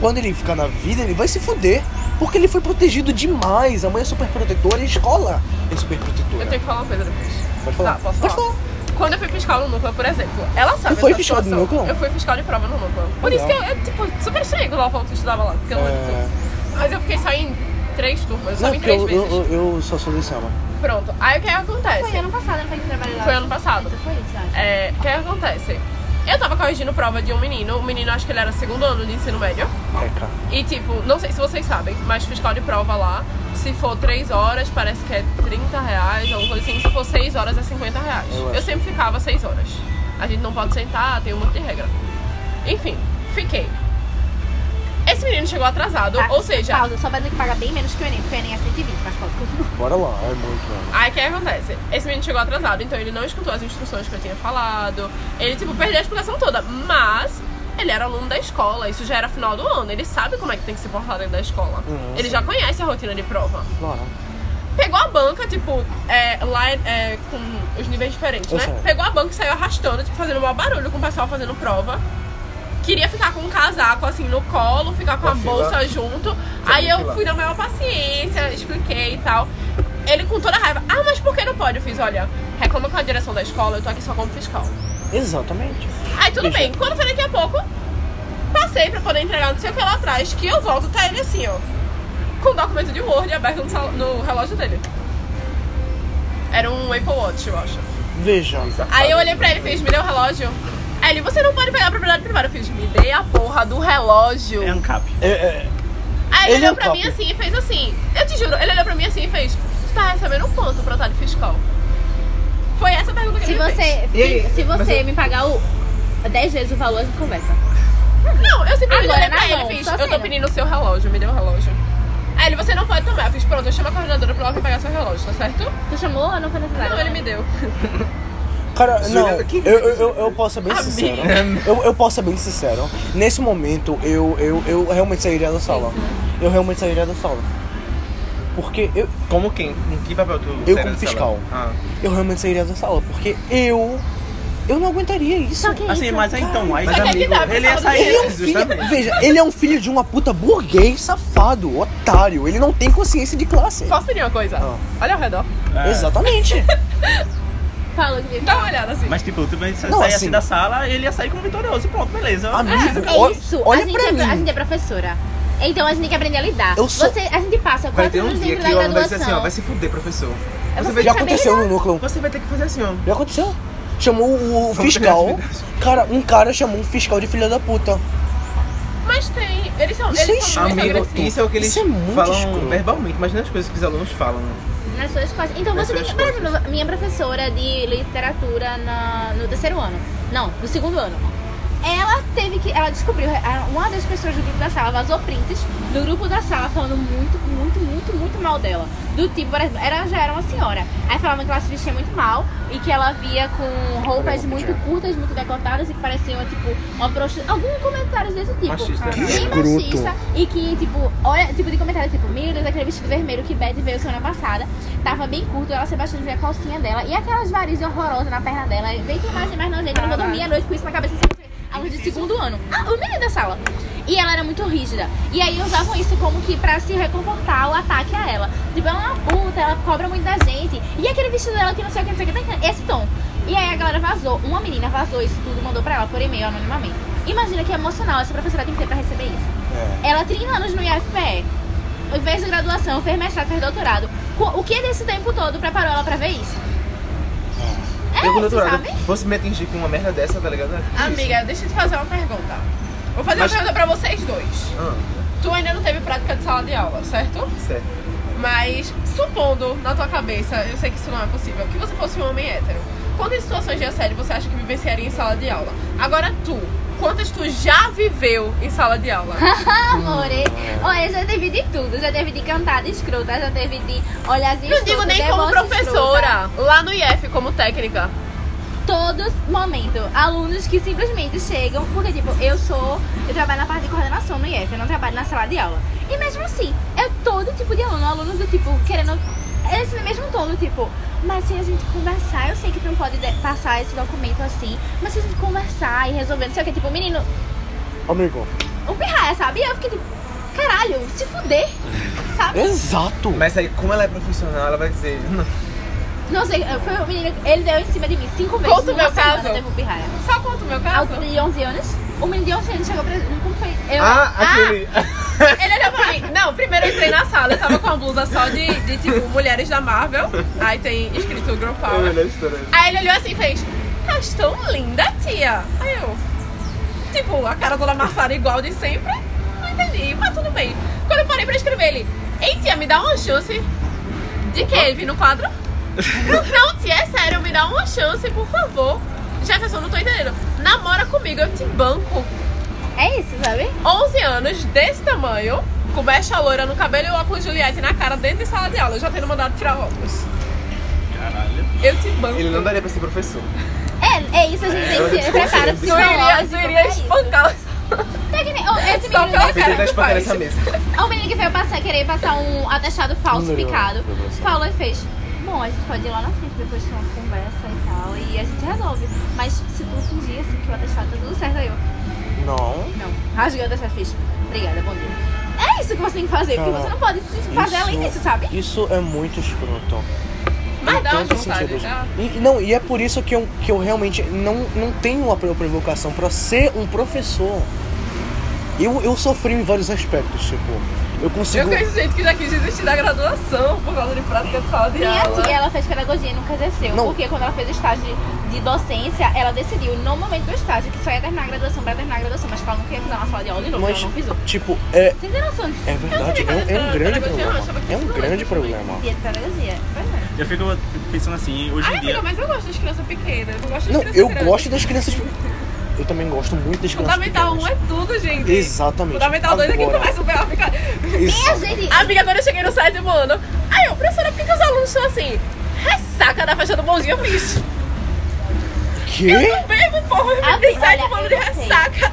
[SPEAKER 3] quando ele ficar na vida, ele vai se fuder. Porque ele foi protegido demais. A mãe é super protetora e a escola é super
[SPEAKER 1] Eu
[SPEAKER 3] protetora.
[SPEAKER 1] tenho que falar uma coisa depois.
[SPEAKER 3] Pode falar?
[SPEAKER 1] Tá, posso
[SPEAKER 3] Pode
[SPEAKER 1] falar?
[SPEAKER 3] falar.
[SPEAKER 1] Quando eu fui fiscal no núcleo, por exemplo, ela sabe
[SPEAKER 3] Tu foi
[SPEAKER 1] essa
[SPEAKER 3] fiscal do
[SPEAKER 1] situação.
[SPEAKER 3] núcleo?
[SPEAKER 1] Eu fui fiscal de prova no núcleo. Por
[SPEAKER 3] Legal.
[SPEAKER 1] isso que eu, eu, tipo, super estranho quando ela falou que tu estudava lá, porque eu não lembro
[SPEAKER 3] É.
[SPEAKER 1] tudo. Mas eu fiquei só em três turmas, eu só
[SPEAKER 3] Não,
[SPEAKER 1] em
[SPEAKER 3] porque
[SPEAKER 1] três
[SPEAKER 3] eu,
[SPEAKER 1] vezes.
[SPEAKER 3] eu, eu, eu só sou desse ano.
[SPEAKER 1] Pronto. Aí o que acontece?
[SPEAKER 2] Foi ano passado, não foi que trabalhou lá?
[SPEAKER 1] Foi ano passado.
[SPEAKER 2] Então foi isso, eu acho.
[SPEAKER 1] É, o que acontece? Eu tava corrigindo prova de um menino, o menino acho que ele era segundo ano de ensino médio.
[SPEAKER 3] É, cara.
[SPEAKER 1] E tipo, não sei se vocês sabem, mas fiscal de prova lá, se for 3 horas, parece que é 30 reais, alguma coisa assim. Se for 6 horas, é 50 reais.
[SPEAKER 3] Eu
[SPEAKER 1] Eu,
[SPEAKER 3] acho.
[SPEAKER 1] sempre ficava 6 horas. A gente não pode sentar, tem um monte de regra. Enfim, fiquei. Esse menino chegou atrasado,
[SPEAKER 2] Tá,
[SPEAKER 1] É, ou seja,
[SPEAKER 2] Pausa, só pra dizer que paga bem menos que o Enem, porque o Enem é 120, mas pode continuar.
[SPEAKER 3] Bora lá, é muito, mano.
[SPEAKER 1] Aí o que acontece? Esse menino chegou atrasado, então ele não escutou as instruções que eu tinha falado. Ele, tipo, perdeu a explicação toda. Mas ele era aluno da escola, isso já era final do ano. Ele sabe como é que tem que se portar dentro da escola.
[SPEAKER 3] Uhum.
[SPEAKER 1] Ele já conhece a rotina de prova.
[SPEAKER 3] Bora.
[SPEAKER 1] Pegou a banca, tipo, é, lá é, com os níveis diferentes,
[SPEAKER 3] Eu
[SPEAKER 1] né?
[SPEAKER 3] sei.
[SPEAKER 1] Pegou a banca e saiu arrastando, tipo, fazendo maior barulho com o pessoal fazendo prova. Queria ficar com um casaco assim no colo, ficar com
[SPEAKER 4] Na
[SPEAKER 1] a
[SPEAKER 4] fila.
[SPEAKER 1] bolsa junto. Aí eu
[SPEAKER 4] fila.
[SPEAKER 1] fui na maior paciência, expliquei e tal. Ele com toda a raiva, ah, mas por que não pode? Eu fiz, olha, reclama com a direção da escola, eu tô aqui só como fiscal.
[SPEAKER 3] Exatamente.
[SPEAKER 1] Aí tudo
[SPEAKER 3] Bicha.
[SPEAKER 1] bem, quando foi daqui a pouco, passei pra poder entregar não sei o que lá atrás, que eu volto, tá ele assim, ó. Com o documento de Word aberto no, sal- no relógio dele. Era um Apple Watch, eu acho.
[SPEAKER 3] Veja.
[SPEAKER 1] Aí eu olhei pra ele e fiz, me deu o relógio. Aí ele, você não pode pegar a propriedade privada. Eu fiz, me dê a porra do relógio.
[SPEAKER 5] É ANCAP.
[SPEAKER 3] É, é,
[SPEAKER 1] Aí ele
[SPEAKER 3] Ele é
[SPEAKER 1] olhou
[SPEAKER 3] um
[SPEAKER 1] pra mim
[SPEAKER 3] top.
[SPEAKER 1] assim e fez assim. Eu te juro, ele olhou pra mim assim e fez: Tu tá recebendo um ponto pro otário fiscal? Foi essa a pergunta que
[SPEAKER 2] Se
[SPEAKER 1] ele me fez.
[SPEAKER 2] você,
[SPEAKER 4] E-
[SPEAKER 2] se
[SPEAKER 4] mas
[SPEAKER 2] você
[SPEAKER 4] eu-
[SPEAKER 2] me pagar o 10 vezes o valor, a gente conversa.
[SPEAKER 1] Não, eu simplesmente
[SPEAKER 2] Agora,
[SPEAKER 1] olhei
[SPEAKER 2] na
[SPEAKER 1] pra ele
[SPEAKER 2] mão,
[SPEAKER 1] e fiz:
[SPEAKER 2] só
[SPEAKER 1] Eu tô
[SPEAKER 2] cena.
[SPEAKER 1] pedindo o seu relógio, me deu o relógio. Aí ele: Você não pode tomar. Eu fiz: Pronto, eu chamo a coordenadora pra ela vir pegar seu relógio, tá certo?
[SPEAKER 2] Tu chamou ou não foi necessário?
[SPEAKER 1] Não, ele me deu.
[SPEAKER 3] Cara, não,
[SPEAKER 4] Juliana, que-
[SPEAKER 3] eu, eu, eu, eu posso ser bem
[SPEAKER 1] Amiga.
[SPEAKER 3] sincero.
[SPEAKER 4] É,
[SPEAKER 3] Eu, eu posso ser bem sincero. Nesse momento, eu, eu, eu realmente sairia da sala. Eu realmente sairia da sala. Porque eu,
[SPEAKER 4] Como quem? Com que papel tu
[SPEAKER 3] Eu
[SPEAKER 4] sai
[SPEAKER 3] como
[SPEAKER 4] da sala?
[SPEAKER 3] fiscal.
[SPEAKER 4] Ah.
[SPEAKER 3] eu realmente sairia da sala. Porque eu. Eu não aguentaria isso.
[SPEAKER 2] Só que é
[SPEAKER 5] Assim,
[SPEAKER 2] isso.
[SPEAKER 5] mas aí então, aí
[SPEAKER 1] Mas é que
[SPEAKER 5] amigo,
[SPEAKER 1] dá,
[SPEAKER 5] ele ia
[SPEAKER 1] pessoal,
[SPEAKER 5] sair.
[SPEAKER 3] Ele é um filho,
[SPEAKER 4] Justamente.
[SPEAKER 3] veja, ele é um filho de uma puta burguês safado, otário. Ele não tem consciência de classe.
[SPEAKER 1] Posso pedir uma
[SPEAKER 4] Tá
[SPEAKER 1] coisa?
[SPEAKER 3] Ah.
[SPEAKER 1] Olha ao redor.
[SPEAKER 5] É.
[SPEAKER 3] Exatamente.
[SPEAKER 2] Fala, Guilherme.
[SPEAKER 1] Dá uma olhada assim.
[SPEAKER 5] Mas tipo, tu vai sair
[SPEAKER 3] Não,
[SPEAKER 5] assim,
[SPEAKER 3] assim-
[SPEAKER 5] da sala, ele ia sair como vitorioso, pronto, beleza.
[SPEAKER 3] Amigo,
[SPEAKER 2] É
[SPEAKER 3] olha-
[SPEAKER 2] isso.
[SPEAKER 3] olha
[SPEAKER 2] a, gente
[SPEAKER 3] pra
[SPEAKER 2] é,
[SPEAKER 3] mim.
[SPEAKER 2] a gente é professora. Então a gente tem que aprender a lidar.
[SPEAKER 3] Eu sou-
[SPEAKER 2] Você, a gente passa
[SPEAKER 4] Vai
[SPEAKER 2] quatro
[SPEAKER 4] ter um
[SPEAKER 2] anos
[SPEAKER 4] dia
[SPEAKER 2] dentro
[SPEAKER 4] que
[SPEAKER 2] da
[SPEAKER 4] o aluno vai dizer assim, ó,
[SPEAKER 2] graduação.
[SPEAKER 4] vai se fuder, professor.
[SPEAKER 2] É
[SPEAKER 4] Você
[SPEAKER 2] você
[SPEAKER 4] vai,
[SPEAKER 3] Já
[SPEAKER 2] saber
[SPEAKER 3] aconteceu no
[SPEAKER 2] lidar.
[SPEAKER 3] núcleo.
[SPEAKER 4] você vai ter que fazer assim, ó.
[SPEAKER 3] Já aconteceu. Chamou o fiscal. Cara, um cara chamou um fiscal de filha da puta.
[SPEAKER 1] Mas tem. Eles são,
[SPEAKER 3] Isso é
[SPEAKER 1] eles são muito
[SPEAKER 3] escroto.
[SPEAKER 4] Amigo,
[SPEAKER 1] agressivos.
[SPEAKER 4] isso é o que eles
[SPEAKER 3] Isso é muito
[SPEAKER 4] falam
[SPEAKER 3] escroto.
[SPEAKER 4] verbalmente, mas não é as coisas que os alunos falam. né?
[SPEAKER 2] Nas suas costas. Então
[SPEAKER 4] Nas
[SPEAKER 2] você tem que.
[SPEAKER 4] suas
[SPEAKER 2] Por exemplo, minha professora de literatura na- no terceiro ano. Não, no segundo ano. Ela teve que. Ela descobriu. a- Uma das pessoas do grupo da sala vazou prints do grupo da sala falando muito, muito, muito, muito mal dela. Do tipo, por exemplo, ela já era uma senhora. Aí falavam que ela se vestia muito mal e que ela via com roupas muito curtas, muito decotadas e que parecia tipo uma prostituta. Alguns comentários desse tipo.
[SPEAKER 4] Machista. né?
[SPEAKER 2] Bem
[SPEAKER 3] escroto.
[SPEAKER 2] machista. E que, tipo, olha, tipo de comentário, tipo, meu Deus, aquele vestido vermelho que Beth veio semana passada. Tava bem curto, ela Sebastião veio a calcinha dela. E aquelas varizes horrorosas na perna dela. Vem que imagem mais nojenta, eu não vou dormir à noite com isso na cabeça assim, sempre. Aluno de segundo ano. Ah, o menino da sala. E ela era muito rígida. E aí usavam isso como que pra se reconfortar o ataque a ela. Tipo, ela é uma puta, ela cobra muito da gente. E aquele vestido dela que não sei o que, não sei o que, não sei o que, esse tom. E aí a galera vazou. Uma menina vazou isso tudo, mandou pra ela por e-mail anonimamente. Imagina que emocional essa professora tem que ter pra receber isso. Ela 30 anos no IFPE. Fez graduação, fez mestrado, fez doutorado. Co- O que é desse tempo todo preparou ela pra ver isso? É isso,
[SPEAKER 4] eu, quando eu
[SPEAKER 2] É, sabe?
[SPEAKER 4] você me atingir com uma merda dessa, tá ligado?
[SPEAKER 1] Amiga, deixa eu te fazer uma pergunta. Vou fazer
[SPEAKER 4] Mas-
[SPEAKER 1] uma pergunta pra vocês dois.
[SPEAKER 4] Ah, é
[SPEAKER 1] Tu ainda não teve prática de sala de aula, certo?
[SPEAKER 4] certo.
[SPEAKER 1] Mas supondo na tua cabeça, eu sei que isso não é possível, que você fosse um homem hétero, quantas situações de assédio você acha que vivenciaria em sala de aula? Agora tu, quantas tu já viveu em sala de aula?
[SPEAKER 2] Amore, é. olha, já teve de tudo. Já teve de cantada escrota, já teve de olhazinho
[SPEAKER 1] não digo nem como professora, lá no IF como técnica.
[SPEAKER 2] Todos momento, alunos que simplesmente chegam, porque tipo, eu sou, eu trabalho na parte de coordenação no IF, eu não trabalho na sala de aula. E mesmo assim, é todo tipo de aluno, aluno do tipo, querendo, esse mesmo tom, tipo, mas se a gente conversar, eu sei que tu não pode de- passar esse documento assim, mas se a gente conversar e resolver, não sei o que, tipo, menino,
[SPEAKER 3] Amigo.
[SPEAKER 2] o pirraia, sabe? E eu fiquei tipo, caralho, se fuder, sabe?
[SPEAKER 3] Exato.
[SPEAKER 4] Mas aí, como ela é profissional, ela vai dizer. "Não,
[SPEAKER 2] Não sei, foi o menino. Ele deu em cima de mim cinco vezes.
[SPEAKER 1] Conta o
[SPEAKER 2] numa
[SPEAKER 1] meu
[SPEAKER 2] semana,
[SPEAKER 1] caso.
[SPEAKER 2] Teve um pirraia.
[SPEAKER 1] Só conta o meu
[SPEAKER 2] A
[SPEAKER 1] caso.
[SPEAKER 2] altura de 11 anos. O menino de 11 anos chegou pra. Como foi? Eu,
[SPEAKER 4] Ah, aquele.
[SPEAKER 1] Ele olhou pra mim. Não, primeiro eu entrei na sala, eu tava com uma blusa só de, de tipo, mulheres da Marvel. Aí tem escrito Girl
[SPEAKER 4] É a
[SPEAKER 1] Power.
[SPEAKER 4] melhor história.
[SPEAKER 1] Aí ele olhou assim e fez, estás tão linda, tia. Aí eu, tipo, a cara toda amassada igual de sempre. Não entendi, mas tudo bem. Quando eu parei pra escrever ele, ei tia, me dá uma chance. De que? Ele vir no quadro? não, tia, é sério, me dá uma chance, por favor. Jefferson, não tô entendendo. Namora comigo, eu te banco.
[SPEAKER 2] É isso, sabe?
[SPEAKER 1] 11 anos, desse tamanho, com mecha loira no cabelo e o óculos Juliette na cara dentro de sala de aula, já tendo mandado tirar o óculos.
[SPEAKER 5] Caralho.
[SPEAKER 1] Eu te banco.
[SPEAKER 4] Ele não daria pra ser professor.
[SPEAKER 2] É, é isso, a gente tem que se preparar
[SPEAKER 1] Tu iria,
[SPEAKER 2] psicológico.
[SPEAKER 1] tu iria
[SPEAKER 2] pra isso.
[SPEAKER 1] espancar os
[SPEAKER 2] Tecni- oh, Esse
[SPEAKER 1] Só pela
[SPEAKER 2] menino,
[SPEAKER 4] Tem que
[SPEAKER 1] cara
[SPEAKER 4] tentar
[SPEAKER 1] que
[SPEAKER 4] espancar
[SPEAKER 1] faz.
[SPEAKER 4] nessa mesa.
[SPEAKER 2] é o menino que veio passar, querer passar um atestado falsificado,
[SPEAKER 3] Não, não, não.
[SPEAKER 2] falou e fez. Bom, a gente pode ir lá na frente depois ter uma conversa e tal, e a gente resolve. Mas se tu fingir assim que o atestado tá tudo certo, aí eu,
[SPEAKER 3] Não.
[SPEAKER 2] não, rasguei o atestado e fiz. Obrigada, bom dia. É isso que você tem que fazer, porque
[SPEAKER 3] Cara,
[SPEAKER 2] você não pode se fazer além disso, sabe?
[SPEAKER 3] Isso é muito escroto.
[SPEAKER 1] Mas
[SPEAKER 3] Em
[SPEAKER 1] dá uma
[SPEAKER 3] tantos
[SPEAKER 1] vontade,
[SPEAKER 3] sentidos.
[SPEAKER 1] dá.
[SPEAKER 3] E, não, e é por isso que eu, que eu realmente não, não tenho a própria vocação pra ser um professor. Eu, eu sofri em vários aspectos, tipo, eu
[SPEAKER 1] Eu
[SPEAKER 3] consigo.
[SPEAKER 1] conheço gente que já quis desistir da graduação por causa de prática de sala de
[SPEAKER 2] Minha
[SPEAKER 1] aula.
[SPEAKER 2] tia, assim, ela fez pedagogia e nunca exerceu.
[SPEAKER 3] Não.
[SPEAKER 2] Porque quando ela fez o estágio de- de docência, ela decidiu no momento do estágio que só ia terminar a graduação pra terminar a graduação, mas que ela não queria pisar na sala de aula de novo,
[SPEAKER 3] Mas,
[SPEAKER 2] ela não pisou.
[SPEAKER 3] tipo, é,
[SPEAKER 2] Vocês têm noção disso?
[SPEAKER 3] é verdade, é, um- é um grande problema. É um grande problema.
[SPEAKER 2] Dia de pedagogia. Pois é.
[SPEAKER 5] Eu fico pensando assim, hoje
[SPEAKER 1] Ai,
[SPEAKER 5] em dia.
[SPEAKER 1] amiga, mas eu gosto das crianças pequenas. Eu gosto das
[SPEAKER 3] Não,
[SPEAKER 1] crianças
[SPEAKER 3] eu
[SPEAKER 1] grandes.
[SPEAKER 3] gosto das crianças. Eu também gosto muito das crianças.
[SPEAKER 1] Fundamental 1
[SPEAKER 3] pequenas.
[SPEAKER 1] é tudo, gente.
[SPEAKER 3] Exatamente.
[SPEAKER 1] Fundamental 2 é quem
[SPEAKER 3] Agora.
[SPEAKER 1] começa o B.O. fica...
[SPEAKER 2] E a
[SPEAKER 3] Isso.
[SPEAKER 2] gente.
[SPEAKER 1] Amiga, quando eu cheguei no sétimo ano, aí eu, professora, por que, que os alunos são assim? Ressaca da festa do bonzinho, eu fiz.
[SPEAKER 3] Que?
[SPEAKER 1] Eu bebo, porra, eu
[SPEAKER 2] Amiga,
[SPEAKER 1] bebi sétimo
[SPEAKER 2] olha,
[SPEAKER 1] ano de
[SPEAKER 2] eu sei.
[SPEAKER 1] ressaca.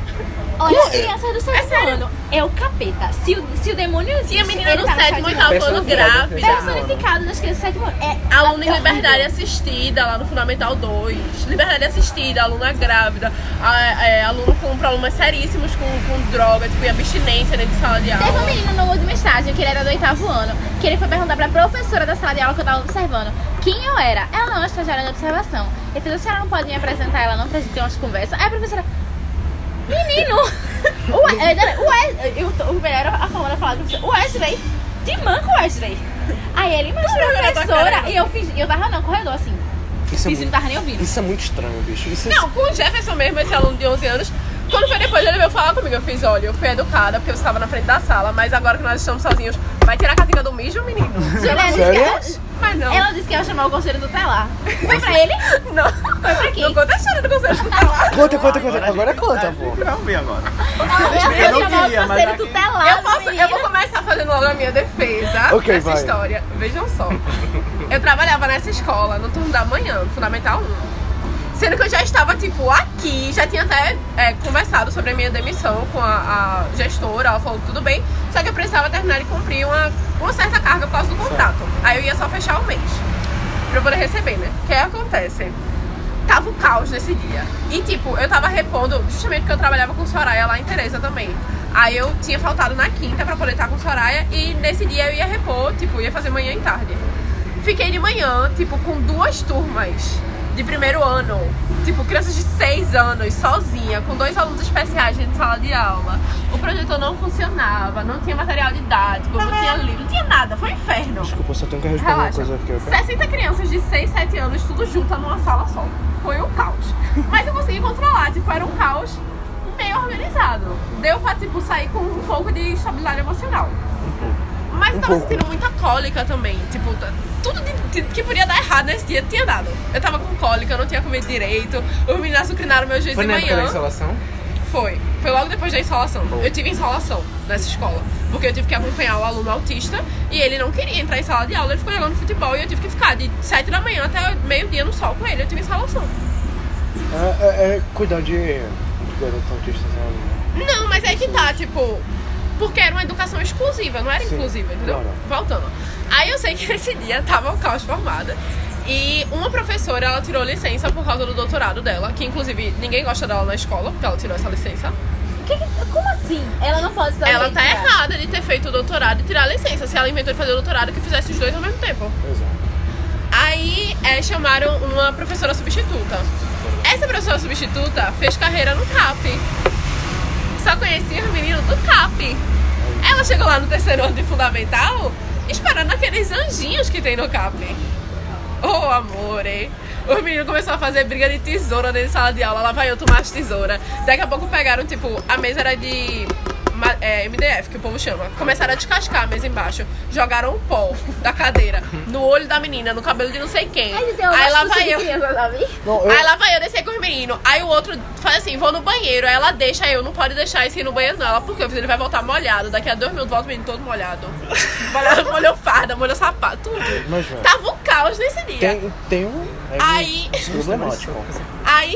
[SPEAKER 2] Olha as crianças do sétimo
[SPEAKER 1] sério.
[SPEAKER 2] ano. É o capeta. Se o, se o demônio existe.
[SPEAKER 1] E a menina
[SPEAKER 2] ele
[SPEAKER 1] no
[SPEAKER 2] tá
[SPEAKER 1] sétimo,
[SPEAKER 2] sétimo ano.
[SPEAKER 1] oitavo ano,
[SPEAKER 4] Personificado.
[SPEAKER 1] grávida.
[SPEAKER 2] Personificado das crianças do sétimo ano. É
[SPEAKER 1] Aluna em
[SPEAKER 2] horrível.
[SPEAKER 1] liberdade assistida lá no Fundamental 2. Liberdade assistida, aluna grávida, a- é, aluno com problemas seríssimos com, com droga, tipo, e abstinência dentro de sala de
[SPEAKER 2] Teve um
[SPEAKER 1] aula.
[SPEAKER 2] menino no último estágio, que ele era do oitavo ano, que ele foi perguntar pra professora da sala de aula que eu tava observando quem eu era. Ela não, eu estagiária de observação. Ele fez, a senhora não pode me apresentar ela não pra gente ter umas conversas. Aí a professora, menino, o Wes- era- o Wes- eu tô- o melhor era a forma da falar do professor, o Wesley, de manco Wesley. Aí ele, mas professora, e eu fiz, eu tava no corredor assim,
[SPEAKER 3] Isso é,
[SPEAKER 2] fiz e não
[SPEAKER 3] muito,
[SPEAKER 2] tava nem ouvindo.
[SPEAKER 3] isso é muito estranho, bicho. Isso é-
[SPEAKER 1] Não, com o Jefferson mesmo, esse aluno de 11 anos. Quando foi depois, ele veio falar comigo. Eu fiz, olha, eu fui educada porque eu estava na frente da sala, mas agora que nós estamos sozinhos, vai tirar a catinga do mijo, menino?
[SPEAKER 2] Juliana disse que
[SPEAKER 3] Sério?
[SPEAKER 2] ela-
[SPEAKER 1] Mas não.
[SPEAKER 2] ela disse que ia chamar o conselheiro do telar. Foi pra ele?
[SPEAKER 1] Não. Foi
[SPEAKER 2] pra quem?
[SPEAKER 1] Não conta a história do conselho tutelar.
[SPEAKER 3] Conta, conta, conta. Agora tá conta,
[SPEAKER 5] Ah,
[SPEAKER 3] pô.
[SPEAKER 5] Vamos ver agora.
[SPEAKER 2] Eu
[SPEAKER 5] não
[SPEAKER 2] chamar
[SPEAKER 5] queria,
[SPEAKER 2] o
[SPEAKER 5] mas
[SPEAKER 2] conselho
[SPEAKER 5] aqui-
[SPEAKER 2] tutelar.
[SPEAKER 1] Eu, posso, eu
[SPEAKER 2] menina.
[SPEAKER 1] vou começar fazendo logo a minha defesa
[SPEAKER 3] Ok,
[SPEAKER 1] dessa
[SPEAKER 3] vai.
[SPEAKER 1] história. Vejam só. Eu trabalhava nessa escola no turno da manhã, no Fundamental 1. Sendo que eu já estava, tipo, aqui, já tinha até é, conversado sobre a minha demissão com a, a gestora, ela falou tudo bem, só que eu precisava terminar de cumprir uma, uma certa carga por causa do contrato. Aí eu ia só fechar o mês pra eu poder receber, né? O que acontece? Tava o caos nesse dia. E tipo, eu tava repondo, justamente porque eu trabalhava com Soraya lá em Tereza também. Aí eu tinha faltado na quinta pra poder estar com Soraya e nesse dia eu ia repor, tipo, ia fazer manhã e tarde. Fiquei de manhã, tipo, com duas turmas de primeiro ano. Tipo, crianças de seis anos, sozinha, com dois alunos especiais dentro de sala de aula. O projetor não funcionava, não tinha material didático, não tinha livro, não tinha nada, foi um inferno.
[SPEAKER 3] Desculpa, eu só tenho que responder uma
[SPEAKER 1] Relaxa.
[SPEAKER 3] coisa aqui. ok?
[SPEAKER 1] 60 crianças de 6, 7 anos, tudo junto numa sala só. Foi um caos. Mas eu consegui controlar, tipo, era um caos meio organizado. Deu pra, tipo, sair com um pouco de estabilidade emocional. Mas
[SPEAKER 3] Um
[SPEAKER 1] eu tava
[SPEAKER 3] pouco.
[SPEAKER 1] sentindo muita cólica também. Tipo, t- tudo de- de- que podia dar errado nesse dia tinha dado. Eu tava com cólica, eu não tinha comido direito. Os meninos açucrinaram meus dias
[SPEAKER 4] Foi
[SPEAKER 1] de
[SPEAKER 4] na época da
[SPEAKER 1] manhã.
[SPEAKER 4] insolação?
[SPEAKER 1] Foi. Foi logo depois da insolação. Eu tive insolação nessa escola. Porque eu tive que acompanhar o aluno autista e ele não queria entrar em sala de aula, ele ficou jogando futebol e eu tive que ficar de 7 da manhã até meio-dia no sol com ele. Eu tive insolação.
[SPEAKER 3] É, é, é cuidar de de garotos autistas. né?
[SPEAKER 1] Não, mas é que tá, tipo. Porque era uma educação exclusiva, não era
[SPEAKER 3] Sim.
[SPEAKER 1] inclusiva, entendeu?
[SPEAKER 3] Não, não.
[SPEAKER 1] Voltando. Aí eu sei que nesse dia tava o caos formado. E uma professora, ela tirou licença por causa do doutorado dela, que inclusive ninguém gosta dela na escola, porque ela tirou essa licença.
[SPEAKER 2] Que que- como assim? Ela não pode ser
[SPEAKER 1] Ela
[SPEAKER 2] alguém
[SPEAKER 1] tá
[SPEAKER 2] que-
[SPEAKER 1] errada de ter feito o doutorado e tirar a licença. Se ela inventou de fazer o doutorado, que fizesse os dois ao mesmo tempo.
[SPEAKER 3] Exato.
[SPEAKER 1] Aí aí é, chamaram uma professora substituta. Essa professora substituta fez carreira no CAP. Só conhecia os meninos do CAP. Ela chegou lá no terceiro ano de fundamental esperando aqueles anjinhos que tem no CAP. Oh, amor, hein? Os meninos começaram a fazer briga de tesoura dentro de sala de aula. Lá vai eu tomar as tesouras. Daqui a pouco pegaram, tipo, a mesa era de ma- é, MDF, que o povo chama. Começaram a descascar a mesa embaixo. Jogaram o pó da cadeira no olho da menina, no cabelo de não sei quem.
[SPEAKER 2] então, um
[SPEAKER 1] Aí lá vai eu.
[SPEAKER 3] Não, eu-
[SPEAKER 1] Aí lá vai eu descer com os meninos. Aí o outro faz assim, vou no banheiro. Aí ela deixa eu, não pode deixar esse ir no banheiro não. Ela, por quê? Eu fiz, Ele vai voltar molhado. Daqui a dois minutos volta o menino todo molhado. Molhado, molhou farda, molhou sapato, tudo.
[SPEAKER 3] Mas, velho,
[SPEAKER 1] Tava um caos nesse dia.
[SPEAKER 3] tem, tem um. É
[SPEAKER 1] Aí,
[SPEAKER 3] problemático.
[SPEAKER 1] aí